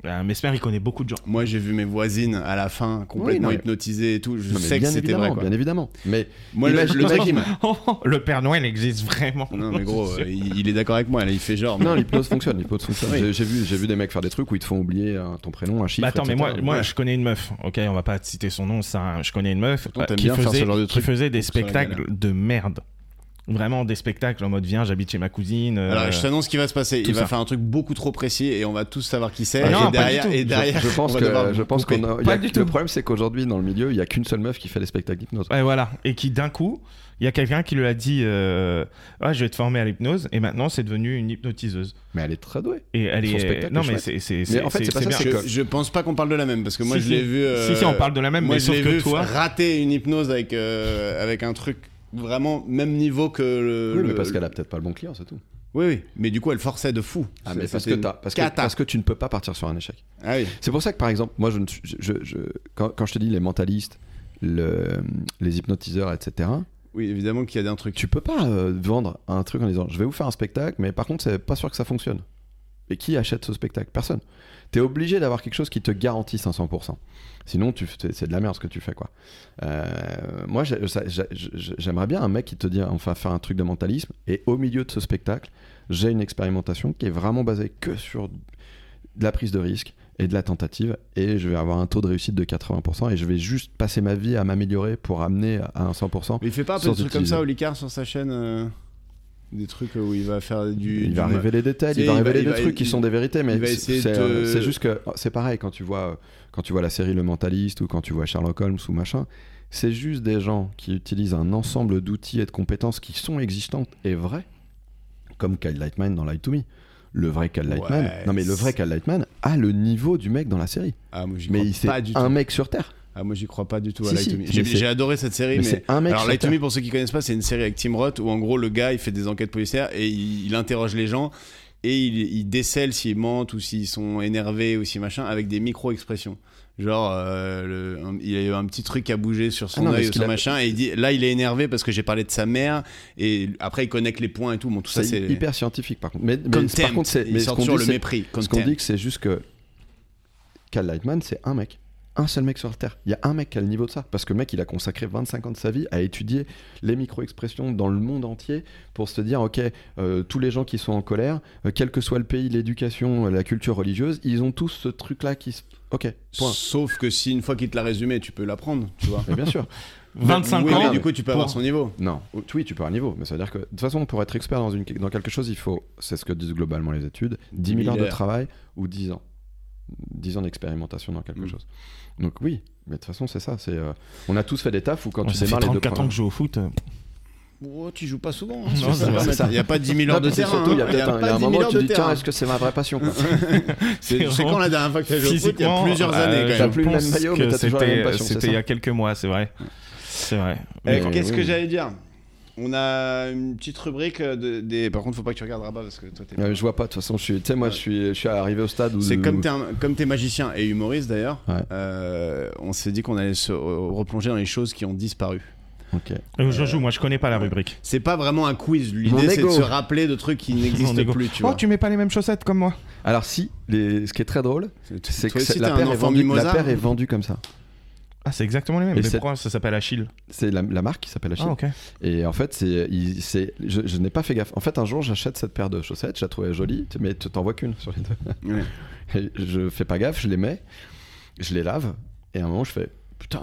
B: Euh, Mesmer, il connaît beaucoup de gens.
C: Moi, j'ai vu mes voisines à la fin
A: non,
C: complètement
A: mais-
C: hypnotisées et tout. Je
A: Non, mais
C: sais que
A: bien
C: c'était
A: évidemment,
C: vrai. Quoi.
A: Bien évidemment.
C: [laughs]
A: Mais
C: Moi, le,
A: Imagine
C: le
A: le
C: truc,
A: mec-
C: il m'a-
B: [laughs] le Père Noël existe vraiment.
C: Non, mais gros, euh, il, il est d'accord avec moi. Là, il fait genre.
A: non,
C: mais-
A: l'hypnose fonctionne. L'hypnose fonctionne.
C: Oui.
A: J'ai- J'ai vu, j'ai vu des mecs faire des trucs où ils te font oublier euh, ton prénom, un chiffre.
B: Bah attends, mais
A: etc.
B: moi, moi
C: Ouais.
B: je connais une meuf, ok, on va pas citer son nom, ça, je connais une meuf
C: Pourtant,
B: euh,
C: t'aimes
B: qui,
C: bien faire
B: faisait,
C: ce genre de
B: qui
C: truc
B: faisait des
C: sur la
B: spectacles de merde. Vraiment des spectacles en mode viens, j'habite chez ma cousine. euh,
C: Alors, je t'annonce ce qui va se passer.
B: tout
C: Il va
B: ça.
C: faire un truc beaucoup trop précis et on va tous savoir qui c'est.
B: Ah non,
C: et,
B: pas
C: derrière,
B: du tout.
C: et
B: Je-
A: Je,
C: derrière,
A: je pense
C: on va
A: que
C: devoir
A: je pense
C: couper.
A: qu'on a- il y
B: Pas
A: a-
B: du
A: Le
B: tout.
A: problème, c'est qu'aujourd'hui, dans le milieu, il y a qu'une seule meuf qui fait les spectacles d'hypnose.
B: Ouais, voilà. Et qui d'un coup, il y a quelqu'un qui lui a dit euh, Ah, je vais te former à l'hypnose, et maintenant c'est devenu une hypnotiseuse.
A: Mais elle est très douée.
B: Et elle
A: Son
B: est.
A: spectacle
B: Non,
A: est
B: mais
A: chouette.
B: c'est. c'est-
A: en fait, c'est pas ça,
B: bien.
A: c'est
C: Je,
A: que-
C: je pense pas qu'on parle de la même parce que moi,
B: Si,
C: je
B: si.
C: l'ai vu. euh,
B: Si, si, on parle de la même,
C: Moi,
B: mais
C: je
B: sauf
C: l'ai
B: que
C: vu
B: toi.
C: rater une hypnose avec euh, avec un truc vraiment même niveau que le.
A: Oui,
C: Euh, le-
A: mais parce qu'elle a peut-être pas le bon client, c'est tout.
C: Oui, oui. Mais du coup, elle forçait de fou.
A: Ah, mais
C: C'est-
A: parce que,
C: c'était une
A: t'as- parce, que,
C: cata.
A: parce que tu ne peux pas partir sur un échec.
C: Ah oui.
A: C'est pour ça que, par exemple, moi, je ne suis- je- je- je- quand, quand je te dis les mentalistes, le- les hypnotiseurs, etc.,
C: Oui, évidemment qu'il y a un truc.
A: tu peux pas euh, vendre un truc en disant je vais vous faire un spectacle, mais par contre, c'est pas sûr que ça fonctionne. Et qui achète ce spectacle Personne. Tu es obligé d'avoir quelque chose qui te garantisse un 100%. Sinon, tu, c'est c'est de la merde ce que tu fais. quoi. Euh, moi, j'ai- ça- j'ai- j'ai- j'aimerais bien un mec qui te dit enfin faire un truc de mentalisme, et au milieu de ce spectacle, j'ai une expérimentation qui est vraiment basée que sur de la prise de risque et de la tentative, et je vais avoir un taux de réussite de 80%, et je vais juste passer ma vie à m'améliorer pour amener à un 100%.
C: Mais il fait pas un peu
A: Sans
C: des trucs comme
A: utiliser.
C: ça, Olicard, sur sa chaîne euh, Des trucs où il va faire du.
A: il va
C: du-
A: révéler des détails,
C: Tu sais,
A: il va
C: il va-
A: révéler
C: il
A: des
C: va-
A: trucs qui
C: il-
A: sont des vérités, mais
C: il va
A: c'est
C: essayer
A: c'est,
C: de te-
A: euh, c'est juste que oh, c'est pareil quand tu vois quand tu vois la série Le Mentaliste ou quand tu vois Sherlock Holmes ou machin, c'est juste des gens qui utilisent un ensemble d'outils et de compétences qui sont existantes et vraies, comme Kyle Lightman dans Light to Me. Le vrai Kyle Lightman,
C: Ouais,
A: non mais le vrai
C: c'est-
A: Kyle Lightman a le niveau du mec dans la série,
C: Ah, moi, j'y
A: mais
C: crois
A: il c'est
C: pas du
A: un
C: tout.
A: mec sur terre.
C: Ah, moi, j'y crois pas du tout à
A: Si,
C: Lie
A: si.
C: to Me.
A: Mais
C: J'ai-
A: c'est-
C: J'ai adoré cette série,
A: mais
C: mais.
A: c'est un mec
C: Alors,
A: sur
C: Light to
A: Terre.
C: Me, pour ceux qui connaissent pas, c'est une série avec Tim Roth où en gros le gars il fait des enquêtes policières et il, il interroge les gens et il, il décèle s'ils mentent ou s'ils sont énervés ou si machin avec des micro-expressions. Genre, euh, le- un- il y a eu un petit truc à bouger sur son
A: Ah non, mais
C: œil
A: ce
C: ou
A: qu'il
C: son
A: a-
C: machin et il dit là il est énervé parce que j'ai parlé de sa mère et après il connecte les points et tout. Bon, tout ça
A: C'est
C: c'est.
A: hyper scientifique par contre. Mais, mais
C: Contempt.
A: par contre, c'est mais
C: il
A: ce
C: sort
A: qu'on
C: sur
A: dit,
C: le
A: c'est-
C: mépris.
A: Ce qu'on
C: Contempt.
A: dit, que c'est juste que Cal Lightman, c'est un mec. Un seul mec sur Terre. Il y a un mec qui a le niveau de ça. Parce que le mec, il a consacré 25 ans de sa vie à étudier les micro-expressions dans le monde entier pour se dire, OK, euh, tous les gens qui sont en colère, euh, quel que soit le pays, l'éducation, euh, la culture religieuse, ils ont tous ce truc-là qui se... OK, point.
C: Sauf que si une fois qu'il te l'a résumé, tu peux l'apprendre, tu vois.
A: Mais bien sûr.
B: 25
C: Oui,
B: ans.
C: mais du coup tu peux avoir
B: pour-
C: son niveau.
A: Non, oui, tu peux un niveau, mais ça veut dire que de toute façon, pour être expert dans, une, dans quelque chose, il faut, c'est ce que disent globalement les études, 10 000 heures de
C: heures.
A: travail ou 10 ans. 10 ans d'expérimentation dans quelque
C: Mm.
A: chose. Donc oui, mais de toute façon, c'est ça. C'est, euh, on a tous fait des tafs où quand
B: Moi,
A: tu
B: ça fait
A: démarres les deux
B: 34 ans que je joue au foot.
C: Oh, tu joues pas souvent.
B: [laughs] Non, c'est vrai,
A: c'est ça.
C: Il n'y a pas 10 000
A: Non,
C: heures de
A: mais c'est
C: terrain.
A: surtout, il y a
C: hein.
A: peut-être un, il y a
C: pas
A: un
C: 10 000
A: moment où
C: heures
A: tu
C: de
A: dis, tiens,
C: terrain. Mm.
A: est-ce que c'est ma vraie passion quoi
C: C'est
B: C'est
C: c'est quand la dernière fois que t'as joué au foot Il y a plusieurs
B: euh,
C: années
A: T'as
B: je
C: quand
A: plus le même
B: pense
A: maillot,
B: que
A: mais t'as toujours la même
B: c'était- euh,
A: passion, c'est
B: C'était
A: ça
B: il y a quelques mois, c'est vrai. C'est vrai.
A: Mais
C: même.
A: oui,
C: Euh, Qu'est-ce
A: oui.
C: que j'allais dire On a une petite rubrique euh, de- des. Par contre, faut pas que tu regardes Rabat parce que toi t'es.
A: Euh, Je vois pas, de toute façon, je suis, tu sais, moi, je suis, je suis arrivé au stade où.
C: C'est comme t'es un- comme t'es magicien et humoriste d'ailleurs.
A: Ouais.
C: euh, on s'est dit qu'on allait se re- replonger dans les choses qui ont disparu.
A: Ok.
B: Euh, je joue, moi je connais pas la rubrique.
C: C'est pas vraiment un quiz.
A: Mon
C: L'idée c'est de
A: ego.
C: se rappeler de
B: [laughs]
C: trucs qui n'existent
B: ego.
C: plus. Tu
B: oh,
C: vois.
B: tu mets pas les mêmes chaussettes comme moi.
A: Alors, si, les- ce qui est très drôle, c'est
C: Toi
A: que
C: aussi,
A: c'est-
C: t'es
A: la
C: un
A: paire est
C: enfant
A: vendue- la
C: mimosa. hein.
A: paire est vendue comme ça.
B: Ah, c'est exactement les
A: Et
B: mêmes. mais
A: c'est-
B: pourquoi ça s'appelle Achille
A: C'est la, la marque qui s'appelle Achille.
B: Ah, ok.
A: Et en fait, c'est, il- c'est, je, je n'ai pas fait gaffe. En fait, un jour, j'achète cette paire de chaussettes, je la trouvais jolie, t- mais tu t'en vois qu'une sur les deux.
C: Ouais.
A: Et je fais pas gaffe, je les mets, je les lave, et à un moment, je fais putain,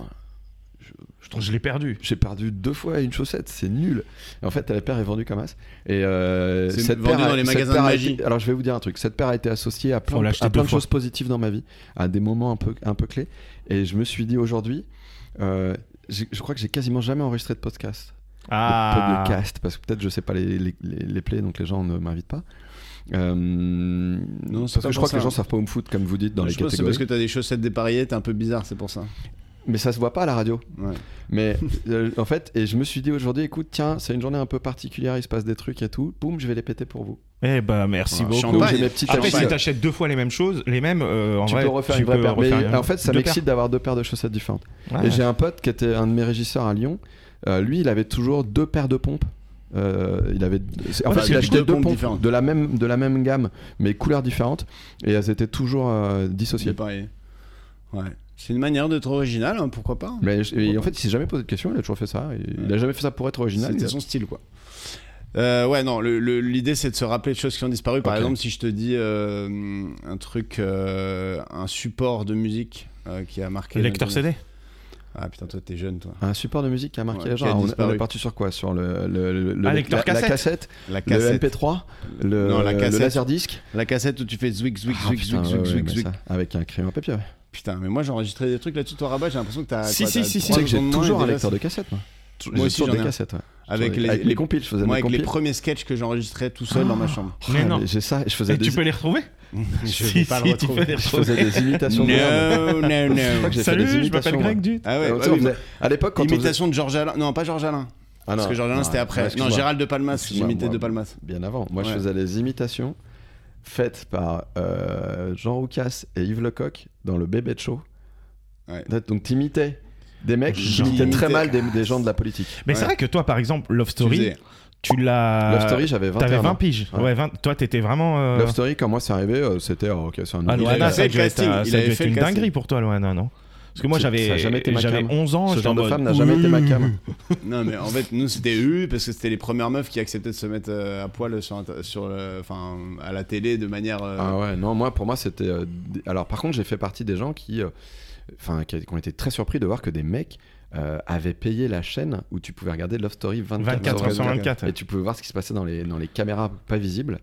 A: je, je trouve-
B: Je l'ai perdu.
A: j'ai perdu deux fois une chaussette, c'est nul. Et en fait, la paire est vendue comme as. Et euh,
C: C'est
A: cette
C: vendu
A: paire, a-
C: dans les
A: cette
C: magasins
A: paire
C: de
A: a
C: magie.
A: été- alors, je vais vous dire un truc. Cette paire a été associée à
B: Faut
A: plein,
B: l'acheter
A: à plein
B: deux
A: de
B: fois.
A: choses positives dans ma vie, à des moments un peu, un peu clés. Et je me suis dit aujourd'hui, euh, j'ai- je crois que j'ai quasiment jamais enregistré de podcast
B: Ah.
A: de podcast parce que peut-être je sais pas les, les, les, les plays donc les gens ne m'invitent pas. Euh, parce que je
C: c'est pas pour
A: crois que les
C: ça.
A: gens savent pas où me foutre comme vous dites dans les
C: je pense que c'est
A: catégories.
C: parce que t'as des chaussettes dépareillées, t'es un peu bizarre, c'est pour ça.
A: Mais ça se voit pas à la radio.
C: Ouais. [laughs]
A: Mais euh, en fait, et je me suis dit aujourd'hui, écoute, tiens, c'est une journée un peu particulière, il se passe des trucs et tout. Boum, je vais les péter pour vous.
B: Eh ben, merci
C: Ah,
B: beaucoup.
A: Donc
C: Champagne.
A: j'ai mes petites
B: Après, si
A: chaussettes.
B: t'achètes deux fois les mêmes choses, les mêmes, euh, en
A: tu
B: vrai,
A: peux refaire
B: tu
A: une vraie
B: peux
A: paire. Mais
B: refaire une-
A: en fait, ça
B: deux
A: m'excite d'avoir deux paires de chaussettes différentes.
B: paires.
A: Et
B: Ah, Ouais.
A: j'ai un pote qui était un de mes régisseurs à Lyon. Euh, lui, il avait toujours deux paires de pompes. Euh, il avait, c'est- en
C: Ouais,
A: fait, il
C: deux
A: achetait deux,
C: pompes
A: pompes,
C: différentes.
A: de la même de la même gamme, mais couleurs différentes, et elles étaient toujours euh, dissociées.
C: Dépareillées. Ouais. C'est une manière d'être original, hein, pourquoi pas
A: Mais je- et en fait, il s'est jamais posé de question. Il a toujours fait ça. et Il a jamais fait ça pour être original.
C: C'était
A: il a-
C: son style, quoi. Euh, ouais, non, le- le- l'idée c'est de se rappeler de choses qui ont disparu. Par
A: Ok.
C: exemple, si je te dis euh, un truc, euh, un support de musique euh, qui a marqué.
B: Lecteur
C: l'internet.
B: CD
C: Ah putain, toi t'es jeune, toi.
A: Un support de musique qui a marqué
C: Ouais,
A: les
C: qui a
A: gens. On- On,
C: disparu.
A: est parti sur quoi Sur le, le- le- le-
B: Ah,
A: la,
B: lecteur
A: la- la
B: cassette.
A: cassette,
C: La
A: le
C: cassette.
A: MP3, le,
C: non, la
A: le
C: cassette.
A: laser disque.
C: La cassette où tu fais zwick,
A: Ah,
C: zwick, zwick, zwick, zwick, zwick, zwick.
A: Avec un crayon à papier. ouais.
C: Putain, mais moi j'enregistrais des trucs là-dessus, toi, Rabat, j'ai l'impression que t'as.
B: Si,
C: Ah, quoi,
B: si,
C: t'as
B: si, si.
A: Tu
C: trois
A: sais que j'ai
C: secondes de moins,
A: toujours
C: et
A: un
C: déjà,
A: lecteur de cassette. Moi,
C: Moi
A: J'ai
C: aussi,
A: toujours
C: j'en ai
A: des
C: un.
A: cassettes. ouais.
C: c'est- Avec
A: Sur
C: les,
A: avec
C: les-
A: mes compiles, je faisais
C: Moi,
A: mes
C: avec les
A: compiles.
C: premiers sketchs que j'enregistrais tout seul dans ma chambre.
A: [laughs] Ah,
B: Mais non.
A: J'ai ça, et je faisais
B: Et
A: des
B: tu peux les retrouver
C: Je
B: Si,
C: vais pas
B: si,
C: le
B: tu
C: retrouver.
B: peux les
A: Je
B: retrouver.
A: faisais des imitations de merde.
C: No, no,
A: Je [laughs] crois
C: no.
A: que j'ai fait des
B: Salut, je
A: imitations,
B: m'appelle
A: moi.
B: Greg Dut.
C: Ah ouais,
A: Euh,
C: ouais,
A: tu sais, on
C: oui,
A: faisait- À l'époque, quand on faisait-
C: Imitation de Georges Alain. Non, pas Georges Alain.
A: Ah, non,
C: parce que Georges Alain,
A: non,
C: c'était après. Non,
A: excuse-moi.
C: Gérald de Palmas.
A: Excuse-moi,
C: J'imitais
A: moi.
C: de Palmas.
A: Bien avant. Moi, je
C: Ouais.
A: faisais les imitations faites par euh, Jean Roucas et Yves Lecoq dans le Bébé de Show.
C: Ouais.
A: Donc, t'imitais des mecs qui
B: Jean-
A: imitaient très
C: T'imitais.
A: mal des, des gens de la politique.
B: Mais
C: Ouais.
B: c'est vrai que toi, par exemple, Love
C: Tu
B: Story,
C: faisais-
B: tu l'as.
A: Love Story, j'avais 21
B: Euh, T'avais 20
A: ans.
B: piges.
A: Ouais.
B: Ouais, 20 toi, t'étais vraiment. euh,
A: Love Story, quand moi c'est arrivé, euh, c'était oh, ok, c'est un
B: Ah,
C: Il
B: Loana,
C: avait
B: ça a
C: fait
B: dû
C: le
B: être,
C: casting,
B: euh,
C: il
B: ça a
C: avait
B: dû être
C: fait le
B: une
C: casting.
B: dinguerie pour toi, Loana, non Parce que moi,
A: Ça- ça a
B: j'avais
A: jamais été ma
B: j'avais
A: cam.
B: 11 ans.
A: Ce
B: j'étais
A: genre
B: en
A: de
B: mode,
A: femme n'a jamais été ma cam.
C: Non, mais en fait, nous, c'était eux parce que c'était les premières meufs qui acceptaient de se mettre euh, à poil sur, inter- sur le- enfin, à la télé de manière. euh,
A: Ah ouais, non, moi pour moi c'était. euh, des- Alors par contre, j'ai fait partie des gens qui, euh, enfin, qui, qui ont été très surpris de voir que des mecs euh, avaient payé la chaîne où tu pouvais regarder Love Story 24,
B: 24 heures sur 24.
A: et tu pouvais voir ce qui se passait dans les dans les caméras pas visibles.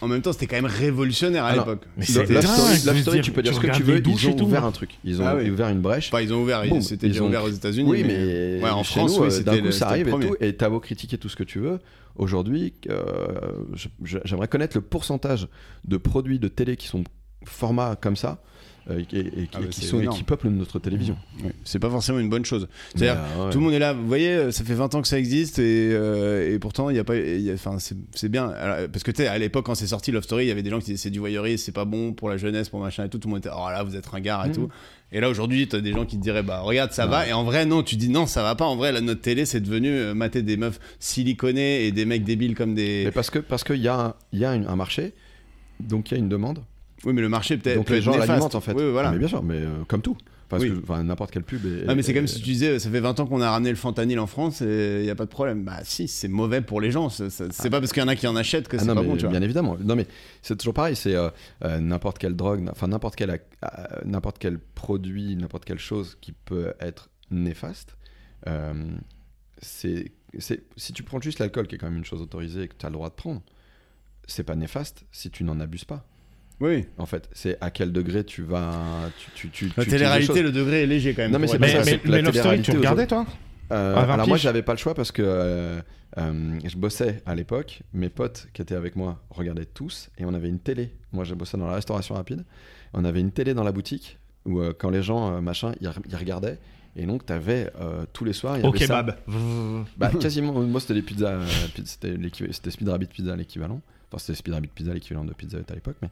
C: En même temps, c'était quand même révolutionnaire à
A: Ah non.
C: l'époque.
B: Mais
A: Love
B: c'est
A: Love
B: dingue
A: Story,
B: de
A: Love
B: se
A: Story,
B: dire,
A: tu peux
B: tu
A: dire ce que tu
B: regardes
A: veux.
B: les douches
A: Ils
B: et
A: ont
B: tout.
A: ouvert un truc. Ils ont
C: Ah oui.
A: ouvert une brèche.
C: Enfin, ils ont ouvert.
A: Boum,
C: C'était
A: ils
C: déjà
A: ont-
C: ouvert aux États-Unis.
A: Oui, mais
C: Ouais, en
A: chez
C: France,
A: nous,
C: oui,
A: euh,
C: c'était
A: d'un
C: le-
A: coup,
C: c'était
A: ça
C: le
A: arrive et
C: premier.
A: tout. Et t'as beau critiquer tout ce que tu veux, aujourd'hui, euh, je- je- j'aimerais connaître le pourcentage de produits de télé qui sont formats comme ça euh, et, et- et qui-
C: Ah bah,
A: qui,
C: c'est
A: sont, et
C: énorme.
A: qui peuplent notre télévision.
C: Ouais. C'est pas forcément une bonne chose. C'est-à-dire,
A: Mais, euh, ouais.
C: tout le monde est là. Vous voyez, euh, ça fait 20 ans que ça existe et, euh, et pourtant, il y a pas. il y a- Enfin, c'est- c'est bien. Alors, parce que tu sais, à l'époque, quand c'est sorti Love Story, il y avait des gens qui disaient c'est du voyeurisme, c'est pas bon pour la jeunesse, pour machin et tout. Tout le monde était oh là, vous êtes ringard et
A: Mhm.
C: tout. Et là, aujourd'hui, t'as des gens qui te diraient bah regarde, ça va. Et en vrai, non, tu dis non, ça va pas. En vrai, la notre télé, c'est devenu euh, mater des meufs siliconées et des mecs débiles comme des.
A: Mais parce que parce qu'il y a, un- il y a une- un marché, donc il y a une demande.
C: Oui, mais le marché peut-être.
A: Donc
C: peut
A: les
C: être
A: gens
C: néfaste.
A: l'alimentent en fait.
C: Oui, oui, voilà.
A: Mais bien sûr, mais euh, comme tout. Parce
C: Oui.
A: que, enfin, n'importe quelle pub. est-
C: Ah, mais c'est
A: est-
C: comme si tu disais, euh, ça fait 20 ans qu'on a ramené le fentanyl en France et il n'y a pas de problème. Bah si, c'est mauvais pour les gens. C'est c'est- c'est pas parce qu'il y en a qui en achètent que
A: Ah
C: c'est
A: non,
C: pas
A: mais
C: bon, tu vois.
A: bien évidemment. Non, mais c'est toujours pareil. C'est euh, euh, n'importe quelle drogue, n- enfin n'importe quel, ac- euh, n'importe quel produit, n'importe quelle chose qui peut être néfaste. euh, c'est, c'est- si tu prends juste l'alcool, qui est quand même une chose autorisée et que tu as le droit de prendre, c'est pas néfaste si tu n'en abuses pas.
C: Oui.
A: En fait, c'est à quel degré tu vas. Tu, tu, tu,
C: La
A: tu utilises les
C: télé-réalité,
A: choses.
C: le degré est léger quand même.
A: Non, mais
C: pour
A: c'est
C: être
A: pas
B: Mais,
A: ça,
C: honnête.
B: mais-
A: c'est que la
B: mais Love Story,
A: télé-réalité
B: tu regardais toi
A: Euh,
B: À 20
A: alors moi
B: piges.
A: j'avais pas le choix parce que euh, euh, je bossais à l'époque, mes potes qui étaient avec moi regardaient tous et on avait une télé. Moi j'ai bossé dans la restauration rapide, on avait une télé dans la boutique où euh, quand les gens euh, machin ils, re- ils regardaient et donc t'avais euh, tous les soirs il y
B: Au
A: avait ça.
B: kebab. [laughs]
A: Bah, quasiment moi c'était les pizzas, euh, pi- c'était l'équivalent- c'était Speed Rabbit Pizza l'équivalent. Enfin c'était Speed Rabbit Pizza l'équivalent de Pizza Hut à l'époque mais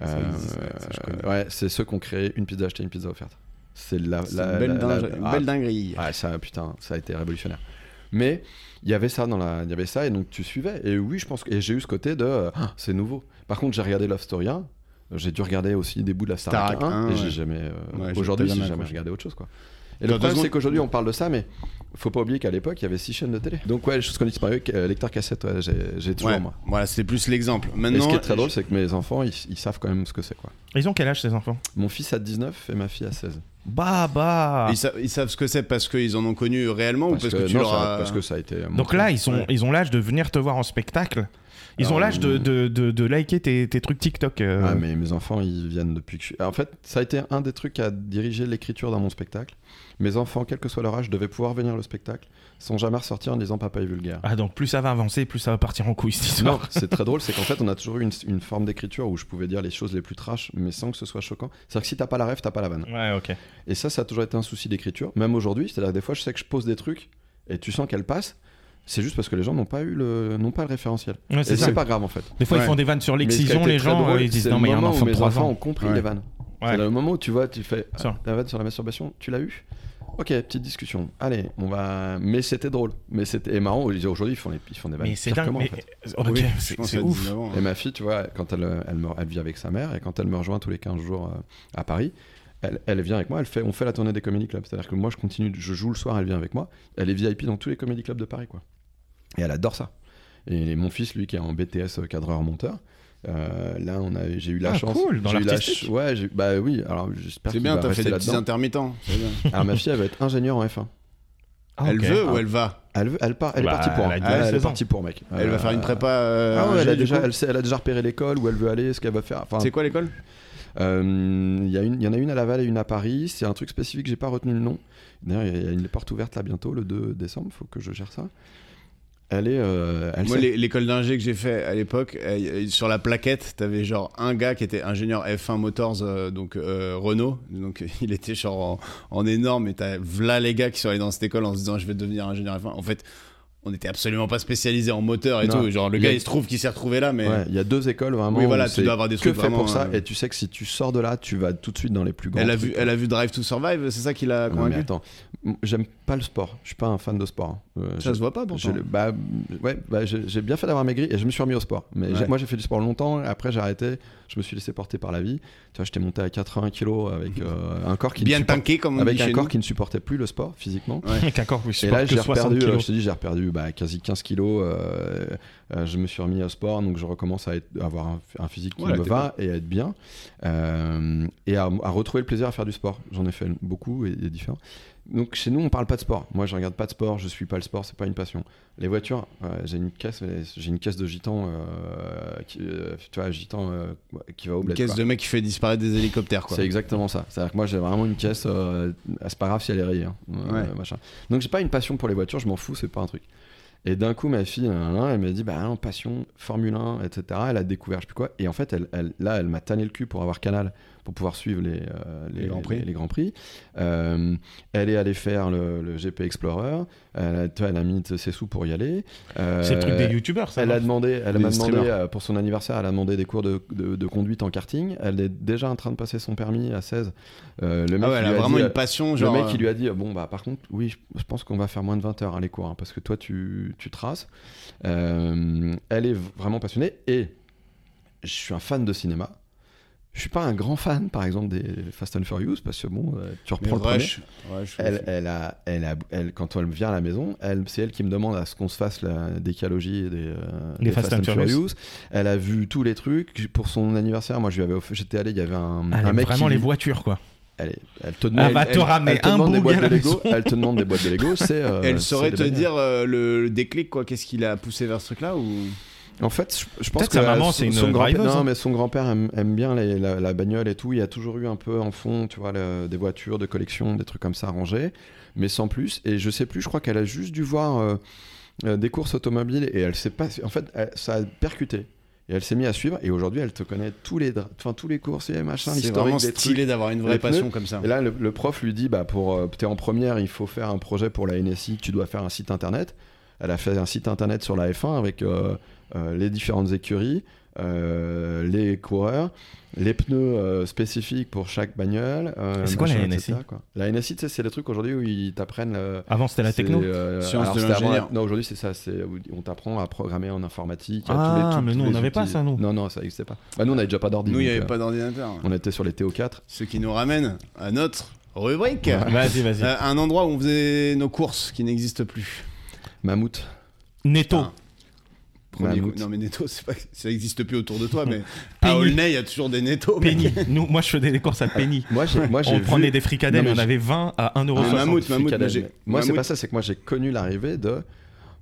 C: Ça
A: euh,
C: existe, ouais, ça, je connais.
A: ouais c'est ceux qui ont créé une pizza achetée une pizza offerte. C'est la,
C: C'est
A: la-
C: une belle,
A: la- la-
C: dingue- une
A: ah,
C: belle dinguerie.
A: ah, ça, putain, ça a été révolutionnaire. Mais il y avait ça dans la, il y avait ça et donc tu suivais. Et oui, je pense que et j'ai eu ce côté de, euh, Ah, c'est nouveau. Par contre, j'ai regardé Love Story 1. J'ai dû regarder aussi des bouts de la Star
C: Starac
A: 1,
C: un,
A: et j'ai
C: ouais.
A: jamais. euh,
C: Ouais, j'ai
A: Aujourd'hui,
C: jamais
A: j'ai jamais
C: accroché.
A: regardé autre chose quoi. Et le
C: Dans deux
A: problème,
C: secondes-
A: c'est qu'aujourd'hui, on parle de ça, mais faut pas oublier qu'à l'époque, il y avait six chaînes de télé. Donc ouais, les choses qui ont disparu, euh, lecteur cassette, ouais, j'ai j'ai toujours
C: Ouais.
A: moi.
C: Voilà, c'était plus l'exemple.
A: Et
C: Maintenant,
A: ce qui est très drôle, c'est que mes enfants, ils, ils savent quand même ce que c'est quoi.
B: Ils ont quel âge ces enfants
A: Mon fils a 19 et ma fille a 16.
B: Bah bah.
C: ils, sa- ils savent ce que c'est parce qu'ils en ont connu réellement ou Oh, parce que, tu
A: non,
C: leur
A: ça-
C: as.
A: parce Ah. que ça a été.
B: Donc
A: montré.
B: là, ils, sont,
C: Ouais.
B: ils ont l'âge de venir te voir en spectacle. Ils
A: Ah,
B: ont l'âge de,
A: oui.
B: de, de, de liker tes, tes trucs TikTok. euh.
A: Ah, mais mes enfants, ils viennent depuis que je suis. Ah, En fait, ça a été un des trucs à diriger l'écriture dans mon spectacle. Mes enfants, quel que soit leur âge, devaient pouvoir venir le spectacle sans jamais ressortir en disant papa est vulgaire.
B: Ah, donc plus ça va avancer, plus ça va partir en couille cette
A: Non,
B: histoire.
A: c'est très drôle, c'est
B: [laughs]
A: qu'en fait, on a toujours eu une, une forme d'écriture où je pouvais dire les choses les plus trash, mais sans que ce soit choquant. C'est-à-dire que si t'as pas la rêve, t'as pas la vanne.
B: Ouais, ok.
A: Et ça, ça a toujours été un souci d'écriture, même aujourd'hui. C'est-à-dire, des fois, je sais que je pose des trucs et tu sens qu'elles passent. C'est juste parce que les gens n'ont pas eu le, n'ont pas le référentiel.
B: Ouais,
A: Et
B: c'est ça.
A: c'est pas grave en fait.
B: Des fois,
C: Ouais.
B: ils font des vannes sur
A: Mais ce qui a
B: l'excision,
A: été
B: les
A: très
B: gens,
A: drôle,
B: euh, ils disent
A: c'est
B: non,
A: le
B: mais il y a un
A: moment où
B: enfant de
A: mes
B: 3
A: enfants
B: ans.
A: ont compris
C: Ouais.
A: les vannes.
B: Ouais.
A: C'est le moment où tu vois, tu fais ah,
B: Sûr.
A: la vanne sur la masturbation, tu l'as eu Ok, petite discussion. Allez, on va. Mais c'était drôle. Mais c'était et marrant. Aujourd'hui, ils font, les... ils font des vannes.
B: Mais c'est
A: pires que
B: dingue.
A: moi, Ah en fait.
B: mais- Ok,
C: Oui, je
B: c'est-
C: pense
B: c'est
C: à
B: ouf.
C: 19 ans. hein.
A: Et ma fille, tu vois, quand elle, elle, me- elle vit avec sa mère et quand elle me rejoint tous les 15 jours euh, à Paris, elle, elle vient avec moi. Elle fait, on fait la tournée des comedy clubs. C'est-à-dire que moi, je continue, je joue le soir, elle vient avec moi. Elle est VIP dans tous les comedy clubs de Paris, quoi. Et elle adore ça. Et mon fils, lui, qui est en BTS euh, cadreur-monteur, euh, là, on a, j'ai eu la
B: Ah,
A: chance.
B: cool, dans
A: j'ai eu la
B: l'artistique.
A: ch- Ouais, j'ai- bah oui. Alors j'espère.
C: C'est
A: qu'il
C: bien,
A: va
C: t'as fait
A: rester
C: des petits
A: là-dedans.
C: intermittents. c'est bien.
A: Alors ma fille, elle va être ingénieure en F1.
B: Ah,
C: Elle
B: ok.
C: veut ou
A: Ah.
C: elle va
A: Elle, veut- elle, part, elle
B: Bah,
A: est partie pour.
B: elle a
A: hein.
B: déjà
A: elle, est
B: 16 ans.
A: partie pour, mec.
C: Elle va
A: Euh,
C: faire une prépa.
A: Ah
C: euh,
A: ouais, elle, a
C: ingé, du
A: déjà,
C: coup
A: elle, sait- elle a déjà repéré l'école où elle veut aller, ce qu'elle va faire. Enfin,
C: C'est quoi l'école
A: euh, il y, a une- il y en a une à Laval et une à Paris. C'est un truc spécifique, j'ai pas retenu le nom. D'ailleurs, il y a- il y a une porte ouverte là bientôt, le 2 décembre. Faut que je gère ça. Elle est. euh, elle
C: Moi,
A: sait.
C: les- l'école d'ingé que j'ai fait à l'époque, euh, sur la plaquette, t'avais genre un gars qui était ingénieur F1 Motors, euh, donc euh, Renault. Donc [laughs] euh, il était genre en, en énorme et t'as v'là les gars qui sont allés dans cette école en se disant je vais devenir ingénieur F1. En fait, on n'était absolument pas spécialisé en moteur et
A: Non.
C: tout. Genre le
A: Il y
C: gars
A: a-
C: il se trouve qu'il s'est retrouvé là, mais
A: Ouais, il y a deux écoles vraiment.
C: Oui, voilà,
A: où
C: tu
A: c'est
C: dois avoir des
A: que
C: trucs
A: fait
C: vraiment,
A: pour ça.
C: euh,
A: Et tu sais que si tu sors de là, tu vas tout de suite dans les plus grands.
C: elle, a
A: trucs.
C: vu, elle a vu Drive to Survive, c'est ça qui
A: Non,
C: l'a
A: mais
C: convaincu
A: attends, M- j'aime pas le sport. Je suis pas un fan de sport. hein. Euh,
C: Ça
A: je-
C: se voit pas pourtant.
A: J'ai le- bah, ouais, bah, j'ai j'ai bien fait d'avoir maigri et je me suis remis au sport. Mais j'ai-
C: Ouais.
A: moi, j'ai fait du sport longtemps. Après, j'ai arrêté. Je me suis laissé porter par la vie. Tu vois, j'étais monté à 80 kilos avec
C: [laughs]
A: euh, un corps qui ne
C: Bien
A: supporte-
C: tanké comme on
A: avec
C: dit
A: un
C: chez
A: corps
C: nous.
A: qui ne supportait plus le sport physiquement.
B: [laughs] Avec un corps, oui,
A: Et là,
B: supporte que
A: j'ai
B: 60
A: reperdu, euh,
B: kilos.
A: je te dis, j'ai reperdu bah, quasi 15 kilos. euh, euh, je me suis remis au sport, donc je recommence à, être- à avoir un, un physique qui
C: Ouais,
A: me
C: t'es
A: va et à être bien. Euh, et à, à retrouver le plaisir à faire du sport. J'en ai fait beaucoup et, et différents. Donc chez nous, on parle pas de sport. Moi, je regarde pas de sport, je suis pas le sport, c'est pas une passion. Les voitures, euh, j'ai une caisse, j'ai une caisse de gitan, euh, qui, euh, tu vois, gitan euh, qui va au
C: Une
A: bled.
C: caisse
A: quoi.
C: de mec qui fait disparaître des hélicoptères quoi.
A: C'est exactement ça. C'est-à-dire que moi, j'ai vraiment une caisse. euh, c'est pas grave si elle est rayée. hein. Euh,
C: Ouais.
A: machin. Donc, j'ai pas une passion pour les voitures, je m'en fous, c'est pas un truc. Et d'un coup, ma fille, nan, nan, elle m'a dit, bah non, passion, Formule 1, etc. Elle a découvert, je sais plus quoi. Et en fait, elle, elle- là, elle m'a tanné le cul pour avoir Canal, pour pouvoir suivre les, euh, les,
C: Les Grands Prix.
A: les- les Grands Prix. Euh, elle est allée faire le, le GP Explorer. Elle a, tu vois, elle a mis de ses sous pour y aller. Euh,
B: C'est le truc des youtubeurs, ça.
A: elle
B: non
A: a demandé, elle
C: Des
A: m'a demandé
C: streamers.
A: euh, pour son anniversaire, elle a demandé des cours de, de- de conduite en karting. Elle est déjà en train de passer son permis à 16. Euh, le mec,
C: Ah
A: il
C: ouais, elle
A: lui
C: a
A: a
C: vraiment
A: dit, euh,
C: une passion,
A: le
C: genre. euh.
A: mec, il lui a dit Bon, bah, par contre, oui, je- je pense qu'on va faire moins de 20 heures hein, les cours, hein, parce que toi, tu, tu traces. Euh, elle est v- vraiment passionnée et je suis un fan de cinéma. Je suis pas un grand fan, par exemple, des Fast and Furious, parce que bon, euh, tu
C: Mais
A: reprends le premier.
C: Rush. Rush, oui.
A: Elle, elle a, elle a, elle, quand elle vient à la maison, elle, c'est elle qui me demande à ce qu'on se fasse la décalogie des, euh,
B: Des
A: des
B: Fast and Furious.
A: Elle a vu tous les trucs pour son anniversaire. Moi, je lui avais, offert- j'étais allé, il y avait un,
B: Ah, Elle
A: un
B: aime
A: mec
B: vraiment
A: qui,
B: les Ah, voitures, quoi.
A: Elle, est- elle te demande,
B: Elle va te ramener
A: elle te
B: un
A: demande des
B: beau
A: boîtes
B: gars
A: de
B: à la
A: Lego.
B: maison.
A: Elle te demande des boîtes de Lego. C'est. euh,
C: Elle
A: c'est
C: saurait
A: des
C: te
A: bagnoles.
C: dire euh, le, le déclic, quoi. Qu'est-ce qui l'a poussé vers ce truc-là ou...
A: En fait, je, je pense
B: Peut-être
A: que
B: sa maman,
A: euh,
B: c'est
A: son-
B: une
A: son grand-père-
B: driveuse,
A: Non,
B: hein.
A: mais son grand-père aime, aime bien les- la, la bagnole et tout. Il y a toujours eu un peu en fond, tu vois, le- des voitures de collection, des trucs comme ça rangés, mais sans plus. Et je sais plus. Je crois qu'elle a juste dû voir euh, euh, des courses automobiles et elle s'est pas. En fait, elle- ça a percuté. Et elle s'est mise à suivre. Et aujourd'hui, elle te connaît tous les, dra- enfin tous les coursiers, machin,
C: C'est
A: l'historique
C: vraiment
A: des trucs.
C: stylé d'avoir une vraie
A: Les
C: passion
A: pneus.
C: comme ça.
A: Et là, le, le prof lui dit bah, pour euh, t'es en première, il faut faire un projet pour la NSI, tu dois faire un site internet. Elle a fait un site internet sur la F1 avec euh, euh, les différentes écuries, euh, les coureurs, les pneus euh, spécifiques pour chaque bagnole. euh,
B: Et c'est quoi la
A: machin,
B: NSI?
A: etc., quoi. La NSI, tu sais, c'est le truc aujourd'hui où ils t'apprennent. euh,
B: Avant, c'était la
A: c'est,
B: techno.
A: euh,
C: Science
A: alors,
C: de
A: c'était avant la-
C: l'ingénieur.
A: Non, aujourd'hui, c'est ça. c'est où on t'apprend à programmer en informatique. à
B: Ah,
A: tous les- tous-
B: mais
A: tous
B: nous, on
A: les
B: n'avait pas
A: outils.
B: ça, nous.
A: Non, non, ça n'existait pas. Bah, nous, on n'avait déjà pas d'ordi.
C: Nous, il n'y
A: donc,
C: avait
A: euh,
C: pas d'ordinateur.
A: On était sur les TO4.
C: Ce qui nous ramène à notre rubrique.
B: Vas-y,
A: [laughs]
B: vas-y.
C: Euh, un endroit où on faisait nos courses qui n'existe plus.
A: Mammouth.
B: Netto.
A: Ah.
C: putain. Premier
A: Mammouth.
C: coup- Non mais Netto, c'est pas... ça n'existe plus autour de toi,
A: [laughs]
C: mais à
B: Penny.
C: Aulnay, il y a toujours des Netto. mec.
B: Penny. Nous, moi, je faisais des courses à Penny.
A: Moi, j'ai, moi, j'ai
B: On
A: vu-
B: prenait des fricadelles,
A: Non, mais
B: on
A: j'ai-
B: avait 20 à
C: Ah,
B: 1,60€.
C: mammouth, mammouth,
A: fricadelle.
C: mais j'ai-
A: Moi, c'est
C: mammouth.
A: pas ça, c'est que moi j'ai connu l'arrivée de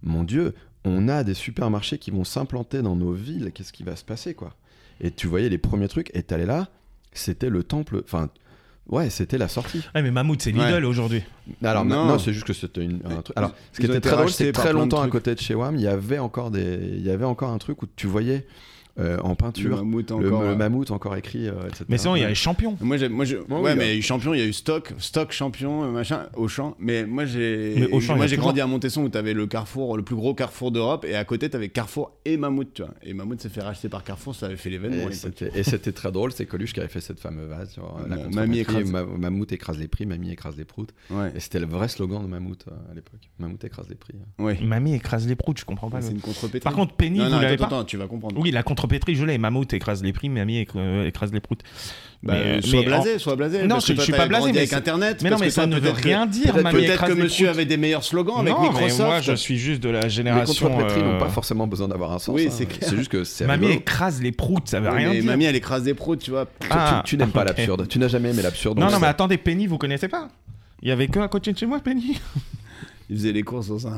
A: mon Dieu, on a des supermarchés qui vont s'implanter dans nos villes, qu'est-ce qui va se passer quoi Et tu voyais les premiers trucs, et t'allais là, c'était le temple, enfin, ouais, c'était la sortie.
B: Ouais, mais Mammouth, c'est Lidl aujourd'hui.
C: Ah,
A: Alors
C: Non.
A: maintenant, c'est juste que c'était une, un truc. Alors, ce
C: Ils
A: qui
C: ont
A: était
C: été
A: très drôle,
C: rachetés
A: c'est que
C: par
A: très
C: plein de
A: longtemps à
C: trucs.
A: côté de chez Wam, il y avait encore des, il y avait encore un truc où tu voyais euh, en
C: Le
A: peinture
C: mammouth
A: le,
C: encore.
A: le
C: là.
A: mammouth encore écrit, euh, etc.
B: Mais sinon, il y a les champions.
C: Moi, j'ai- moi, je-
A: oui,
C: ouais,
A: là.
B: hein.
C: mais il y a eu champion, il y a eu stock, stock champion, euh, machin, Auchan. Mais moi, j'ai,
B: Mais Auchan, il y
C: moi,
B: a
C: j'ai
B: toujours.
C: grandi à Montesson où t'avais le carrefour, le plus gros carrefour d'Europe, et à côté t'avais Carrefour et Mammouth, tu vois. Et Mammouth s'est fait racheter par Carrefour, ça avait fait l'événement.
B: Eh,
C: à
A: Et
C: l'époque.
A: c'était- Et c'était très drôle, c'est Coluche qui avait fait cette fameuse vase. sur, euh, la
C: Ma-
A: contre-
C: mamie écrase-
A: Ma- Mammouth écrase les prix, Mamie écrase les proutes.
C: Ouais.
A: Et c'était le vrai slogan de Mammouth euh, à l'époque. Mammouth écrase les prix.
C: Ouais.
B: Mamie écrase les proutes, je comprends pas.
C: C'est
B: le-
C: une contrepétrie.
B: Par contre, Penny,
C: non, non,
B: vous l'avez
C: attends,
B: pas
C: attends, tu vas comprendre.
B: Oui, la contrepétrie, je l'ai. Mammouth écrase les prix, Mamie écra- euh, écrase les proutes.
C: Bah,
B: Mais, euh,
C: sois
B: mais
C: blasé, sois blasé.
B: Non,
C: parce
B: je-
C: que toi,
B: je suis
C: t'avais
B: pas blasé,
C: grandi
B: mais
C: avec
B: c'est-
C: Internet.
B: Mais non,
C: parce
B: mais
C: que
B: ça
C: toi,
B: ne veut
C: peut-être que-
B: rien dire,
C: Peut-être
B: Mamie
C: peut-être
B: écrase
C: que
B: les
C: monsieur
B: proutes.
C: avait des meilleurs slogans avec
B: non,
C: Microsoft.
B: mais moi, je suis juste de la
A: Les
B: génération.
A: contrepétries
B: euh,
A: n'ont pas forcément besoin d'avoir un sens.
C: Oui,
A: hein.
C: c'est clair.
A: C'est juste que c'est
B: Mamie
A: rigolo.
B: écrase les proutes, ça veut
C: Ouais,
B: rien
C: mais
B: dire.
C: mamie, elle écrase des proutes, tu vois.
A: Tu-
B: Ah,
A: tu tu n'aimes pas
B: ok.
A: l'absurde. Tu n'as jamais aimé l'absurde.
B: Non,
A: donc
B: non, mais
A: c'est-
B: attendez, Penny, vous connaissez pas Il y avait que à côté de chez moi, Penny.
C: Il faisait les courses dans un.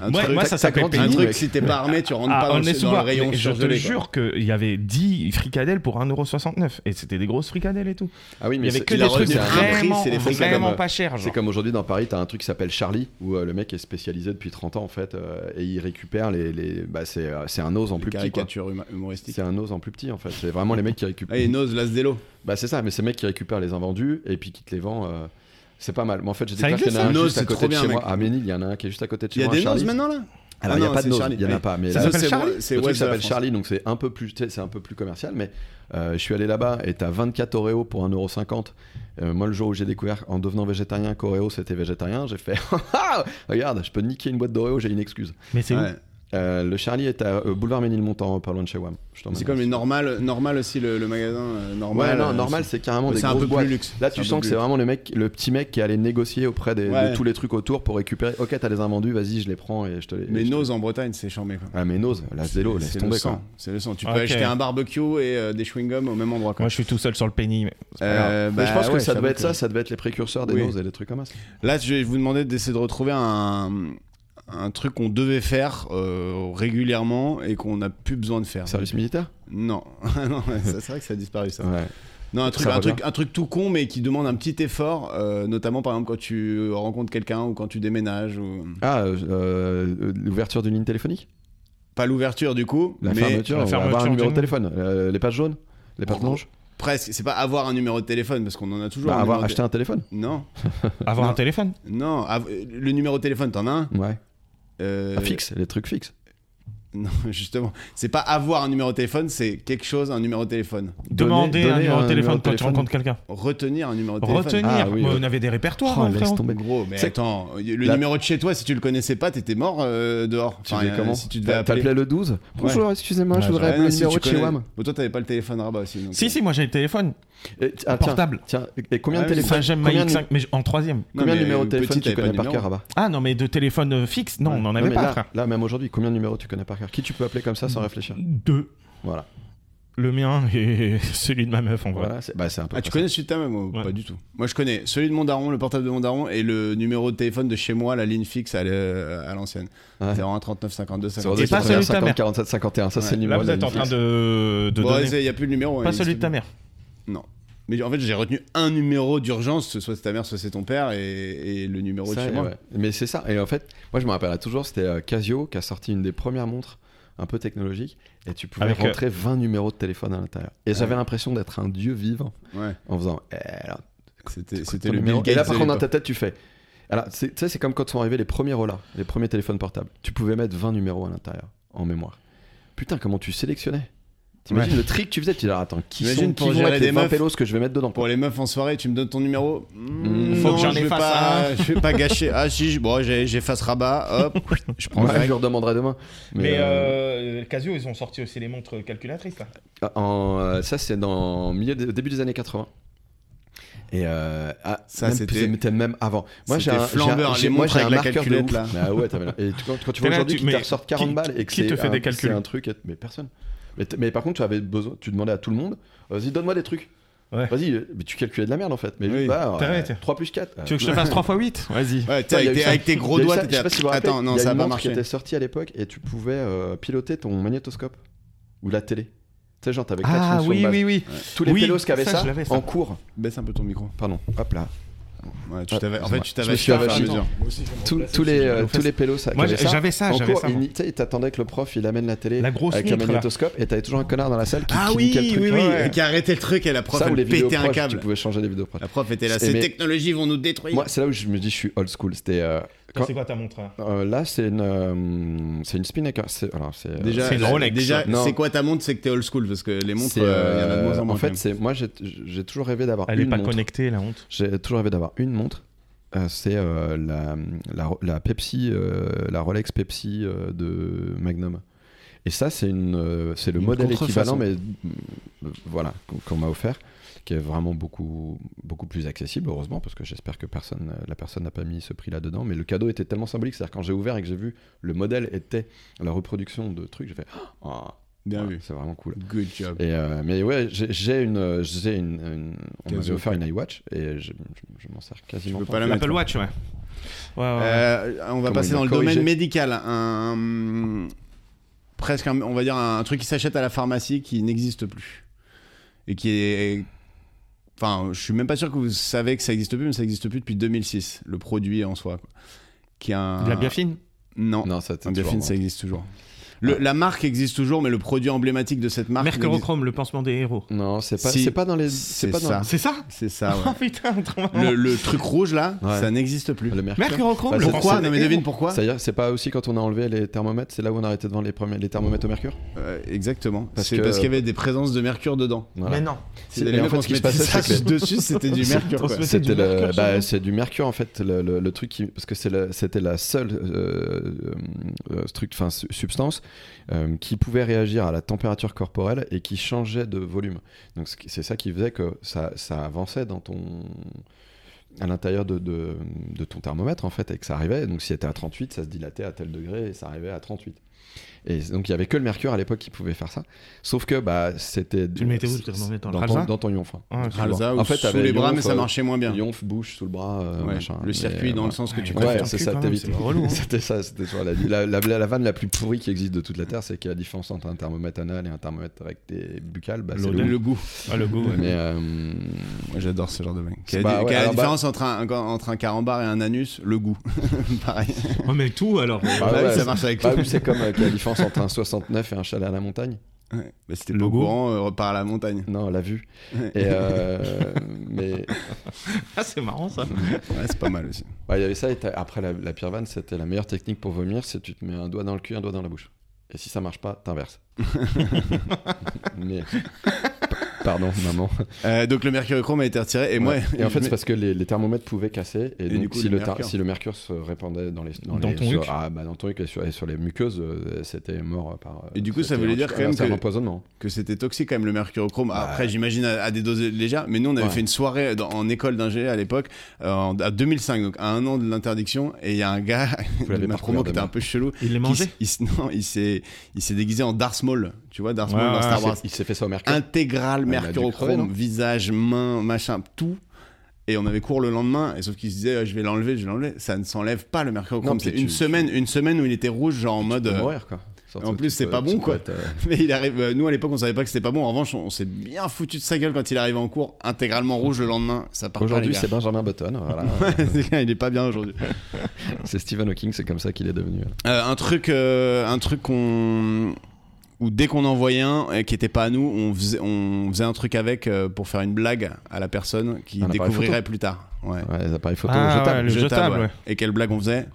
C: un
B: Moi-
C: truc-
B: moi, ça
A: t'as
B: s'appelle
A: grandi,
C: un
B: Penny.
C: truc,
A: mec.
C: si t'es pas armé, tu rentres
B: Ah,
C: pas dans,
B: on
C: le,
B: est
C: dans
B: souvent-
C: le rayon
B: mais Je te
C: surgelé, quoi.
B: jure qu'il y avait 10 fricadelles pour 1,69€. Et c'était des grosses fricadelles et tout.
A: Ah oui,
B: Il
A: mais
B: y avait
A: c'est-
B: que
A: il
B: des
A: a
B: trucs
A: refait un
C: prix,
A: truc.
B: vraiment,
C: c'est les fricadelles.
B: vraiment
A: Comme, euh,
B: pas chers.
A: C'est
B: genre.
A: comme aujourd'hui dans Paris, t'as un truc qui s'appelle Charlie, où euh, le mec est spécialisé depuis 30 ans en fait, euh, et il récupère les. les- bah, c'est euh, c'est un os en
C: Plus
A: plus petit. quoi.
C: caricature huma- humoristique.
A: C'est un os en plus petit en fait. C'est vraiment les mecs qui récupèrent.
C: Ah, et Nose Lasdello.
A: Bah c'est ça, mais ces mecs qui récupèrent les invendus et puis qui te les vendent, euh, c'est pas mal. Mais en fait, j'ai
B: Ça
A: découvert qu'il y en a
C: existe,
A: un
C: ça
A: juste
C: Nose,
A: à
C: c'est
A: côté
C: trop
A: de
C: bien,
A: chez
C: mec.
A: moi. À Ménil, il y en a un qui est juste à côté de chez
C: Il y a
A: moi.
C: des
A: Nose
C: Nose maintenant là
A: Alors
C: Ah
A: il n'y a
C: non,
A: pas de
C: c'est
A: Nose,
C: Charlie.
A: il y en
C: Oui.
A: a pas. Mais euh,
C: Ça
A: là,
C: s'appelle
A: c'est-
C: Charlie C'est
A: le truc
C: West de la
A: s'appelle
C: France.
A: Charlie, donc c'est un peu plus, tu sais, c'est un peu plus commercial. Mais euh, je suis allé là-bas et t'as 24 Oreo pour 1,50€. Euh, moi, le jour où j'ai découvert en devenant végétarien qu'Oreo c'était végétarien, j'ai fait [laughs] Ah, Regarde, je peux niquer une boîte d'Oreo, j'ai une excuse.
B: Mais c'est où
C: Ouais.
A: Euh, le Charlie est à euh, boulevard Ménilmontant, pas loin de chez WAM. Je t'emmène.
C: C'est comme les normal, normal aussi le, le magasin euh, normal.
A: Ouais, non,
C: euh,
A: normal, c'est carrément des
C: c'est un
A: grosses
C: peu
A: boîtes.
C: plus luxe.
A: Là, tu
C: un peu
A: sens que
C: plus
A: c'est
C: luxe.
A: vraiment le mec, le petit mec qui allait négocier auprès des-
C: Ouais.
A: de tous les trucs autour pour récupérer. Ok, t'as les invendus, vas-y, je les prends et je te les.
C: Mais
A: je te-
C: Nose en Bretagne, c'est chambé. quoi.
A: Ah, mais Nose, la zélo, laisse
C: C'est
A: tomber
C: le
A: quoi.
C: sang. C'est le sang. Tu peux
B: Ok.
C: acheter un barbecue et euh, des chewing-gums au même endroit. Quoi.
B: Moi, je suis tout seul sur le Penny. mais c'est pas grave.
C: Euh,
A: Mais
C: bah,
A: je pense que
C: ouais,
A: ça devait
C: j'avoue
A: être ça, ça devait être les précurseurs des
C: Oui.
A: Nose et des trucs comme ça.
C: Là, je vais vous demander d'essayer de retrouver un, un truc qu'on devait faire euh, régulièrement et qu'on n'a plus besoin de faire. [laughs]
A: Service militaire
C: Non, Non, ça, c'est vrai que ça a disparu ça.
A: Ouais.
C: Non, un truc,
A: Ça
C: un,
A: va
C: truc, un truc tout con, mais qui demande un petit effort, euh, notamment par exemple quand tu rencontres quelqu'un ou quand tu déménages. Ou...
A: Ah, euh, euh, l'ouverture d'une ligne téléphonique
C: Pas l'ouverture du coup,
A: La
C: mais
A: fermeture,
B: la
A: on va
B: fermeture
A: avoir un
B: en
A: numéro de
B: général.
A: téléphone. Euh, les pages jaunes Les pages
C: En gros,
A: blanches
C: presque. C'est pas avoir un numéro de téléphone parce qu'on en a toujours.
A: Bah,
C: un
A: avoir
C: numéro de-
A: acheté un téléphone
C: Non,
B: Avoir
A: Ah.
C: Non.
B: un téléphone.
C: non. av- Le numéro de téléphone, t'en as un
A: Ouais.
C: euh,
A: Ah, Fixe, les trucs fixes.
C: [laughs] Non, justement. C'est pas avoir un numéro de téléphone, c'est quelque chose, un numéro de téléphone.
B: Demander
A: donner
B: un numéro de téléphone
A: numéro de
B: quand tu rencontres quelqu'un.
C: Retenir un numéro de téléphone.
B: Retenir.
A: Ah oui,
B: Moi,
A: ouais.
B: On avait des répertoires,
A: Oh,
B: hein,
A: laisse
B: frérot.
A: tomber.
C: Gros, mais
A: C'est-
C: attends, le
A: La-
C: numéro de chez toi, si tu le connaissais pas, t'étais mort euh, dehors.
A: Tu
C: Enfin,
A: fais
C: euh,
A: comment
C: Si tu devais
A: T'a-
C: appeler.
A: T'appelais le 12 Bonjour, excusez-moi, je
B: Ouais,
A: voudrais
C: Ouais,
A: appeler
C: non,
A: le
C: si
A: numéro
C: tu
A: de chez
C: connais-
A: WAM.
C: Bon, toi, t'avais pas le téléphone rabat aussi. donc, euh,
B: Si, si, moi j'ai le téléphone
A: Et- ah, tiens,
B: portable.
A: Tiens, et combien de
C: Ouais,
A: téléphones
B: Ça, j'aime ma
A: combien de-
B: X5, mais en troisième.
C: Non,
A: Combien de
C: mais euh,
A: numéros de
C: petit,
A: téléphone tu
C: t'avais pas
A: connais
C: de
A: par
C: numéro.
A: cœur là-bas
B: Ah non, mais de téléphone euh, fixe, non, on n'en avait
A: mais
B: pas,
A: là,
B: frère.
A: là, même aujourd'hui, combien de numéros tu connais par cœur Qui tu peux appeler comme ça sans réfléchir
B: Deux.
A: Voilà.
B: Le mien et [laughs] celui de ma meuf, en vrai.
A: Voilà, c'est bah, c'est un peu.
C: Ah,
A: près
C: tu
A: ça.
C: connais celui de ta même
B: Ouais.
C: Pas du tout. Moi, je connais celui de mon daron, le portable de mon daron et le numéro de téléphone de chez moi, la ligne fixe à l'e- à l'ancienne.
A: Ouais.
C: 01 39 52
A: Ah. C'est vrai,
C: 52.
B: Et pas celui de ta
A: 50,
B: mère.
A: 47, 51, ça
C: Ouais.
A: c'est le
B: Là,
A: numéro.
B: vous êtes en train de, de
C: Bon,
B: donner.
C: il n'y a plus le numéro. hein,
B: Pas
C: il
B: celui
C: existe
B: de ta mère.
C: Mais en fait, j'ai retenu un numéro d'urgence, ce soit c'est ta mère, soit c'est ton père, et, et le numéro
A: Ça,
C: de chez moi.
A: ouais. Mais c'est ça. Et en fait, moi je me rappellerai toujours, c'était euh, Casio qui a sorti une des premières montres un peu technologique et tu pouvais
B: Avec, euh,
A: rentrer 20 numéros de téléphone à l'intérieur. Et j'avais l'impression d'être un dieu vivant
C: Ouais,
A: en faisant. Eh, là,
C: c'était
A: écoute
C: c'était
A: ton
C: le
A: numéro.
C: Bill
A: Et là
C: Gates
A: par
C: de
A: contre dans ta
C: l'époque.
A: tête tu fais. Alors, c'est- tu sais, c'est comme quand sont arrivés les premiers Rollers, les premiers téléphones portables. Tu pouvais mettre 20 numéros à l'intérieur en mémoire. Putain, comment tu sélectionnais T'imagines
B: Ouais.
A: le trick que tu faisais Tu dis, alors, attends, qui
C: T'imagines
A: sont qui
C: pour
A: vont
C: gérer
A: être les
C: des
A: 20
C: meufs
A: pélos que je vais mettre dedans
C: Pour les meufs en soirée, tu me donnes ton numéro
A: Mm,
C: Mm,
A: faut que
C: non,
B: j'en
C: je vais
B: efface
C: pas,
B: un.
C: Je vais pas gâcher. Ah si, je- bon, j'ai- j'efface rabat,
A: [laughs]
C: hop, je prends
A: Ouais,
C: direct.
A: je leur demanderai demain.
B: Mais
A: euh,
B: euh, Casio, ils ont sorti aussi les montres calculatrices, là.
A: En, euh, ça, c'est dans milieu de- début des années 80. Et euh, ah,
C: Ça,
A: même,
C: c'était-
A: c'était même avant. Moi, j'ai
C: C'était
A: un, j'ai un-
C: flambeur,
A: j'ai-
C: les
A: moi,
C: montres
A: j'ai
C: avec
A: un
C: la
A: marqueur de
C: calculette,
A: ouf.
C: là.
A: Ah ouais, t'avais la- Et tu- quand, quand tu vois
B: Mais là,
A: aujourd'hui
B: tu-
A: qu'ils te
B: mais
A: ressortent 40
B: qui-
A: balles et que
B: qui te
A: c'est
B: fait des
A: un-
B: calculs
A: c'est un truc, et- mais personne. Mais, t- mais par contre, tu avais besoin, tu demandais à tout le monde, vas-y, donne-moi des trucs.
B: Ouais.
A: Vas-y, euh, mais tu calculais de la merde en fait. Mais
C: Oui.
A: bah, alors,
B: T'arrêtes.
A: euh, 3 plus 4.
B: Tu veux que je te fasse 3 x 8 Vas-y.
C: Ouais, t'sais,
A: Putain, il y a
C: avec,
A: eu
C: tes,
A: ça.
C: avec tes
A: Il
C: gros
A: y a eu
C: doigts,
A: ça,
C: t'étais
A: je sais
C: là,
A: pas si vous vous rappelez,
C: Attends, non,
A: il y a
C: ça a
A: une
C: pas
A: montre qui
C: marché.
A: était sortie à l'époque et tu pouvais euh, piloter ton magnétoscope ou la télé. Tu sais, genre, t'avais quatre
B: Ah
A: fonctions de
B: oui,
A: base.
B: oui, oui.
A: Tous les
B: Oui,
A: pélos qui avaient
B: ça,
A: ça,
B: je l'avais, ça.
A: en cours.
C: Baisse un peu ton micro.
A: Pardon, hop là.
C: Ouais, tu
A: Ah,
C: t'avais- en fait,
A: excuse-moi.
C: tu
A: Je me
C: t'avais
A: suis
C: fait à
A: avachi.
C: mesure.
A: Tous, tous les, euh, tous les pélos qui
B: Moi,
A: avaient ça.
B: j'avais ça,
A: en
B: j'avais
A: cours,
B: ça.
A: ils ni- tu sais, ils t'attendaient que le prof il amène la télé
B: La grosse
A: avec
B: montre,
A: le
B: là.
A: magnétoscope et t'avais toujours un connard dans la salle qui
C: Ah
A: qui
C: oui,
A: niquait le
C: oui,
A: truc.
C: oui,
B: ouais.
C: et qui arrêtait le truc et la prof,
A: ça ou les
C: elle
A: vidéos
C: pétait un
A: proches, tu
C: câble. Ah
A: pouvais changer les vidéos proches.
C: La prof était là,
A: C'est-
C: ces
A: mais-
C: technologies vont nous détruire.
A: Moi, c'est là où je me dis je suis old school. C'était euh, quand-
B: C'est quoi ta montre là
A: euh, là, c'est une, euh, c'est une Spinnaker. C'est alors c'est euh,
C: Déjà,
B: C'est une
C: la-
B: Rolex.
C: Déjà,
A: Non.
C: c'est quoi ta montre C'est que t'es old school parce que les montres,
A: c'est,
C: il y en a de moins
A: euh,
C: en moins.
A: en fait, c'est moi j'ai j'ai toujours rêvé d'avoir
B: Elle est
A: Ah, une
B: pas
A: montre.
B: connectée, la honte.
A: J'ai toujours rêvé d'avoir une montre. Euh, c'est euh, la, la, la Pepsi, euh, la Rolex Pepsi euh, de Magnum. Et ça, c'est une, euh, c'est le
C: Une
A: modèle équivalent,
C: contrefaçon.
A: mais euh, voilà, qu'on qu'on m'a offert, qui est vraiment beaucoup, beaucoup plus accessible, heureusement, parce que j'espère que personne, euh, la personne n'a pas mis ce prix-là dedans. Mais le cadeau était tellement symbolique, c'est-à-dire quand j'ai ouvert et que j'ai vu le modèle était la reproduction de trucs, j'ai fait, [gasps] Ah,
C: bien
A: ouais,
C: vu.
A: c'est vraiment cool.
C: Good job.
A: Et euh, mais ouais, j'ai- j'ai une, euh, j'ai une, une- on m'avait
C: Casio.
A: offert une iWatch et je, je- je m'en sers quasiment
C: Tu peux pas la
B: L'Apple Watch, ouais. Ouais, ouais, ouais.
C: Euh, on va
A: Ah Comment
C: passer
A: il a
C: dans le
A: corrigé.
C: domaine médical. Un, presque, un- on va dire, un truc qui s'achète à la pharmacie qui n'existe plus. Et qui est. Enfin, je suis même pas sûr que vous savez que ça existe plus, mais ça existe plus depuis 2006, le produit en soi. quoi. Qui est un...
B: De La biafine
C: Non,
A: Non, ça
C: un
A: c'est Ah.
C: Biafine, ça
A: c'est
C: existe toujours. Le- La marque existe toujours, mais le produit emblématique de cette marque. n'existe-
B: Mercurochrome, le pansement des héros.
A: Non, c'est pas,
C: Si.
A: c'est pas dans les,
C: C'est
A: c'est pas dans
C: ça.
B: C'est ça
C: C'est ça,
B: [laughs]
A: [laughs]
B: Oh
C: ouais.
B: putain, trop marrant.
C: le, le truc rouge là,
A: Ouais.
C: ça n'existe plus.
A: le mercure.
B: Mercurochrome,
A: Bah,
B: le
A: c'est-
C: Pourquoi
B: pansement
C: Non, mais
B: des
C: devine
B: héros.
C: pourquoi
A: C'est-à-dire, c'est pas aussi quand on a enlevé les thermomètres, c'est là où on arrêtait de vendre les premiers, les thermomètres au mercure.
C: Euh, Exactement.
A: Parce
C: C'est
A: que-
C: parce qu'il y avait des présences de mercure dedans.
A: Voilà.
B: Mais non.
A: C'est- et en fait, ce qui se passait,
C: [laughs]
A: c'est que
C: dessus, c'était du mercure.
B: quoi. mettait
A: c'était
B: du
A: le-
B: mercure,
A: bah,
B: sûrement.
A: c'est du mercure en fait, le, le- le truc qui, parce que c'est le- c'était la seule euh, euh, truc, enfin su- substance euh, qui pouvait réagir à la température corporelle et qui changeait de volume. Donc ce qui- c'est ça qui faisait que ça, ça avançait dans ton à l'intérieur de, de- de ton thermomètre en fait et que ça arrivait donc si c'était à 38 ça se dilatait à tel degré et ça arrivait à 38 Et donc il y avait que le Mercure à l'époque qui pouvait faire ça. Sauf que bah c'était
B: Tu le mettais où, le thermomètre
A: dans,
B: Dans le
A: ton,
B: Ralsa
A: dans ton yonf. hein.
B: Ah,
A: Souvent.
C: Ralsa, ou
A: En fait,
C: sous
A: t'avais
C: les bras,
A: Yonf,
C: mais ça
A: euh,
C: marchait moins bien.
A: Yonf, bouche, sous le bras, euh,
C: Ouais,
A: machin.
C: le
A: Mais, euh,
C: circuit dans
A: voilà.
C: le sens que tu
B: Ouais,
C: préfères.
A: Ouais, c'est
B: cul,
A: ça,
B: quand même,
A: t'évites.
B: c'est relou, hein.
A: [laughs] C'était ça, c'était sur la, la, la, la vanne la plus pourrie qui existe de toute la Terre, c'est que la différence entre un thermomètre anal et un thermomètre recté buccal, bah, c'est le
B: L'odeur.
A: goût.
C: Le goût.
B: Ah,
A: [laughs]
B: le goût, ouais.
A: Mais euh,
C: [laughs] Moi, j'adore ce genre de mec. Quelle
A: Bah
C: est
A: ouais,
C: la
A: alors bah-
C: différence entre, un, entre un carambar et un anus Le goût. [laughs] Pareil.
B: Oh, mais tout alors.
A: Ah
C: Bah
A: ouais,
C: oui, ça
A: c'est-
C: marche avec
A: bah,
C: tout.
A: oui, c'est comme euh, quelle est la différence entre un 69 et un chalet à la montagne.
C: Ouais. Bah, c'était
B: Le
C: pas au
B: goût.
C: courant, euh, repart à la montagne.
A: Non, la vue.
C: Ouais.
A: Et euh,
C: [laughs]
A: mais
B: Ah, c'est marrant ça.
C: Ouais, c'est pas mal aussi.
A: Ouais, il y avait ça. Et t'as- après, la, la pire vanne, c'était la meilleure technique pour vomir c'est tu te mets un doigt dans le cul, un doigt dans la bouche. Et si ça marche pas,
C: [laughs]
A: t'inverses. [laughs] Mais. Pardon, maman.
C: Euh, donc le mercurochrome a été retiré et moi.
A: Ouais. et en fait,
C: je-
A: c'est parce que les, les thermomètres pouvaient casser. Et,
C: Et
A: donc,
C: du coup,
A: si,
C: le
A: le tar-
C: mercure.
A: si le mercure se répandait dans les.
B: Dans
A: les-
B: ton
A: sur,
B: huc.
A: ah, bah, dans ton huc et sur, et sur les muceuses, euh, c'était mort par. euh,
C: Et du coup, ça
A: c'était
C: voulait
A: un-
C: dire quand même
A: C'est un
C: que-
A: empoisonnement.
C: que c'était toxique quand même le mercurochrome.
A: Bah,
C: Après, j'imagine à, à des doses légères, mais nous on avait
A: Ouais.
C: fait une soirée dans- en école d'ingé à l'époque, euh, en à 2005, donc à un an de l'interdiction, et il y a un gars [laughs]
A: l'avez
C: de ma
A: pas
C: promo
A: recouvert
C: qui
A: de
C: était un
A: main.
C: peu chelou.
B: Il les
C: qui s-
B: mangeait.
C: il s- [laughs] non, il s'est il s'est déguisé en Darth Maul, tu vois, Darth
B: Ouais,
C: Maul dans
B: ouais,
A: Ah,
C: Star
A: c'est-
C: Wars.
A: il s'est fait ça au mercure.
C: Intégral
A: Ah, il a dû crever, non
C: mercurochrome, visage, main, machin, tout. Et on avait cours le lendemain, et sauf qu'il se disait euh, je vais l'enlever, je vais l'enlever. Ça ne s'enlève pas le mercurochrome.
A: Non,
C: C'est
A: puis
C: une
A: tu-
C: semaine, une semaine où il était rouge, genre en mode.
A: Tu peux
C: euh,
A: mourir, quoi. Surtout,
C: en plus,
A: tu
C: c'est
A: peux-
C: pas bon,
A: tu peux
C: quoi.
A: être, euh,
C: [laughs] Mais il arrive, euh, nous à l'époque on savait pas que c'était pas bon. En revanche, on, on s'est bien foutu de sa gueule quand il arrivait en cours, intégralement rouge le lendemain. Ça part pas,
A: Aujourd'hui,
C: les gars. [laughs]
A: c'est Benjamin Button. Voilà.
C: Ouais, il est pas bien aujourd'hui.
A: c'est Stephen Hawking, c'est comme ça qu'il est devenu.
C: Euh, un truc, euh, un truc qu'on, où dès qu'on envoyait un euh, qui était pas à nous, on faisait, on faisait un truc avec euh, pour faire une blague à la personne qui
A: Un appareil
C: découvrirait plus tard. Ouais.
A: Ouais, les appareils photo
B: Ah,
A: jetables.
B: ouais, le jetable, ouais.
C: Et quelle blague on faisait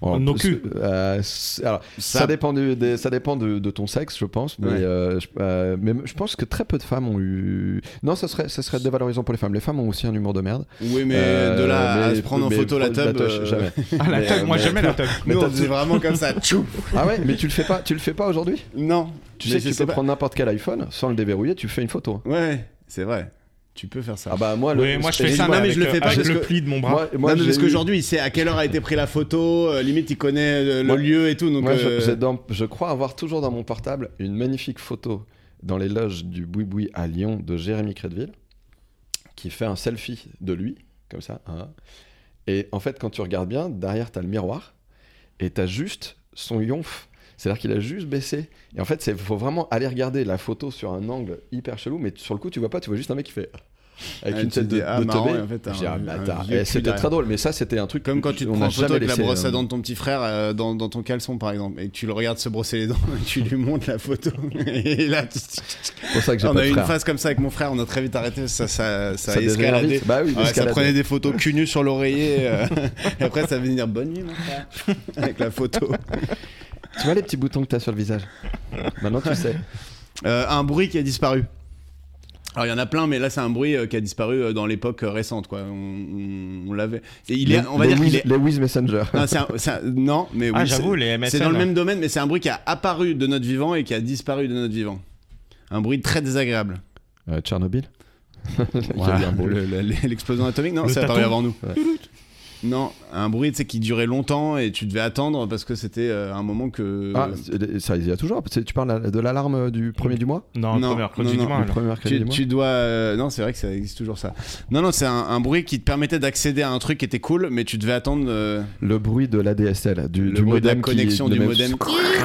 A: En
B: Nos
A: plus,
B: culs.
A: euh, c'est- alors, ça... dépend, du- des- ça dépend de, de ton sexe, je pense. Mais,
C: Ouais.
A: euh, je, euh, mais je pense que très peu de femmes ont eu. Non, ça serait, ça serait dévalorisant pour les femmes. Les femmes ont aussi un humour de merde.
C: Oui, mais
A: Euh,
C: de là à
A: mais-
C: se prendre en
A: mais
C: photo la
A: pro-
C: teub.
A: toche,
C: euh, [laughs]
A: jamais.
B: Ah, la
A: Mais,
B: tug,
A: euh,
B: moi
A: mais-
B: jamais la tug.
A: Mais
C: Nous,
A: t'as-
C: on faisait vraiment comme
A: [laughs]
C: ça. tchou.
A: Ah ouais, mais tu le fais pas, tu le fais pas aujourd'hui.
C: Non,
A: Tu
C: mais
A: sais
C: je
A: que tu peux
C: pas.
A: prendre n'importe quel iPhone sans le déverrouiller, tu fais une photo.
C: Ouais, c'est vrai. Tu peux faire ça.
A: Ah bah moi, le-
B: Oui, moi je fais
A: et
B: ça,
A: moi,
B: mais,
C: non, mais
B: avec,
C: je le
B: euh,
C: fais pas
B: avec
C: parce
B: le
C: que-
B: pli de mon bras.
A: Moi, moi,
C: non, mais parce
A: j'ai eu-
C: qu'aujourd'hui, il sait à quelle heure a été prise la photo, euh, limite il connaît euh, le
A: Moi-
C: lieu et tout. Donc,
A: Moi, je-
C: euh,
A: j'ai dans- je, crois avoir toujours dans mon portable une magnifique photo dans les loges du Boui-Boui à Lyon de Jérémy Crédville qui fait un selfie de lui, comme ça. hein. Et en fait, quand tu regardes bien, derrière, t'as le miroir et t'as juste son yonf. C'est-à-dire qu'il a juste baissé. Et en fait, il faut vraiment aller regarder la photo sur un angle hyper chelou, mais sur le coup, tu vois pas, tu vois juste un mec qui fait. Avec
C: Ah,
A: une
C: tu te
A: tête
C: dis,
A: de,
C: ah,
A: de
C: marrant,
A: teubé.
C: et en fait, t'as
A: Je dis,
C: un-
A: ah,
C: un
A: bâtard.
C: vieux
A: Et
C: cul
A: C'était
C: derrière.
A: très drôle, mais ça, c'était un truc.
C: Comme quand tu te
A: on
C: prends
A: a
C: en photo
A: jamais
C: avec la
A: laissé,
C: brosse à
A: euh,
C: dents de ton petit frère euh, dans, dans ton caleçon, par exemple, et que tu le regardes se brosser les dents, [laughs] et tu lui montres la photo. [laughs] et là, tu-
A: C'est pour ça que j'ai
C: on
A: pas
C: a
A: de
C: eu une
A: frère.
C: phase comme ça avec mon frère, on a très vite arrêté, parce que ça, ça, ça,
A: Ça dégénère
C: escaladait.
A: vite. Bah oui,
C: Ouais, ça
A: d'escalader.
C: prenait des photos cul nu sur l'oreiller, euh, [laughs] et après ça venait dire bonne nuit,
A: [laughs]
C: mon frère, avec la photo.
A: Tu vois les petits boutons que t'as sur le
C: [laughs]
A: visage Maintenant tu sais.
C: Euh, un bruit qui a disparu. Alors il y en a plein, mais là c'est un bruit euh, qui a disparu euh, dans l'époque euh, récente, quoi. On, on- on l'avait. Et il est,
A: Les-
C: on va
A: les
C: dire qu'il
A: Wiz-
C: est. Ah.
A: Les Wiz Messenger.
C: Non, c'est un- c'est un- non, mais
B: Ah,
C: oui,
B: j'avoue,
C: c'est-
B: les MSN.
C: c'est dans le même domaine, mais c'est un bruit qui a apparu de notre vivant et qui a disparu de notre vivant. Un bruit très désagréable.
A: Euh, Tchernobyl. [laughs] Il y a eu
C: Voilà,
A: un bruit.
C: le- le- L'explosion atomique, non,
B: Le
C: c'est apparu
B: tâton.
C: avant nous.
A: Ouais.
C: Non, un bruit tu sais, qui durait longtemps et tu devais attendre parce que c'était euh, un moment que.
A: Ah, c'est- ça il y a toujours. C'est- Tu parles de l'alarme du premier du mois
B: Non,
C: Non,
B: non, première
C: non,
B: du
C: non.
B: mois.
A: Le
B: alors.
A: premier mercredi
C: Tu,
A: du mois
C: tu dois. euh, non, c'est vrai que ça existe toujours ça. Non, non, c'est un, un bruit qui te permettait d'accéder à un truc qui était cool, mais tu devais attendre. euh,
A: Le bruit de l'ADSL, du,
C: Le
A: du
C: bruit de la
A: modem qui-
C: connexion
A: le
C: du
A: même-
C: modem.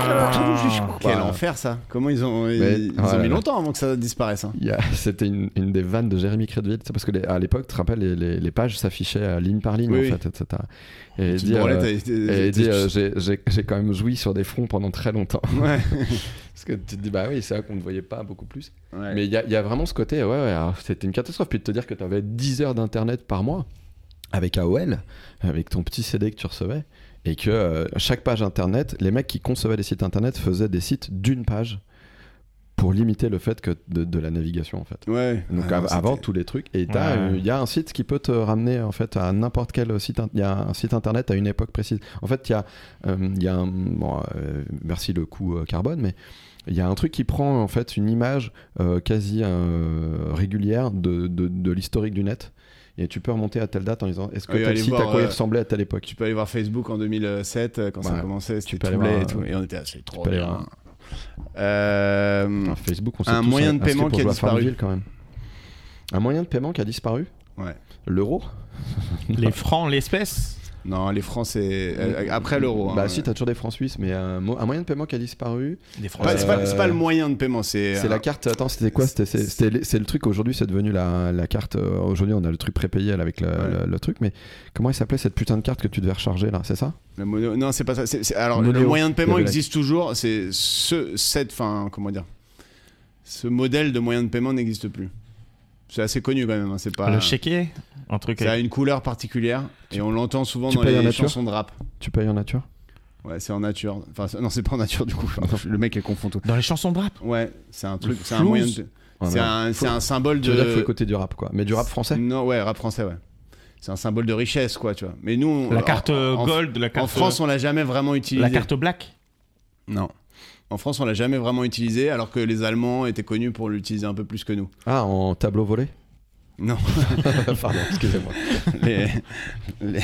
B: Ah.
C: Quel
A: Bah,
C: enfer ça Comment ils ont. Ils,
A: Mais-
C: ils
A: ouais,
C: ont mis
A: ouais.
C: longtemps avant que ça disparaisse. hein.
A: Il y a- [laughs] C'était une, une des vannes de Jérémy Crédville. C'est parce que les- à l'époque, tu te rappelles, les, les- les pages s'affichaient euh, ligne par ligne
C: Oui, oui.
A: en fait, etc. Et
C: Tu te
A: dire,
C: branlais,
A: euh,
C: t'as- t'as-
A: et
C: t'as-
A: dire, euh, j'ai- j'ai j'ai quand même joui sur des fronts pendant très longtemps. [laughs]
C: Ouais.
A: Parce que tu te dis, bah oui, c'est vrai qu'on ne voyait pas beaucoup plus.
C: Ouais.
A: Mais il y, a- il y a vraiment ce côté, ouais, ouais, alors, c'était une catastrophe. Puis de te dire que tu avais 10 heures d'internet par mois avec AOL, avec ton petit CD que tu recevais, et que euh, chaque page internet, les mecs qui concevaient les sites internet faisaient des sites d'une page pour limiter le fait que de, de la navigation en fait.
C: Ouais.
A: Donc
C: Ah,
A: av-
C: non,
A: avant
C: c'était-
A: tous les trucs, et t'as,
B: Ouais.
A: euh, il y a un site qui peut te ramener en fait à n'importe quel euh, site. in- Il y a un site internet à une époque précise. En fait, il y a, euh, il y a un- bon, euh, merci le coût euh, carbone, mais il y a un truc qui prend en fait une image euh, quasi euh, régulière de, de- de l'historique du net et tu peux remonter à telle date en disant est-ce que
C: Oui,
A: tel
C: allez
A: site à
C: voir,
A: quoi il
C: euh,
A: ressemblait à telle époque
C: Tu peux aller voir Facebook en 2007 euh, quand ça
A: Ouais.
C: commençait, c'était
A: peux
C: tout
A: aller
C: laid
A: voir,
C: et tout.
A: euh,
C: Et on était là, c'est trop
A: peux aller
C: bien.
A: voir.
C: Euh,
A: Enfin, Facebook, on s'est
C: un
A: tous
C: moyen de
A: inscrits
C: paiement
A: pour
C: qui a
A: jouer à
C: disparu.
A: Farmville, quand même. Un moyen de paiement qui a disparu
C: Ouais.
A: L'euro
B: Les francs, l'espèce
C: Non, les francs, c'est euh, après l'euro. hein.
A: Bah si, t'as toujours des francs suisses, mais un, mo- un moyen de paiement qui a disparu.
B: Des francs.
C: Pas- c'est pas,
A: Euh,
C: c'est pas le moyen de paiement, c'est
A: C'est la carte. Attends, c'était quoi C'était- C'est c'était le- c'est le truc aujourd'hui, c'est devenu la, la carte. euh, Aujourd'hui, on a le truc prépayé là, avec la-
C: Ouais.
A: la- le truc, mais comment il s'appelait cette putain de carte que tu devais recharger là C'est ça
C: Le mono- Non, c'est pas ça. c'est- c'est- Alors, le
A: Monéo.
C: moyen de paiement
A: Le
C: existe toujours. C'est ce, cette, enfin, comment dire, ce modèle de moyen de paiement n'existe plus. C'est assez connu quand même. hein, C'est pas.
A: Ah,
B: Le chéquier Un truc.
C: Ça a une couleur particulière et on l'entend souvent
A: tu
C: dans
A: payes en
C: les
A: nature
C: chansons de rap.
A: Tu payes en nature
C: Ouais, c'est en nature. Enfin, c'est- non, c'est pas en nature du coup. Le mec est confond tout.
B: Dans les chansons de rap
C: Ouais, c'est un truc,
B: Le
C: c'est un
B: flouze.
C: moyen de.
A: Ouais,
C: C'est
A: non.
C: un, c'est
A: Faut-
C: un symbole
A: Tu veux dire qu'il faut
C: de.
A: écouter du rap quoi Mais du rap français
C: Non, ouais, rap français, ouais. C'est un symbole de richesse, quoi, tu vois. Mais nous, on-
B: La
C: en-
B: carte
C: en, en-
B: gold, la carte.
C: En France, on l'a jamais vraiment utilisé.
B: La carte black
C: Non. En France, on l'a jamais vraiment utilisé, alors que les Allemands étaient connus pour l'utiliser un peu plus que nous.
A: Ah,
C: [laughs]
A: en tableau volé
C: Non.
A: [laughs] Pardon, excusez-moi.
C: Les- les-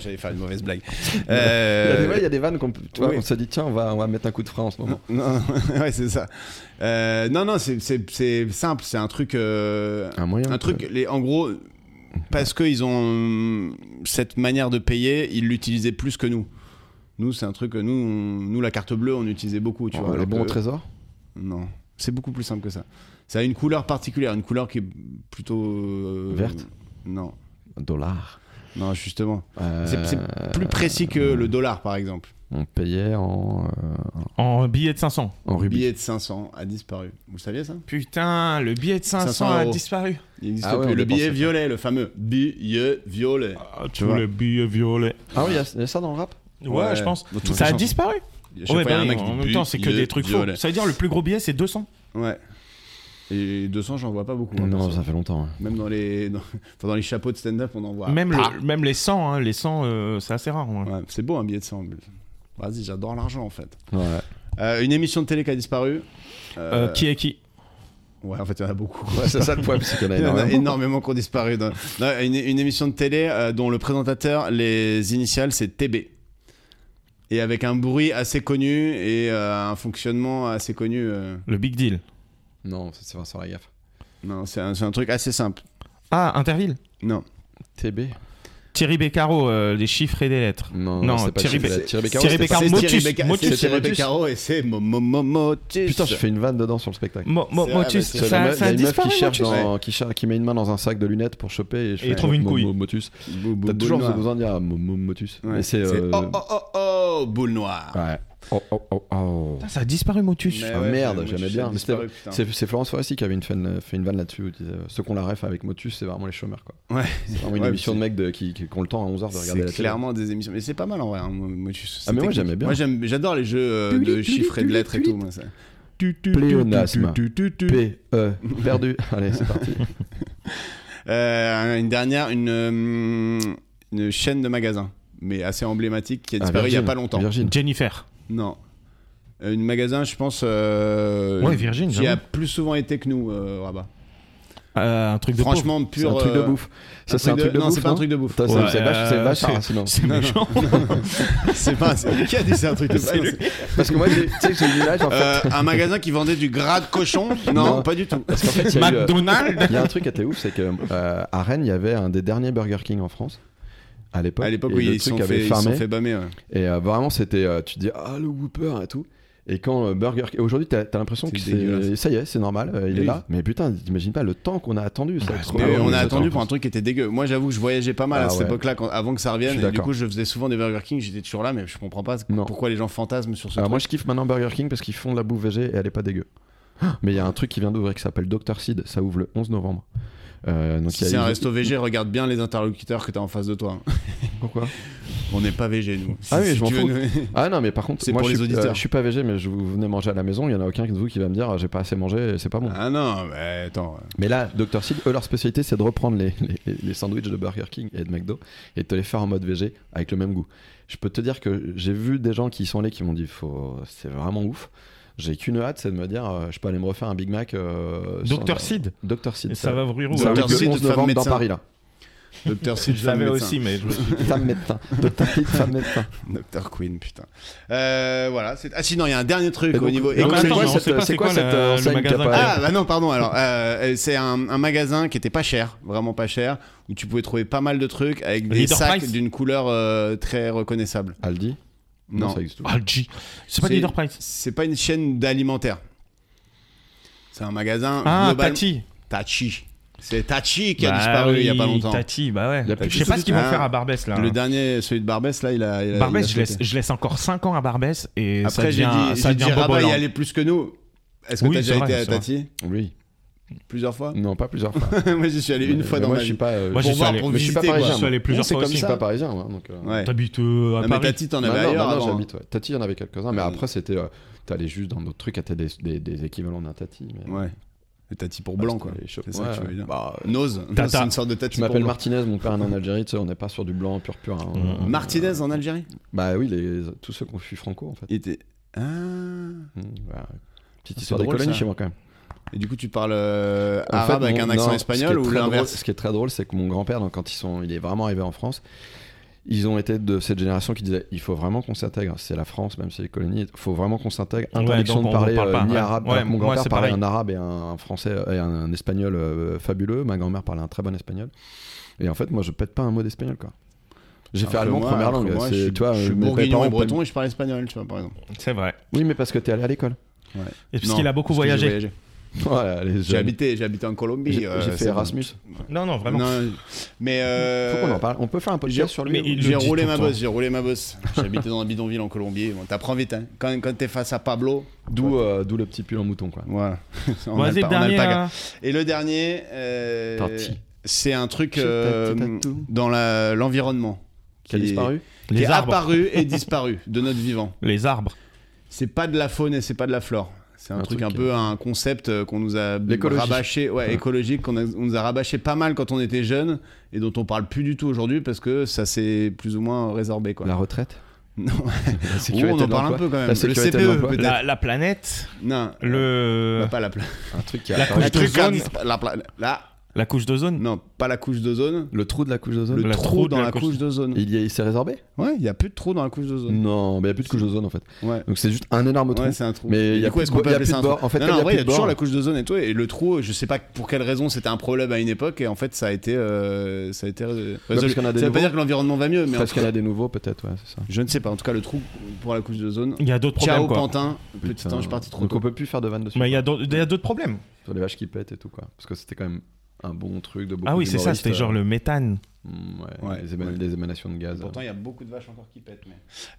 C: J'allais faire une mauvaise
A: [laughs]
C: blague. Euh,
A: Il y a des- ouais, il y a des vannes qu'on peut- tu vois,
C: oui.
A: on se dit tiens, on va, on va mettre un coup de frein en ce moment.
C: [laughs] Non, ouais, c'est ça. Euh, non, non, c'est- c'est c'est simple. C'est un truc. euh,
A: Un moyen.
C: un
A: de-
C: truc. Les, en gros, parce qu'ils ont euh, cette manière de payer, ils l'utilisaient plus que nous. Nous, c'est un truc. que Nous, on- nous, la carte bleue, on utilisait beaucoup. Tu
A: Oh,
C: vois,
A: les
C: alors
A: bons au
C: que-
A: trésor
C: Non. C'est beaucoup plus simple que ça. Ça a une couleur particulière, une couleur qui est plutôt. euh,
A: Verte
C: Non.
A: Dollars.
C: Non, justement.
A: Euh,
C: C'est- c'est plus précis que le dollar, par exemple.
A: On payait en, euh,
B: en billet de 500.
A: en
C: Le
A: rubis.
C: billet de 500 a disparu. Vous le saviez ça
B: Putain, le billet de 500,
C: 500
B: a
C: euros.
B: disparu.
C: Il n'existe
A: Ah ouais,
C: plus.
A: on
C: Le
A: dépensait
C: billet
A: pas.
C: violet, le fameux billet violet.
B: tu
C: vois.
B: le billet violet.
A: Ah oui, il y, a- il y a ça dans le rap
B: Ouais,
C: Ouais.
B: je pense.
C: Dans toutes
B: ça a
C: les chansons.
B: disparu.
C: Je sais
B: Ouais,
C: pas, il y a
B: bah
C: un
B: oui,
C: mec qui
B: en
C: dit
B: même temps, c'est que
C: billet
B: des trucs
C: violet.
B: faux. Ça veut dire le plus gros billet, c'est 200.
C: Ouais. Et 200, j'en vois pas beaucoup. hein,
A: Non,
C: perso.
A: ça fait longtemps. ouais.
C: Même dans les, dans, [laughs] enfin, dans les chapeaux de stand-up, on en voit.
B: Même,
C: Ah.
B: le, même les 100, hein, les 100, euh, c'est assez rare. ouais.
C: Ouais, c'est beau un billet de 100. Vas-y, j'adore l'argent en fait.
A: Ouais.
C: Euh, une émission de télé qui a disparu.
B: Euh,
C: Euh,
B: qui est qui
C: Ouais, en fait, il y en a beaucoup.
A: [laughs] c'est ça le problème, c'est qu'il y en a
C: Il y en a
A: énormément.
C: énormément qui ont disparu. dans- Non, une, une émission de télé euh, dont le présentateur, les initiales, c'est TB. Et avec un bruit assez connu et euh, un fonctionnement assez connu. euh,
B: Le big deal.
A: Non, ça, c'est Vincent Lagaffe.
C: Non, c'est un, c'est un truc assez simple.
B: Ah, Interville
C: Non.
A: TB
B: Thierry Beccaro, euh, des chiffres et des lettres.
A: Non,
B: Non,
A: c'est pas Thierry
B: Thierry
C: Beccaro.
A: Bah, Thierry Beccaro.
B: Thierry
A: c'était pas-
B: Beccaro.
C: C'est
B: Motus,
C: Thierry Becca-
B: Motus,
C: c'est Thierry
A: Motus.
C: Beccaro et c'est Mo- Mo- Mo- Motus.
A: Putain, je fais une vanne dedans sur le spectacle.
B: Mo- Mo-
C: C'est-
B: Motus,
C: ah bah,
A: C'est la
B: ça,
A: meuf-
B: ça a
A: il y a une meuf qui
B: disparu.
A: cherche,
C: Motus.
A: dans- qui, cher- qui met une main dans un sac de lunettes pour choper et, je
B: Et
A: fais,
B: il trouve une
A: Mo-
B: couille.
A: Mo- Motus.
C: Bou- bou-
A: T'as
C: boule
A: toujours
C: noire.
A: besoin de dire Mo- Mo- Motus.
C: Ouais.
A: Mais c'est.
C: C'est
A: euh,
C: Oh oh oh oh boule noire.
A: Ouais. Oh oh oh oh.
B: Putain, Ah, ça a disparu, Motus.
C: Mais
A: Ah,
C: ouais,
A: merde,
C: Motus
A: j'aimais
C: a
A: bien. Mais
C: disparu,
A: c'était-
C: putain.
A: C'est c'est Florence Foresti qui avait une fan- fait une vanne là-dessus. où disait, euh, Ceux qu'on la ref avec Motus, c'est vraiment les chômeurs. quoi.
C: Ouais.
A: C'est vraiment une
C: Ouais,
A: émission
C: mais
A: de mecs de- qui, qui, qui ont le temps à 11h de
C: C'est
A: regarder la télé.
C: clairement des émissions, mais c'est pas mal en vrai. hein, Mo- Motus. C'est
A: Ah, mais moi,
C: technique.
A: j'aimais bien.
C: Moi j'aime- j'adore les jeux euh, de chiffres et de lettres et tout. moi, ça.
A: Pléonasme. P, E, perdu. [laughs] Allez, c'est parti.
C: Euh, une dernière, une, euh, une chaîne de magasins, mais assez emblématique qui a
A: Ah,
C: disparu il y a
A: Virgin,
C: pas longtemps.
A: Virgin.
B: Jennifer.
C: Non. Euh, Une magasin, je pense, euh,
B: Ouais, Virgin,
C: qui
B: j'avoue.
C: a plus souvent été que nous, euh, Rabat.
B: Euh, un truc de pauvre.
C: Franchement,
A: C'est
C: pur.
A: un truc de
C: euh,
A: bouffe. Ça, c'est un truc de
C: Non,
A: bouffe.
C: c'est pas un truc de bouffe.
A: Putain,
B: Ouais,
A: c'est- C'est vache, c'est
B: euh,
A: vache,
B: c'est-
A: hein, sinon.
B: C'est
C: Non, non.
B: méchant.
C: C'est pas. c'est- Qui a dit c'est un
A: [laughs]
C: truc de bouffe
B: C'est
C: Ah, non,
B: lui.
C: c'est-
A: [laughs] Parce que moi, j'ai- tu sais, j'ai une image en fait.
C: Euh, un magasin qui vendait du gras de
A: [laughs]
C: cochon non,
A: Non.
C: pas du tout.
A: Parce qu'en fait, il y a eu, euh,
C: [laughs]
B: McDonald's
A: il y a un truc qui était ouf, c'est que euh, à Rennes, il y avait un des derniers Burger King en France. À l'époque,
C: À l'époque
A: Et
C: où
A: le
C: ils se
A: truc
C: sont
A: avait
C: fait, ils se
A: fermé.
C: sont fait bâmer. ouais.
A: Et euh, vraiment, c'était. euh, tu te dis, ah, le Whooper et tout. Et quand euh, Burger King. Aujourd'hui, t'as as, l'impression
C: C'est
A: que
C: dégueulasse.
A: c'est. Ça y est, c'est normal, euh, il
C: Oui.
A: est là. Mais putain, t'imagines pas le temps qu'on a attendu. Ça, va être trop Ah
C: Mais
A: long,
C: on a
A: ça.
C: attendu pour un truc qui était dégueu. Moi, j'avoue que je voyageais pas mal
A: Ah
C: à cette
A: ouais.
C: époque-là, quand- avant que ça
A: Je
C: revienne.
A: suis
C: Et du
A: d'accord.
C: coup, je faisais souvent des Burger King. J'étais toujours là, mais je comprends pas
A: Non.
C: pourquoi les gens fantasment sur ce
A: Alors moi
C: truc.
A: je kiffe maintenant Burger King parce qu'ils font de la bouffe végé et elle est pas dégueu.
C: Ah.
A: Mais il y a un truc qui vient d'ouvrir qui s'appelle Dr Seed, ça ouvre le 11 novembre. Euh, donc
C: Si
A: il y a-
C: c'est un
A: ils-
C: resto VG, regarde bien les interlocuteurs que t'as en face
A: [laughs]
C: de toi.
A: Pourquoi
C: On n'est pas VG, nous.
A: Ah oui,
C: Si
A: je m'en
C: tu veux
A: fous.
C: nous-
A: Ah non mais par contre,
C: C'est
A: moi
C: pour
A: je,
C: les
A: suis,
C: auditeurs.
A: euh, je suis pas végé mais je vous venez manger à la maison, il y en a aucun de vous qui va me dire ah, j'ai pas assez mangé, c'est pas bon.
C: Ah non, mais attends. euh,
A: Mais là, Dr Seed, eux leur spécialité c'est de reprendre les, les- les sandwichs de Burger King et de McDo et de te les faire en mode végé avec le même goût. Je peux te dire que j'ai vu des gens qui y sont allés qui m'ont dit faut c'est vraiment ouf. J'ai qu'une hâte, c'est de me dire, euh, je peux aller me refaire un Big Mac. Euh, sans-
B: Dr. Sid.
A: Dr Seed.
B: Et ça va ouvrir où
A: Ça
C: Dr.
A: ouvre
B: alors
A: le
C: Seed,
A: 11
C: femme
A: novembre dans
C: médecin.
A: Paris là. [laughs]
C: euh, Docteur
B: Je
C: Sid,
B: savais
C: femme médecin.
B: aussi, mais je me suis dit-
A: Femme médecin. Docteur Pete, femme médecin.
C: Docteur Queen, putain. Euh, voilà. c'est- Ah, sinon, il y a un dernier truc
A: Et
C: au
A: donc-
C: niveau.
A: et donc,
B: Mais
A: c'est
B: attends,
A: quoi
B: on
A: cette-
B: sait pas
A: c'est
B: c'est
A: quoi
B: quoi
A: cette
B: le-
A: euh,
B: le
A: enseigne qui a
B: magasin
A: pas-
C: Ah bah non pardon alors euh, c'est un, un magasin qui était pas cher vraiment pas cher où tu pouvais trouver pas mal de trucs avec des
B: Leader
C: sacs
B: Price
C: d'une couleur euh, très reconnaissable
A: Aldi
C: non,
A: ça existe toujours.
B: Ah, le G. C'est pas
C: C'est-
B: Leader Price.
C: c'est pas une chaîne d'alimentaire c'est un magasin
B: Ah,
C: global-
B: Tati.
C: Tachi c'est Tachi qui a
B: Bah
C: disparu il y a pas
B: oui,
C: longtemps
B: Tati, bah ouais.
A: Il y a plus
B: Je sais
A: de
B: pas ce qu'ils vont
C: Ah.
B: faire à Barbès là.
C: le dernier celui de Barbès là il a, il a- Euh, il a
B: Barbès, je
C: sauté.
B: laisse, je laisse encore 5 ans à Barbès et ça
C: après j'ai
B: devient,
C: dit,
B: ça
C: j'ai dit
B: devient
C: Rabat y
B: bobolant.
C: allait plus que nous est-ce que
B: Oui,
C: t'as
B: c'est
C: déjà
B: vrai,
C: été à
B: c'est vrai.
C: Tati
A: Oui.
B: [laughs]
C: plusieurs fois
A: Non, pas plusieurs fois.
C: moi j'y suis allé une
A: Mais-
C: fois
A: mais
C: dans
A: moi,
C: ma
A: je suis
C: vie
A: pas. euh, bon,
B: Moi, j'y
C: pour
B: suis
C: voir
B: allé-
C: pour
A: mais je suis pas
C: visiter quoi.
A: parisien.
B: Je suis allé plusieurs
A: Bon, c'est
B: fois
A: comme
B: aussi,
A: je suis pas
B: ça.
A: parisien. moi, donc, euh,
C: Ouais.
B: T'habites euh, à
C: Non, Ah, mais
B: Paris
C: Tati, t'en
A: Non,
C: avais
A: Ah, Bah non,
C: ailleurs.
A: non,
C: avant.
A: j'habite. ouais. Tati, il y en avait quelques-uns, mais
C: Ouais.
A: après, c'était. euh, T'allais juste dans d'autres trucs, t'as des, des, des équivalents d'un Tati. Mais...
C: hein. Ouais. Le tati pour blanc, quoi.
A: Les chopes,
C: C'est ça
A: Ah, ouais.
C: que tu veux dire.
A: Bah, euh,
C: Nose.
B: Tata.
C: C'est une sorte de tati
A: tu
C: pour
A: m'appelles
C: blanc.
A: Martinez, mon père est né en Algérie, tu sais, on n'est pas sur du blanc pur pur. hein.
B: Mm.
C: Martinez en Algérie
A: Bah oui, les- tous ceux qui ont fui Franco, en fait.
C: Il était. Ah.
A: Mm, bah, Petite
C: C'est
A: histoire des
C: drôle,
A: colonies
C: ça.
A: chez moi, quand même.
C: Et du coup, tu parles euh,
A: En
C: arabe
A: fait,
C: avec
A: mon-
C: un accent
A: non, ce
C: espagnol
A: qui est
C: ou
A: très drôle-
C: l'inverse
A: Ce qui est très drôle, c'est que mon grand-père, donc, quand ils sont, il est vraiment arrivé en France, ils ont été de cette génération qui disait il faut vraiment qu'on s'intègre. C'est la France, même si c'est les colonies, il faut vraiment qu'on s'intègre.
B: Ouais,
A: Interdiction
B: donc
A: de
B: on
A: parler
B: parle
A: euh,
B: pas,
A: ni
B: ouais.
A: arabe.
B: Ouais,
A: Alors que mon
B: moi,
A: grand-père
B: c'est
A: parlait
B: pareil.
A: un arabe et un français et un, un espagnol euh, fabuleux. Ma grand-mère parlait un très bon espagnol. Et en fait, moi, je pète pas un mot d'espagnol, quoi. J'ai fait
C: Alors que
A: allemand
C: moi,
A: première
C: alors que
A: langue.
C: moi,
A: c'est-
C: je suis-
A: tu vois,
C: je suis
A: mes
C: bourguignon
A: parents
C: et
A: peuvent-
C: breton et je parle espagnol, tu vois, par exemple.
B: C'est vrai.
A: Oui, mais parce que t'es allé à l'école. [laughs]
B: Et parce
C: Non,
B: qu'il a beaucoup
C: parce que j'ai
B: voyagé.
A: Voilà, les
C: J'ai
A: jeunes.
C: habité, j'ai habité en Colombie.
A: J'ai
C: euh,
A: j'ai fait
C: c'est bon.
A: Erasmus.
B: Non, non, vraiment.
C: Non, mais. euh,
A: Faut qu'on en parle. On peut faire un
C: j'ai-
A: podcast sur lui. hein.
B: mais il-
C: J'ai
B: le dit
C: roulé
B: tout
C: ma
B: le temps.
C: bosse, j'ai roulé ma bosse. J'habitais dans un bidonville en Colombie. Bon, T'apprends vite, hein. Quand, quand t'es face à Pablo,
A: D'où euh, d'où le petit pull en mouton, quoi.
C: voilà. [laughs] En
B: Vas-y, euh, le
C: alpa- en
B: dernier. hein.
C: alpaga.
B: là.
C: Et le dernier, euh,
A: Tati.
C: c'est un truc
A: Petit
C: euh,
A: tati tatou.
C: dans la- l'environnement
A: Qui a hum, disparu
C: qui
B: Les
C: est
B: arbres.
C: apparu
B: [laughs]
C: et disparu de notre vivant.
B: Les arbres.
C: C'est pas de la faune et c'est pas de la flore. C'est un,
A: Un
C: truc,
A: truc,
C: un peu un concept euh, qu'on nous a
A: L'écologie.
C: rabâché, ouais,
A: Ouais.
C: écologique, qu'on a- on nous a rabâché pas mal quand on était jeune et dont on parle plus du tout aujourd'hui parce que ça s'est plus ou moins résorbé quoi.
A: La retraite
C: [laughs] Non, Oh,
A: La
C: on
A: de
C: en parle un
A: l'emploi.
C: peu quand même.
A: La
C: Le
A: sécurité de
C: CPE
A: l'emploi.
C: peut-être.
B: La, la planète.
C: Non,
B: Le... Ah,
C: bah, pas la pla-
A: Un truc qui a
B: La
A: apparu.
B: couche
C: Un truc qui a
B: d'ozone.
C: dispa- la pla- Là,
B: La couche d'ozone.
C: non, pas la couche d'ozone.
A: Le trou de la couche d'ozone
C: Le
B: La
C: trou
B: trou de
C: dans
B: la
C: la
B: couche-
C: couche d'ozone.
A: Il y a- il s'est résorbé
C: Ouais, il n'y a plus de trou dans la couche d'ozone.
A: Non, mais il n'y a plus de couche d'ozone en fait.
C: Ouais.
A: Donc c'est juste un énorme Mm. trou.
C: Ouais, c'est un trou.
A: Mais il
C: Et
A: y a
C: du coup,
A: plus
C: est-ce
A: de
C: qu'on
A: bo-
C: peut
A: il y a
C: appeler
A: plus
C: ça
A: de
C: un
A: bord.
C: trou
A: En fait,
C: non,
A: il y
C: non,
A: a
C: en vrai,
A: plus
C: il y a
A: de
C: toujours
A: bord.
C: la couche d'ozone et tout. Et le trou, je sais pas pour quelle raison, c'était un problème à une époque et en fait, ça a été, euh, ça a été résolu.
A: parce qu'il y en a
C: ça
A: des
C: veut pas
A: nouveaux.
C: dire que l'environnement va mieux, mais en
A: Parce
C: tout
A: qu'il y en
C: cas,
A: a des nouveaux peut-être, ouais, c'est ça.
C: je ne sais pas. En tout cas, le trou pour la couche d'ozone.
B: Il y a d'autres
C: Ciao
B: problèmes, quoi.
C: Pantin, petit
A: Putain.
C: ange parti trop
A: Donc on
C: tôt.
A: peut plus faire de vannes dessus.
B: Mais il y a d'autres il y a d'autres problèmes.
A: Sur les vaches qui pètent et tout quoi. Parce que c'était quand même un bon truc de beaucoup
B: Ah oui, c'est ça,
A: d'humoristes,
B: c'était genre
A: euh,
B: le méthane.
A: mm, ouais,
C: Ouais,
A: les éman-
C: ouais.
A: les émanations de gaz.
C: Pourtant, il y a beaucoup de vaches encore qui pètent. mais-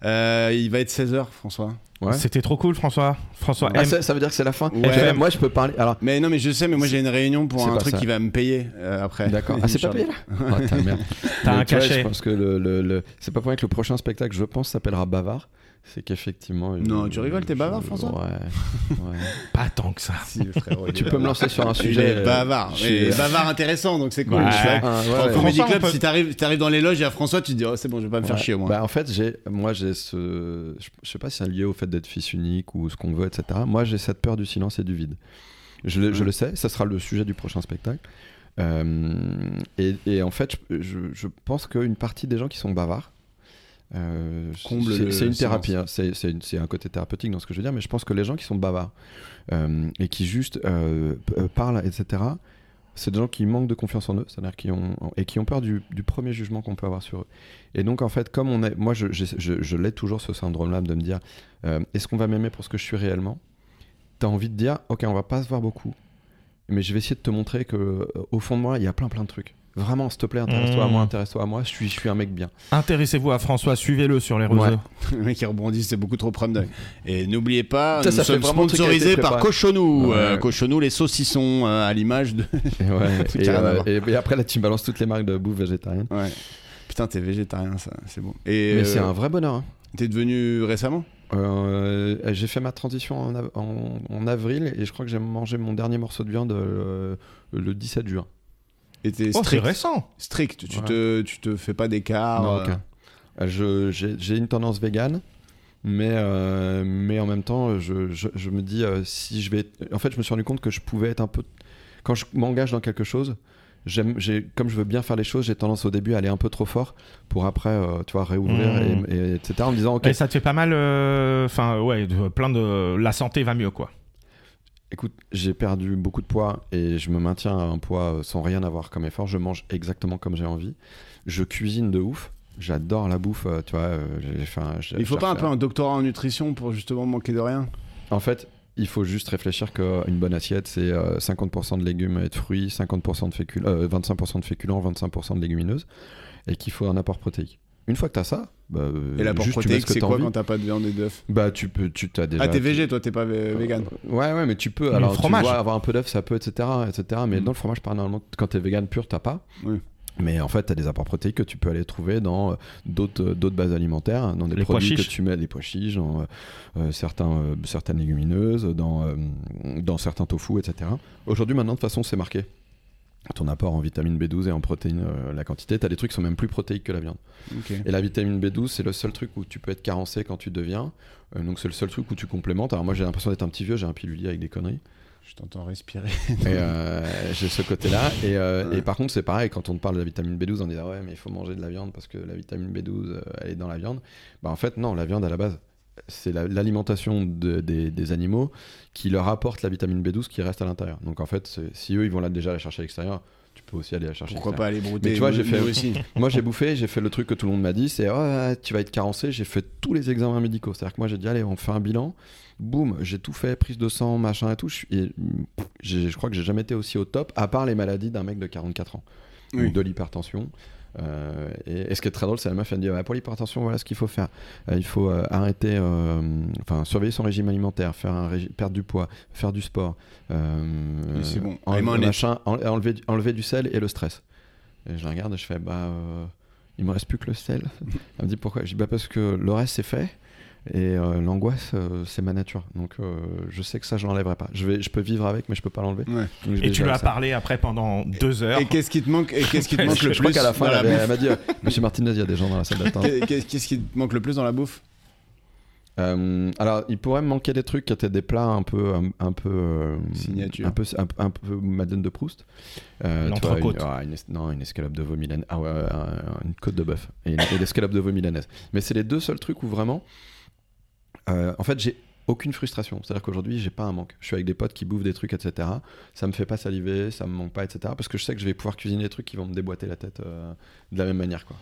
C: Euh, il va être 16h, François.
A: Ouais.
B: C'était trop cool, François. François
A: Ah,
B: M.
A: ça, ça veut dire que c'est la fin.
C: Ouais.
A: Tu vois, Moi je peux parler. Alors
C: Mais non, mais je sais, mais moi j'ai une réunion pour
A: C'est
C: un
A: pas
C: truc
A: ça.
C: qui va me payer euh, après.
A: D'accord. Ah, c'est pas payé là [laughs] Oh, ta merde.
B: T'as
A: Mais
B: un
A: tu vois,
B: cachet.
A: je pense que le, le- le- c'est pas pour rien que le prochain spectacle, je pense, s'appellera Bavard. C'est qu'effectivement. il-
C: Non, tu rigoles, t'es bavard,
A: je-
C: François
A: Ouais.
C: [laughs]
A: ouais.
B: Pas tant que ça.
C: Si, frérot, il
A: tu
C: est
A: peux me
C: bavard.
A: lancer sur un
C: Il
A: sujet.
C: est
A: euh,
C: bavard.
A: je
C: mais
A: suis-
C: Bavard intéressant, donc c'est cool.
B: Ouais.
C: Je suis
A: Ah, ouais,
C: En
A: ouais.
C: Comedy
B: François, on
C: Club,
B: peut-
C: si t'arrives t'arrives dans les loges et à François, tu te dis, oh, c'est bon, je vais pas me faire
A: Ouais.
C: chier, moi.
A: Bah, en fait, j'ai, moi, j'ai ce. Je je sais pas si c'est lié au fait d'être fils unique ou ce qu'on veut, etc. Moi, j'ai cette peur du silence et du vide. Je le, je
C: Ouais.
A: le sais, ça sera le sujet du prochain spectacle. Euh, et, et en fait, je, je, je pense qu'une partie des gens qui sont bavards. euh,
C: Comble
A: c'est,
C: le
A: c'est une
C: silence.
A: thérapie, hein. c'est, c'est une- c'est un côté thérapeutique dans ce que je veux dire, mais je pense que les gens qui sont bavards euh, et qui juste euh, p- euh, parlent, etc., c'est des gens qui manquent de confiance en eux, c'est-à-dire qui ont et qui ont peur du, du premier jugement qu'on peut avoir sur eux. Et donc en fait, comme on est, moi je, je, je- je l'ai toujours ce syndrome-là de me dire, euh, est-ce qu'on va m'aimer pour ce que je suis réellement T'as envie de dire, ok, on va pas se voir beaucoup, mais je vais essayer de te montrer que euh, au fond de moi, il y a plein plein de trucs. Vraiment, s'il te plaît, intéresse-toi à
B: Mmh.
A: moi, intéresse-toi à moi. Je suis, je suis un
C: [laughs]
A: mec bien.
B: Intéressez-vous à François, suivez-le sur les réseaux. Oh,
A: Ouais.
C: [laughs] Le mec qui rebondit, c'est beaucoup trop prom d'œil. Et n'oubliez pas,
A: Ça,
C: nous
A: ça fait
C: sommes
A: vraiment le truc qui a été
C: sponsorisés par
A: préparé.
C: Cochonou. Euh,
A: Ouais.
C: Cochonou, les saucissons, euh, à l'image de. [laughs]
A: Et, ouais,
C: Tout
A: et,
C: carrément.
A: euh, et- et après là, tu me balances toutes les marques de bouffe végétarienne.
C: Ouais. Putain, t'es végétarien, ça, c'est bon. Et
A: Mais
C: euh,
A: c'est un vrai bonheur. hein.
C: t'es devenu récemment
A: Euh, j'ai fait ma transition en, av- en- en avril et je crois que j'ai mangé mon dernier morceau de viande euh, le 17 juin.
C: Et t'es
B: Oh, c'est
C: strict.
B: récent.
C: strict, tu,
A: Ouais.
C: te, tu te fais pas d'écart.
A: Non,
C: euh,
A: aucun. Euh, je- J'ai j'ai une tendance végane, mais, euh, mais en même temps, je, je- je me dis euh, si je vais. En fait, je me suis rendu compte que je pouvais être un peu. Quand je m'engage dans quelque chose, j'aime- j'ai- comme je veux bien faire les choses, j'ai tendance au début à aller un peu trop fort pour après, euh, tu vois, réouvrir,
B: Mmh.
A: et, et etc. En me disant, ok,
B: Et ça te fait pas mal. euh, Enfin, ouais, de- plein de. La santé va mieux, quoi.
A: écoute, j'ai perdu beaucoup de poids et je me maintiens à un poids euh, sans rien avoir comme effort. Je mange exactement comme j'ai envie. Je cuisine de ouf. J'adore la bouffe, euh, tu vois. euh, j'ai- enfin, j'ai-
C: Il faut
A: j'ai
C: pas un
A: refait-
C: peu un doctorat en nutrition pour justement manquer de rien
A: En fait, il faut juste réfléchir qu'une bonne assiette, c'est euh, 50% de légumes et de fruits, 50% de fécul- euh, 25% de féculents, 25% de légumineuses, et qu'il faut un apport protéique. Une fois que t'as ça, bah, euh,
C: Et l'apport
A: juste tu mets ce
C: protéique,
A: que
C: c'est
A: t'as
C: quoi
A: envie.
C: quand t'as pas de viande et d'œufs
A: Bah tu peux, tu t'as déjà. Euh,
C: Ah, t'es végé, toi, t'es pas vé- vegan.
A: Ouais, ouais, mais tu peux.
B: Mais
A: alors,
B: le
A: tu
B: fromage.
A: vois, avoir un peu d'œuf, ça peut, etc. etc. mais
C: Mm.
A: dans le fromage, pas normalement, quand t'es vegan pur, t'as pas.
C: Oui.
A: Mais en fait, t'as des apports protéiques que tu peux aller trouver dans euh, d'autres euh, d'autres bases alimentaires, dans des
B: Les pois
A: produits que
B: chiches.
A: tu mets, des pois chiches, dans euh, euh, certains, euh, certaines légumineuses, dans, euh, dans certains tofu, etc. Aujourd'hui, maintenant, de toute façon, c'est marqué. Ton apport en vitamine B12 et en protéines, euh, la quantité, t'as des trucs qui sont même plus protéiques que la viande.
C: Ok.
A: Et la vitamine B12, c'est le seul truc où tu peux être carencé quand tu deviens. Euh, donc c'est le seul truc où tu complémentes. Alors moi j'ai l'impression d'être un petit vieux, j'ai un pilulier avec des conneries.
C: Je t'entends respirer.
A: [laughs] Et,
C: [laughs]
A: euh, j'ai ce côté-là. Et, euh,
C: Ouais.
A: et par contre c'est pareil, quand on te parle de la vitamine B12, on dit ah ouais mais il faut manger de la viande parce que la vitamine B12 euh, elle est dans la viande. Bah en fait non, la viande à la base c'est la- l'alimentation de- des, des animaux qui leur apporte la vitamine B12 qui reste à l'intérieur. Donc en fait c'est- si eux ils vont là déjà la chercher à l'extérieur, tu peux aussi aller la chercher à
C: Pourquoi
A: l'extérieur.
C: pas aller brouter
A: Mais tu vois,
C: nous-
A: j'ai fait- [laughs]
C: nous aussi.
A: Moi, j'ai bouffé, j'ai fait le truc que tout le monde m'a dit, c'est Ah, tu vas être carencé. J'ai fait tous les examens médicaux. C'est-à-dire que moi, j'ai dit allez, on fait un bilan. Boum, j'ai tout fait, prise de sang, machin et tout. Je, suis- et, mm, pff, j'ai- je crois que j'ai jamais été aussi au top, à part les maladies d'un mec de 44 ans,
C: Oui.
A: Ou de l'hypertension. Euh, et, et ce qui est très drôle, c'est la meuf elle me dit Ah, pour l'hypertension, voilà ce qu'il faut faire. Euh, il faut euh, arrêter, euh, enfin surveiller son régime alimentaire, faire un régi- perdre du poids, faire du sport, euh,
C: Mais c'est bon.
A: enle-
C: Et moi, on est-
A: machin, en- enlever, du- enlever du sel et le stress. Et je la regarde et je fais bah euh, il me reste plus que le
C: [laughs]
A: sel. Elle me dit pourquoi Je dis bah parce que le reste c'est fait et euh, l'angoisse euh, c'est ma nature. Donc euh, je sais que ça je l'enlèverai pas. Je vais, je peux vivre avec mais je peux pas l'enlever.
C: Ouais.
A: Donc, je vais
B: Et tu
A: gérer
B: lui as
A: ça.
B: parlé après pendant deux heures.
C: Et qu'est-ce qui te manque Et qu'est-ce qui
A: [laughs]
C: te
A: Je,
C: manque le
A: je crois
C: plus
A: qu'à la fin,
C: dans
A: elle avait-
C: bouffe
A: elle m'a dit euh, Monsieur Martinez, il y a des gens dans la salle
C: [laughs]
A: d'attente.
C: Qu'est- qu'est- Qu'est-ce qui te manque le plus dans la bouffe
A: Euh, alors, il pourrait me manquer des trucs qui étaient des plats un peu, un, un peu, euh,
C: Signature.
A: un peu, un, un peu Madeleine de Proust. Euh, tu vois,
B: L'entrecôte.
A: une- ah, une es- non, une escalope de veau milanaise. Ah ouais, ouais, ouais, une côte de bœuf et, une- et l'escalope de veau milanaise. Mais c'est les deux seuls trucs où vraiment, euh, en fait, j'ai aucune frustration. C'est-à-dire qu'aujourd'hui, j'ai pas un manque. Je suis avec des potes qui bouffent des trucs, etc. Ça me fait pas saliver, ça me manque pas, etc. Parce que je sais que je vais pouvoir cuisiner des trucs qui vont me déboîter la tête euh, de la même manière, quoi.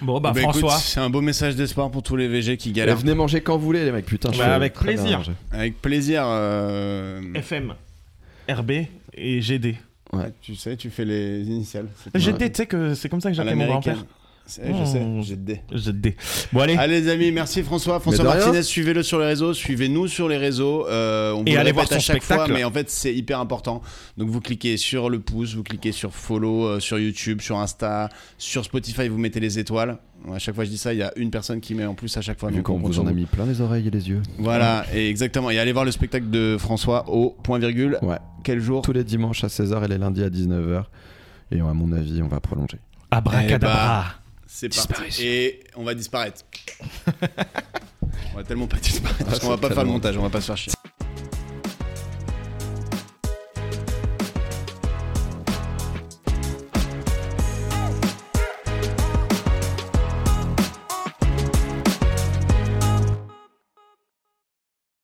B: Bon, bah,
C: Bah, écoute,
B: François.
C: C'est un beau message d'espoir pour tous les VG qui
A: Et
C: galèrent.
A: venez manger quand vous voulez, les mecs. Putain, je
B: Bah,
A: fais
B: avec
A: très bien
B: plaisir.
A: manger.
C: Avec plaisir. euh,
B: FM, RB et GD.
A: Ouais.
C: Tu sais, tu fais les initiales. C'est-
B: GD, Bah, tu sais que c'est comme ça que
C: à
B: j'appelais mon grand-père.
C: l'américaine. C'est- Je sais,
B: Mmh.
C: j'ai des.
B: GD. Bon, allez.
C: Allez les amis, merci François. François
A: de rien.
C: Martinez, suivez-le sur les réseaux, suivez-nous sur les réseaux. Euh, on vous
B: Et
C: le
B: allez
C: répète
B: voir
C: à
B: son
C: chaque
B: spectacle.
C: fois, mais en fait c'est hyper important. Donc vous cliquez sur le pouce, vous cliquez sur follow, euh, sur YouTube, sur Insta, sur Spotify, vous mettez les étoiles. À chaque fois je dis ça, il y a une personne qui met en plus à chaque fois.
A: Vu
C: donc
A: qu'on
C: on compte
A: vous
C: sur
A: en a mis plein les oreilles et les yeux.
C: Voilà, et exactement. Et allez voir le spectacle de François au point virgule.
A: Ouais.
C: Quel jour
A: Tous les dimanches à 16h et les lundis à 19h. Et à mon avis, on va prolonger.
B: bah. Abracadabra.
C: C'est
A: Disparition.
C: parti. Et
A: [laughs]
C: on va disparaître. on va tellement pas disparaître. Parce qu'on va pas
A: Tellement.
C: faire le montage, on va pas se faire chier.